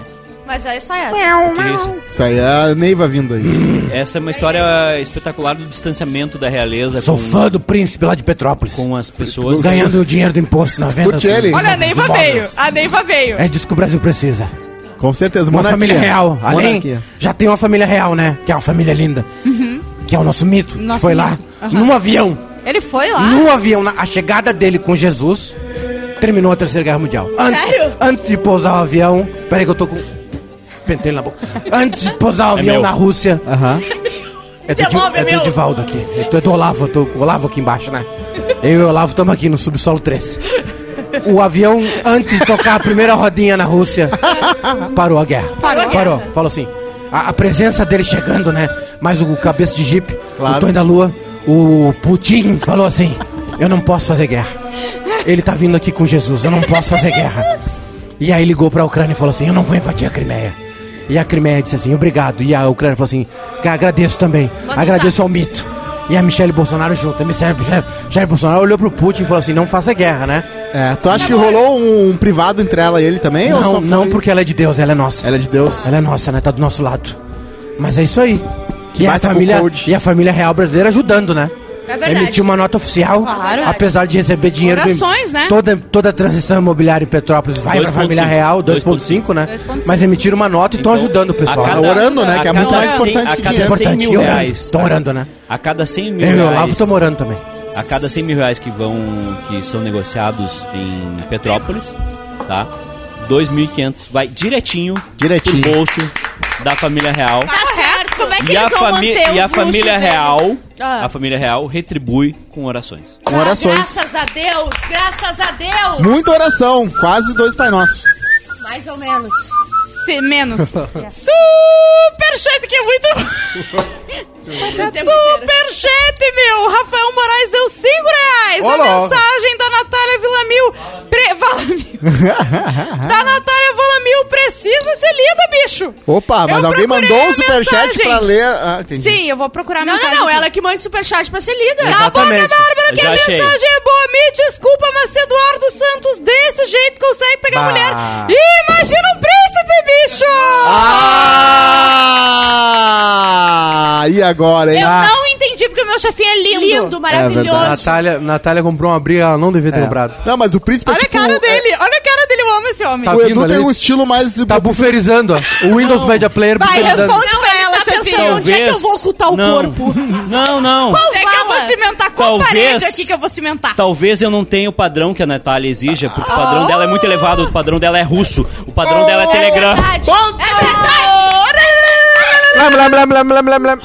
S8: Mas é só essa.
S2: Eu queria isso.
S5: Isso aí, a Neiva vindo aí.
S2: Essa é uma história espetacular do distanciamento da realeza
S1: sou
S2: Tá com,
S1: fã do príncipe lá de Petrópolis.
S2: com as pessoas. [LAUGHS]
S1: ganhando o dinheiro do imposto na venda.
S5: Curte ele.
S4: Olha, a Neiva veio. A Neiva veio.
S1: É disso que o Brasil precisa.
S5: Com certeza.
S1: Uma
S5: monarquia.
S1: família real. Além,
S5: Monarquia.
S1: já tem uma família real, né? Que é uma família linda. Que é o nosso mito. que
S4: Uhum. Nosso
S1: foi
S4: mito.
S1: lá, num avião.
S4: Ele foi lá.
S1: Num avião. na- a chegada dele com Jesus terminou a Terceira Guerra Mundial. Antes,
S4: Sério?
S1: Antes de pousar o avião... Peraí que eu tô com... pentei na boca. Antes de pousar o avião
S2: É meu.
S1: na Rússia.
S5: Aham.
S1: É do, Di-
S3: Devolve,
S1: é do
S3: meu.
S1: Edivaldo aqui. Eu tô é do Olavo, eu tô com o Olavo aqui embaixo, né? Eu e o Olavo estamos aqui no subsolo 3. O avião, antes de tocar a primeira rodinha na Rússia, parou a guerra.
S3: Parou a guerra.
S1: Parou. Falou assim. A, a presença dele chegando, né? Mais o cabeça de jipe,
S5: Claro.
S1: o Tonho da Lua, o Putin falou assim: Eu não posso fazer guerra. Ele tá vindo aqui com Jesus, eu não posso fazer guerra. E aí ligou pra Ucrânia e falou assim: Eu não vou invadir a Crimeia. E a Crimeia disse assim: Obrigado. E a Ucrânia falou assim: "Ca- Agradeço também. agradeço ao mito. E a Michelle Bolsonaro junto. A Michelle, Michelle- Michelle Bolsonaro olhou pro Putin e falou assim: Não faça guerra, né?
S5: É, tu
S4: Tá
S5: acha que rolou um, um privado entre ela e ele também? ou só
S1: não,
S5: foi-
S1: não, porque ela é de Deus, ela é nossa.
S5: Ela é de Deus.
S1: Ela é nossa, né? Tá do nosso lado. Mas é isso aí.
S5: Que
S1: e, a
S5: baita
S1: família,
S5: cuckold.
S1: e a família real brasileira ajudando, né?
S4: É verdade.
S1: Emitiu uma nota oficial,
S4: Claro.
S1: apesar de receber dinheiro. do-
S3: Orações, né?
S1: Toda, toda a transição imobiliária em Petrópolis vai pra
S2: 2.5.
S1: família real, 2,5, né?
S4: 2.5.
S1: Mas emitiram uma nota e estão ajudando o pessoal.
S5: cada- orando, né, que é
S2: a
S5: muito
S2: cada
S5: mais
S2: 100
S5: importante
S2: a
S5: que
S2: cada
S5: dinheiro.
S2: 100 mil
S1: Importante, e orando.
S2: reais.
S1: Tão orando, né?
S2: A cada 100 mil
S1: Eu e o
S2: reais.
S1: Olavo estamos orando também.
S2: A cada 100 mil reais que vão, que são negociados em Petrópolis, tá? 2.500 vai direitinho,
S5: Direitinho.
S2: pro bolso da família real.
S4: Tá certo. Como é que
S2: E a,
S4: eles vão
S2: fami-
S4: manter
S2: e a
S4: o luxo
S2: família
S4: deles?
S2: real,
S4: Ah.
S2: a família real retribui com orações.
S5: Com
S4: Ah,
S5: orações.
S4: Graças a Deus, graças a Deus.
S5: Muita oração, quase dois Pai Nosso.
S4: Mais ou menos.
S3: Se- menos. Superchat, que é muito. Superchat, meu! Rafael Moraes deu 5 reais.
S5: Ô,
S3: a
S5: louco.
S3: mensagem da Natália Villamil. Pre... [LAUGHS] Valamil.
S1: Ah.
S3: da Natália Villamil precisa ser lida, bicho!
S5: Opa, mas
S3: Eu
S5: alguém
S3: procurei
S5: mandou um
S3: a
S5: superchat
S3: mensagem.
S5: pra ler. Ah, entendi.
S3: Sim, eu vou procurar a
S4: Não, não,
S3: mensagem
S4: não.
S3: aqui.
S4: Ela é que manda superchat pra ser lida.
S3: Cala a boca,
S5: Exatamente.
S3: Bárbara, que
S2: Já
S3: a
S2: achei.
S3: mensagem é boa. Me desculpa, mas se Eduardo Santos desse jeito consegue pegar
S1: Bah.
S3: mulher. Imagina um príncipe, bicho!
S5: Ah! E agora, hein?
S3: Eu não entendi porque o meu chefinho é lindo.
S4: Lindo,
S5: É
S4: maravilhoso.
S1: Natália, Natália comprou uma briga, ela não devia ter
S5: É.
S1: comprado.
S5: Não, mas o príncipe é
S3: Olha a
S5: tipo...
S3: cara
S5: é-
S3: dele, olha a cara dele, eu amo esse homem.
S1: Tá
S5: o
S1: vindo
S5: Edu tem
S1: ali.
S5: um estilo mais...
S1: Tá buferizando, ó. O Windows Media Player
S3: Vai,
S1: buferizando.
S3: responde pra ela,
S4: tá pensando
S3: chefinho.
S4: onde é que eu vou ocultar o
S2: não,
S4: corpo?
S2: [LAUGHS] Não, não.
S8: Tá.
S3: Onde é que eu vou
S4: Fala.
S3: cimentar? Qual
S2: Talvez-
S3: parede aqui que eu vou cimentar?
S2: Talvez eu não tenha o padrão que a Natália exija, porque o
S4: Ah.
S2: padrão dela é muito elevado, o padrão dela é russo, o padrão dela é Telegram.
S4: Verdade. É verdade.
S1: Blam, blam, blam, blam, blam, blam, blam.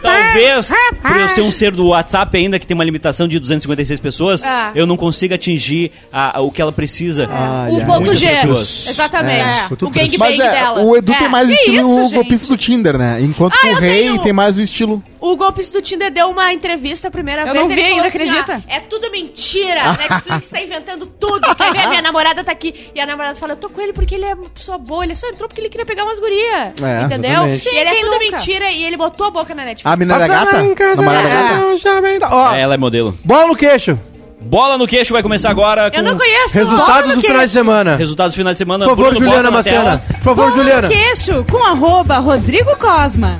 S2: Talvez, por eu ser um ser do WhatsApp ainda, que tem uma limitação de 256 pessoas,
S3: Ah.
S2: eu não consiga atingir a- a- o que ela precisa.
S4: O ponto
S2: Muitas
S4: G.
S2: pessoas.
S4: Exatamente.
S1: É,
S4: O gangbang
S5: Mas é,
S4: dela.
S5: o Edu
S4: É.
S5: tem mais o
S3: que
S5: estilo
S3: isso, gente?
S5: golpista do Tinder, né? Enquanto
S4: Ah,
S5: que o
S4: eu
S5: rei
S4: tenho-
S5: tem mais o estilo...
S4: O golpista do Tinder deu uma entrevista a primeira
S3: Eu
S4: vez.
S3: não vi
S4: ele falou
S3: ainda, acredita?
S4: ó, é tudo mentira. A Netflix tá inventando tudo. Quer ver? Minha namorada tá aqui. E a namorada fala, eu tô com ele porque ele é uma pessoa boa. Ele só entrou porque ele queria pegar umas gurias.
S5: É,
S4: entendeu?
S5: exatamente.
S4: E ele é
S3: Quem
S4: tudo
S3: nunca?
S4: mentira e ele botou a boca na Netflix.
S5: A mina da gata?
S3: É,
S5: Namorada da gata?
S1: Ó,
S2: Ela é modelo.
S1: bola no queixo.
S2: Bola no queixo vai começar
S5: Ah,
S2: agora com
S4: eu não conheço.
S1: Resultados do final de semana.
S2: resultados do final de semana.
S1: Por favor,
S2: Bruno, bota
S1: Juliana
S2: na
S1: Macena.
S2: tela.
S1: Por favor, Juliana.
S3: Queixo com arroba Rodrigo Cosma.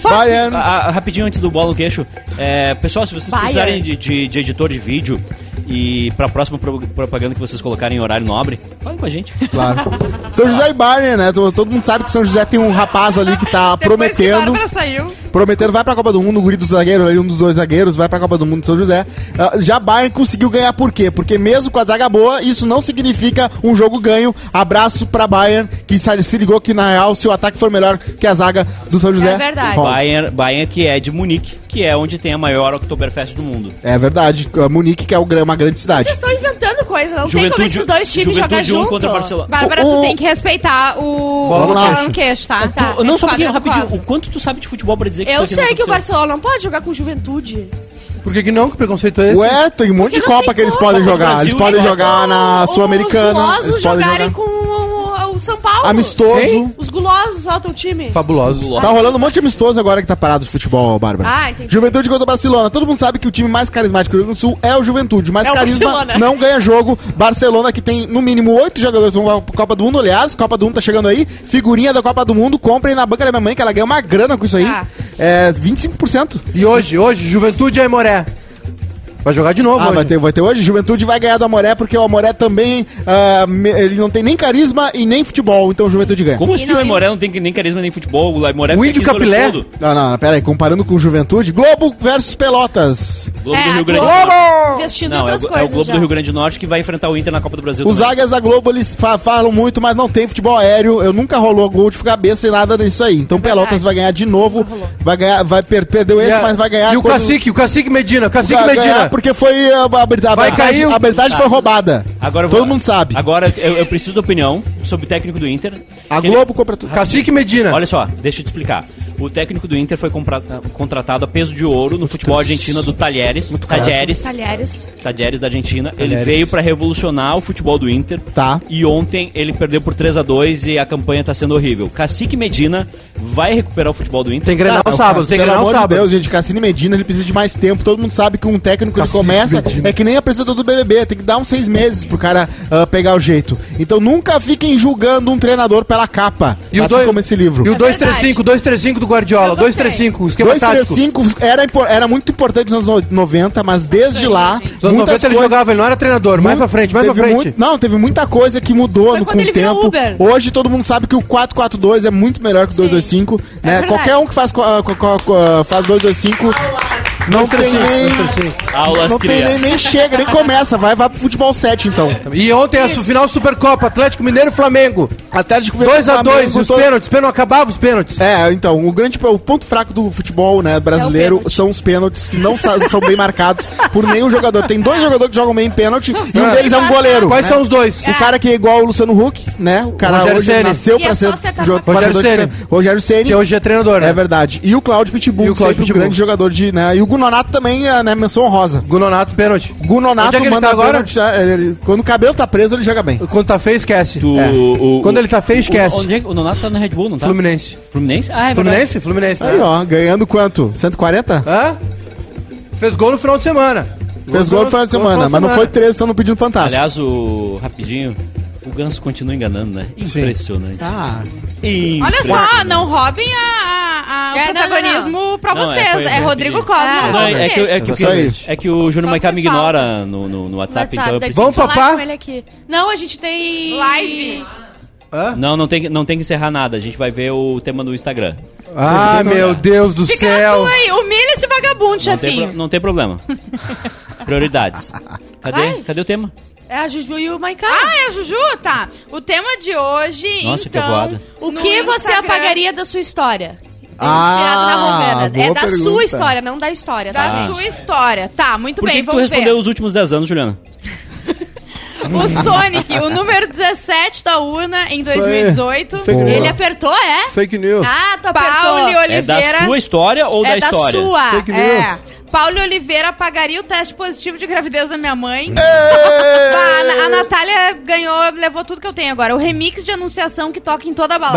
S3: Só
S5: Baiano.
S2: Ah, ah, rapidinho antes do bola no queixo. É, pessoal, se vocês
S4: Fire.
S2: precisarem de, de- de editor de vídeo e pra próxima pro- propaganda que vocês colocarem em horário nobre, falem com a gente.
S5: Claro. São José e Barney, né? To- Todo mundo sabe que São José tem um rapaz ali que tá
S3: Depois que
S5: prometendo.
S3: Bárbara saiu.
S5: Prometendo, vai pra Copa do Mundo, o guri do zagueiro, ali, um dos dois zagueiros, vai pra Copa do Mundo de São José. Ah, já Bayern conseguiu ganhar por quê? Porque mesmo com a zaga boa, isso não significa um jogo ganho. Abraço pra Bayern, que sa- se ligou que na real, se o ataque for melhor que a zaga do São José.
S4: É verdade.
S5: rola.
S2: Bayern, Bayern que é de Munique, que é onde tem a maior Oktoberfest do mundo.
S5: É verdade. Ah, Munique, que é o gra- uma grande cidade.
S4: Vocês estão inventando coisa. Não tem como esses dois times jogar
S2: Juventude um
S4: junto.
S2: contra Barcelona.
S3: Bárbara,
S5: O-
S3: tu
S5: o-
S3: tem que respeitar o
S5: Bola
S3: o
S5: no
S3: bola
S5: queixo.
S3: no queixo, tá?
S4: Tá.
S2: Não, só um
S3: Quadro
S2: pouquinho,
S3: com
S2: rapidinho.
S3: quadro.
S2: O quanto tu sabe de futebol pra dizer que
S4: Eu
S2: isso aqui
S4: sei
S2: não
S4: que o
S2: aconteceu?
S4: Barcelona não pode jogar com juventude.
S1: Por que, que não? Que preconceito é esse?
S5: Ué, tem um monte de
S4: Porque não
S5: Copa
S4: tem
S5: que eles
S4: Copa.
S5: podem jogar.
S2: Brasil
S5: Eles podem
S2: e Copa.
S5: jogar Ah, na
S4: Ou
S5: Sul-Americana.
S4: Os
S5: Eles
S4: gulosos
S5: podem
S4: jogarem
S5: jogar.
S4: com o, o São Paulo.
S5: Amistoso.
S4: Os gulosos lá o time.
S1: Fabuloso.
S5: Tá rolando um monte de amistoso agora que tá parado de futebol, Bárbara.
S4: Ah, entendi.
S5: Juventude contra o Barcelona. Todo mundo sabe que o time mais carismático do Rio Grande do Sul é o Juventude. Mas
S4: É o
S5: carisma
S4: Barcelona.
S5: não ganha jogo. Barcelona, que tem no mínimo oito jogadores que vão pra Copa do Mundo. Aliás, Copa do Mundo tá chegando aí. Figurinha da Copa do Mundo. Comprem na banca da minha mãe, que ela ganha uma grana com isso aí.
S4: Ah.
S5: É 25%.
S1: E hoje, hoje, Juventude e Aimoré. Vai jogar de novo
S5: Ah,
S1: hoje.
S5: vai ter, vai ter hoje. Juventude vai ganhar do Amoré, porque o Amoré também ah, me- ele não tem nem carisma e nem futebol, então o Juventude ganha.
S2: Como é assim o Aimoré não tem que- nem carisma nem futebol? O Aimoré
S1: O
S2: fica
S1: Índio
S2: aqui sobre
S1: Capilé.
S2: tudo.
S5: Não, não, pera aí, comparando com o Juventude, Globo versus Pelotas.
S2: Globo
S8: É,
S2: do
S8: a
S2: Rio Grande do
S8: Globo.
S2: Norte.
S8: Investindo
S2: Não,
S8: em
S2: é o,
S8: outras
S2: Glo- é o
S8: coisas.
S2: Globo
S8: já.
S2: do Rio Grande do Norte que vai enfrentar o Inter na Copa do Brasil.
S5: Os
S2: também.
S5: águias da Globo, eles fa- falam muito, mas não tem futebol aéreo. Eu nunca rolou gol de cabeça e nada disso aí. Então Pelotas vai ganhar de novo. Vai ganhar, vai per perdeu um esse,
S1: E a-
S5: mas vai ganhar.
S1: E o
S5: quando-
S1: cacique, o cacique Medina, o
S5: vai
S1: cacique Medina.
S5: ganhar porque foi eh, a, a, a,
S1: Vai cair o-
S5: a verdade foi roubada.
S2: Agora eu
S5: Todo
S2: vou-
S5: mundo sabe.
S2: Agora eu, eu preciso da opinião sobre o técnico do Inter.
S5: A
S2: Ele-
S5: Globo compra tudo.
S1: Cacique Medina.
S2: Olha só, deixa eu te explicar. O técnico do Inter foi compra- contratado a peso de ouro no futebol argentino do Talheres. Talheres.
S8: Talheres.
S2: Tadieres da Argentina. Ele veio pra revolucionar o futebol do Inter.
S5: Tá.
S2: E ontem ele perdeu por 3 a 2 e a campanha tá sendo horrível. Cacique Medina vai recuperar o futebol do Inter.
S1: Tem Grenal
S5: Cara, o
S1: sábado,
S5: Cassino,
S1: tem
S5: pelo
S1: Tá, Grenal
S5: amor de
S1: sábado.
S5: Deus, gente, Cassino e Medina, ele precisa de mais tempo. Todo mundo sabe que um técnico ele
S1: Cassino
S5: começa
S1: Medina.
S5: é que nem apresentador do BBB, tem que dar uns seis meses pro cara ah, pegar o jeito. Então nunca fiquem julgando um treinador pela capa.
S1: E o
S5: assim
S1: dois-
S5: como esse livro.
S1: E o 235, 235 do Guardiola, 235, esquema tático.
S5: 235 era, impor- era muito importante nos anos 90, mas desde lá.
S1: Nos anos 90
S5: muitas
S1: ele
S5: coisas-
S1: jogava, ele não era treinador. mais pra
S5: muito-
S1: frente, mais pra
S5: teve
S1: frente.
S5: muito- não, teve muita coisa que mudou no,
S8: quando
S5: com o
S8: ele virou
S5: tempo.
S8: Uber.
S5: Hoje todo mundo sabe que o 442 é muito melhor que o 225. né?
S8: É verdade.
S5: Qualquer um que faz, co- co- co- co- faz 225 não tem
S1: 235,
S5: nem.
S1: 235.
S2: Aulas
S5: Não tem
S2: cria.
S5: nem, nem chega, nem começa. Vai, vai pro futebol 7 então.
S1: E ontem a su- final Supercopa, Atlético Mineiro e Flamengo.
S5: Atlético
S1: 2x2,
S5: Flamengo,
S1: os
S5: todo-
S1: pênaltis, pênaltis, não acabava os pênaltis.
S5: É, então, o grande o ponto fraco do futebol, né,
S8: É
S5: brasileiro, são os pênaltis que não sa- são bem marcados por nenhum jogador. Tem dois jogadores que jogam bem em pênalti e um
S1: É.
S5: deles é um goleiro.
S1: Quais
S5: né?
S1: são os dois?
S5: O cara que é igual o Luciano Huck, né? O cara
S1: Rogério
S5: hoje
S1: Ceni.
S5: nasceu
S8: E
S5: pra
S8: é
S5: ser
S8: só acertar
S5: jo-
S8: a
S1: bola.
S5: batedor de
S1: Rogério
S5: pênalti. Rogério Ceni.
S1: Que hoje é treinador, né?
S5: É verdade. E o Cláudio Pitbull,
S1: E o
S5: que
S1: Cláudio
S5: sempre um
S1: Pitbull.
S5: grande jogador de, né? E o Gunonato também, é, né, menção honrosa.
S1: Gunonato, pênalti. Onde
S5: Gunonato
S1: é que ele tá agora?
S5: pênalti, já- ele- quando o cabelo tá preso, ele joga bem.
S1: Quando tá feio, esquece.
S2: O-
S5: É.
S2: o-
S1: Quando
S2: o-
S1: ele tá feio,
S2: o-
S1: esquece.
S2: onde é que- O, Nonato tá na Red Bull, não tá?
S1: Fluminense.
S2: Fluminense? Ah, é verdade.
S1: Fluminense? Fluminense,
S5: Aí,
S1: né?
S5: ó, ganhando quanto? 140?
S1: Hã? Fez gol no final de semana.
S5: Fez gol no final de semana, mas não foi 13, então não pedindo fantástico.
S2: Aliás, o. Rapidinho. O Ganso continua enganando, né? Impressionante.
S5: Ah,
S3: Olha só, não roubem a, a- a- o
S8: É, não, não,
S3: protagonismo pra
S2: Não, é, foi
S3: vocês. É,
S2: rapidinho.
S3: Rodrigo Cosmo.
S8: Ah,
S2: Não, é, que, é, que,
S5: Só isso.
S2: o- é que o Júnior
S3: Só
S2: Maiká me
S3: que falta.
S2: ignora no, no, no WhatsApp, então eu
S8: daí
S2: preciso-
S1: Vamos,
S8: falar
S1: papá?
S8: com ele aqui. Não, a gente tem...
S3: Live.
S2: Não, não tem, que- não tem que encerrar nada. A gente vai ver o tema do Instagram.
S1: Ah, meu Deus do
S3: Fica na
S1: céu.
S3: tua aí. Humilha esse vagabundo,
S2: Não tem, pro-
S3: chefinho.
S2: não tem
S3: [LAUGHS]
S2: problema. Prioridades. Cadê?
S8: Vai.
S2: Cadê o tema?
S8: É a Juju e o Maiká.
S3: Ah, é a Juju? Tá. O tema de hoje,
S2: Nossa, que
S3: então...
S2: voada.
S8: o
S3: no
S8: que você
S3: Instagram-
S8: apagaria da sua história? Inspirado
S5: Ah,
S8: na Romana.
S5: boa
S8: É da
S5: pergunta.
S8: sua história, não da história. tá,
S3: Da
S8: gente?
S3: sua história. Tá, muito
S2: Por que,
S3: bem,
S2: que tu
S3: vamos ver.
S2: respondeu os últimos 10 anos, Juliana?
S3: O Sonic, o número 17 da UNA em 2018.
S1: Fake news.
S8: Ele apertou, é?
S1: Fake news.
S8: Ah, tu apertou.
S3: Pauli Oliveira.
S2: É da sua história ou
S3: É
S2: da história?
S3: sua.
S1: Fake
S3: É. Paulo Oliveira apagaria o teste positivo de gravidez da minha mãe. Bah, a, Na- a Natália ganhou, levou tudo que eu tenho agora. O remix de anunciação que toca em toda a balada.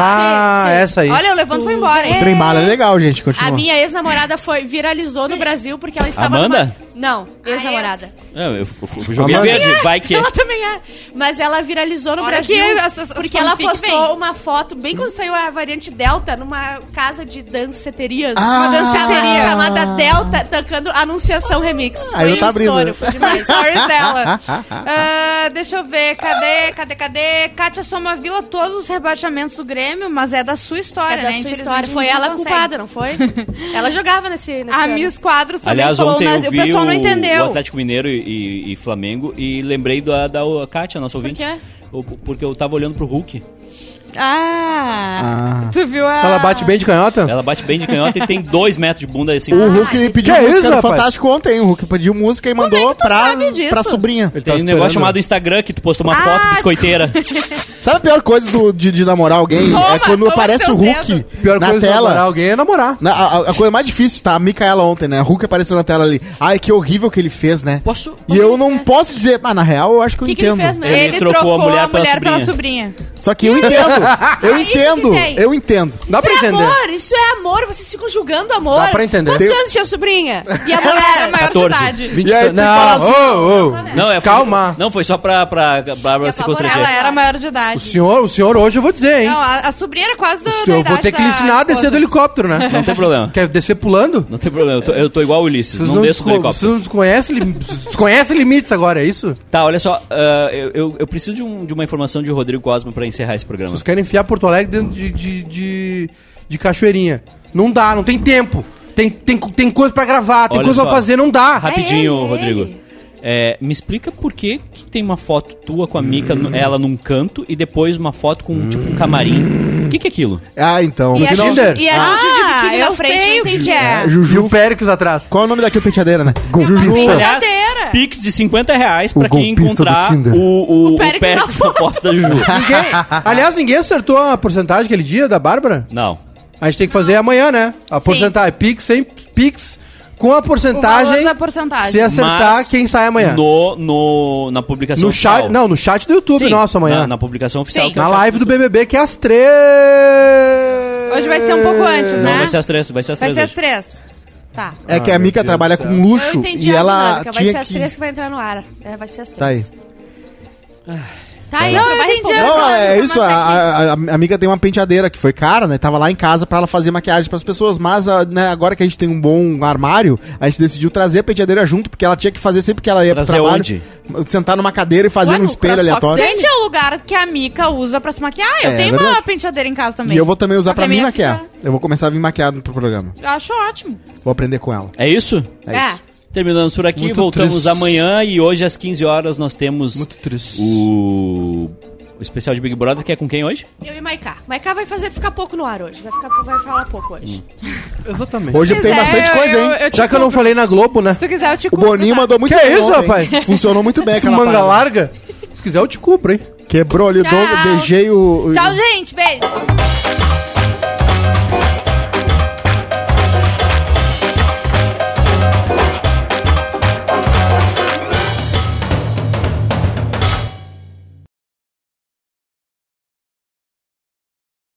S1: Bah, essa aí.
S3: Olha, eu levanto e foi embora. hein?
S5: o trem bala é legal, gente. Continua.
S8: A minha ex-namorada foi viralizou no Brasil porque ela estava
S2: Amanda?
S8: numa... Não, ex-namorada.
S2: É, eu, f- f- joguei
S5: Amanda.
S2: verde, vai
S3: [LAUGHS]
S8: [LAUGHS]
S2: que.
S8: Ela também é. Mas ela viralizou no
S3: Olha
S8: Brasil
S3: que essas- essas
S8: porque ela
S3: fanfic
S8: postou
S3: vem.
S8: uma foto bem quando saiu a variante Delta numa casa de danceterias.
S5: Ah.
S8: uma danceteria chamada Delta, tocando Anunciação Remix.
S5: Aí eu tá abrindo, né?
S8: foi
S3: Mas
S8: demais.
S3: stories
S5: [LAUGHS]
S3: dela. Ah, deixa eu ver, cadê, cadê, cadê? Kátia Soma Vila, todos os rebaixamentos do Grêmio, mas é da sua história,
S8: É da
S3: né?
S8: sua
S3: Infelizmente,
S8: história. Foi
S3: a gente
S8: ela
S3: não consegue.
S8: culpada, não foi? [LAUGHS] ela jogava nesse, nesse
S3: A
S8: ano.
S3: Ah, Miss Quadros também
S2: Aliás,
S3: falou
S2: ontem eu
S3: nazi-
S2: vi
S3: o pessoal não entendeu.
S2: o Atlético Mineiro e, e- e Flamengo e lembrei da, da o- Kátia, nossa ouvinte.
S8: quê?
S2: O- Porque eu tava olhando pro Hulk.
S3: Ah,
S5: Ah.
S3: tu viu a...
S1: Ela bate bem de canhota?
S2: Ela bate bem de canhota
S3: [LAUGHS]
S2: e tem dois metros de bunda assim.
S3: Ah.
S8: tá.
S5: O Hulk pediu
S1: Que
S5: música
S1: isso,
S5: no
S1: rapaz?
S5: Fantástico ontem. O Hulk pediu música e mandou pra,
S8: é sabe disso?
S5: pra sobrinha.
S1: Ele tá
S2: Tem um negócio
S1: esperando.
S2: chamado Instagram que tu postou uma
S3: Ah,
S2: foto biscoiteira.
S5: Sabe a pior coisa do- de, de namorar alguém?
S3: Toma,
S5: é quando
S3: toma
S5: aparece o
S3: seus
S5: Hulk
S3: dedos.
S1: Pior
S5: na
S1: coisa de namorar
S5: tela.
S1: alguém é namorar.
S5: Na- a, a- a coisa mais difícil, tá? A Micaela ontem, né? O Hulk apareceu na tela ali. Ai, que horrível que ele fez, né?
S2: Posso?
S5: E eu não posso dizer, mas na real eu acho que eu
S8: Que que ele
S5: entendo.
S8: fez mesmo?
S3: Ele, trocou, a mulher, pela,
S2: pela
S3: sobrinha.
S5: Só
S8: [LAUGHS]
S5: que eu entendo. Eu entendo.
S8: é tem.
S5: Eu entendo.
S1: Dá pra
S8: Isso é
S1: entender.
S8: amor, isso é amor, vocês ficam julgando amor.
S1: Dá pra entender.
S8: Quantos
S1: Tem-
S8: anos tinha a sobrinha? E a
S3: Ela
S8: mulher
S3: era maior
S2: 14.
S3: de idade.
S5: E aí tu fala
S1: Não,
S5: assim,
S1: ô, ô.
S2: Não, é, foi-
S1: Calma.
S2: não, foi só pra, pra, pra Bárbara se constranger.
S3: Ela é. era maior de
S1: O
S3: idade.
S1: senhor, o senhor hoje eu vou dizer, hein?
S3: Não, é tá a, a sobrinha era quase do,
S1: O
S3: da
S1: senhor, eu vou
S3: idade
S1: ter que
S3: da
S1: lhe ensinar a descer
S3: esposa.
S1: do helicóptero, né?
S2: Não tem problema.
S1: Quer descer pulando?
S2: Não tem problema, eu tô, eu tô igual o Ulisses, não desço do
S1: desco-
S2: helicóptero.
S1: Vocês não desconhecem, lim- desconhecem limites agora, é isso?
S2: Tá, olha só, ah, eu, eu, eu preciso de, um- de uma informação de Rodrigo Cosmo pra encerrar esse programa.
S1: Vocês querem enfiar Porto Alegre dentro de, de, de, de cachoeirinha. Não dá, não tem tempo. Tem, tem, tem coisa pra gravar, tem
S2: Olha
S1: coisa
S2: só.
S1: pra fazer, não dá.
S2: Ah, Rapidinho,
S8: É ele, é
S2: Rodrigo.
S8: ele.
S2: É, me explica por que, que tem uma foto tua com a Mika,
S1: Hum.
S2: no- ela num canto, e depois uma foto com tipo um
S1: Hum.
S2: camarim. O que, que é aquilo?
S5: Ah, então. no
S8: a
S5: final-
S1: Tinder?
S8: E a
S3: Ah,
S8: Juju de biquíni
S3: eu
S8: na frente,
S3: sei
S8: não
S3: o que
S8: entendi.
S3: que é.
S5: É, Juju.
S1: E o Péricles atrás.
S5: Qual é o nome daquele penteadeira, né?
S7: Golpista.
S2: Aliás, Pix de 50 reais pra
S7: O golpista
S2: quem
S7: do
S2: encontrar
S7: Tinder.
S2: o, o, o
S8: Péricles
S2: Péricles
S8: na
S2: na foto da Juju.
S3: [LAUGHS]
S1: Ninguém,
S2: [LAUGHS]
S1: aliás, ninguém acertou a porcentagem aquele dia da Bárbara?
S2: Não.
S1: A gente tem que fazer amanhã, né? A porcentagem. Pix, sem Pix, com a
S3: O valor
S1: porcentagem.
S3: da porcentagem.
S1: Se acertar,
S2: Mas
S1: quem sai amanhã?
S2: No,
S1: No,
S2: no, na publicação oficial.
S1: chat. Não, no chat do YouTube
S2: Sim,
S1: nosso amanhã.
S2: Na, na publicação oficial.
S3: Sim.
S2: que é o
S1: Na
S2: chat
S1: live do
S2: YouTube.
S1: BBB, que é às três.
S3: Hoje vai ser um pouco antes, né?
S2: Não, vai ser as três, vai ser as
S3: Vai
S2: três.
S3: ser as
S2: hoje.
S3: três. Tá.
S5: É que a Mika trabalha com
S8: Eu
S5: luxo
S8: entendi
S5: e
S8: a
S5: ela
S8: dinâmica. Vai ser
S5: tinha
S8: as três
S5: que.
S8: que vai entrar no ar. É, vai ser as
S5: Tá aí.
S8: três. Tá aí, não,
S3: eu entendi
S8: responder.
S5: Não, é
S8: Mas
S5: isso. A, a, a amiga tem uma penteadeira que foi cara, né? Tava lá em casa pra ela fazer maquiagem pras pessoas. Mas ah, né, agora que a gente tem um bom armário, a gente decidiu trazer a penteadeira junto, porque ela tinha que fazer sempre que ela ia
S2: Trazer
S5: pro trabalho.
S2: onde?
S5: Sentar numa cadeira e fazer
S8: Ué,
S5: um
S8: no
S5: espelho
S8: CrossFox
S5: aleatório.
S3: Gente, é o lugar que a Mica usa pra se maquiar. Ah, Eu
S5: É,
S3: tenho
S5: é
S3: uma
S5: verdade.
S3: penteadeira em casa também.
S5: E eu vou também usar
S3: Só que
S5: pra
S3: a
S5: mim
S3: minha
S5: maquiar. Eu vou começar a vir maquiado pro programa.
S3: Eu acho ótimo.
S5: Vou aprender com ela.
S2: É isso?
S5: É,
S3: É.
S5: isso.
S2: Terminamos por aqui,
S1: Muito
S2: voltamos
S1: triste.
S2: amanhã e hoje às 15 horas nós temos
S1: Muito triste.
S2: o... o especial de Big Brother, que é com quem hoje?
S8: Eu e Maiká. Maiká vai fazer ficar pouco no ar hoje. Vai, ficar, vai falar pouco hoje.
S1: Exatamente.
S5: Hoje tem
S3: quiser,
S5: bastante
S3: eu-
S5: um coisa,
S3: eu-
S5: hein?
S3: eu te
S1: Já que eu não falei na Globo, né?
S3: Se tu quiser, eu te tá?
S5: O Boninho mandou muito
S1: Que
S5: bem
S1: isso,
S5: ontem.
S1: rapaz?
S5: Funcionou muito bem
S1: Esse
S5: aquela
S1: manga
S5: parada.
S1: larga. Se quiser, eu te cubro, hein?
S5: Quebrou ali,
S8: Tchau.
S5: dou- beijei o... o-
S3: Tchau, gente. Beijo.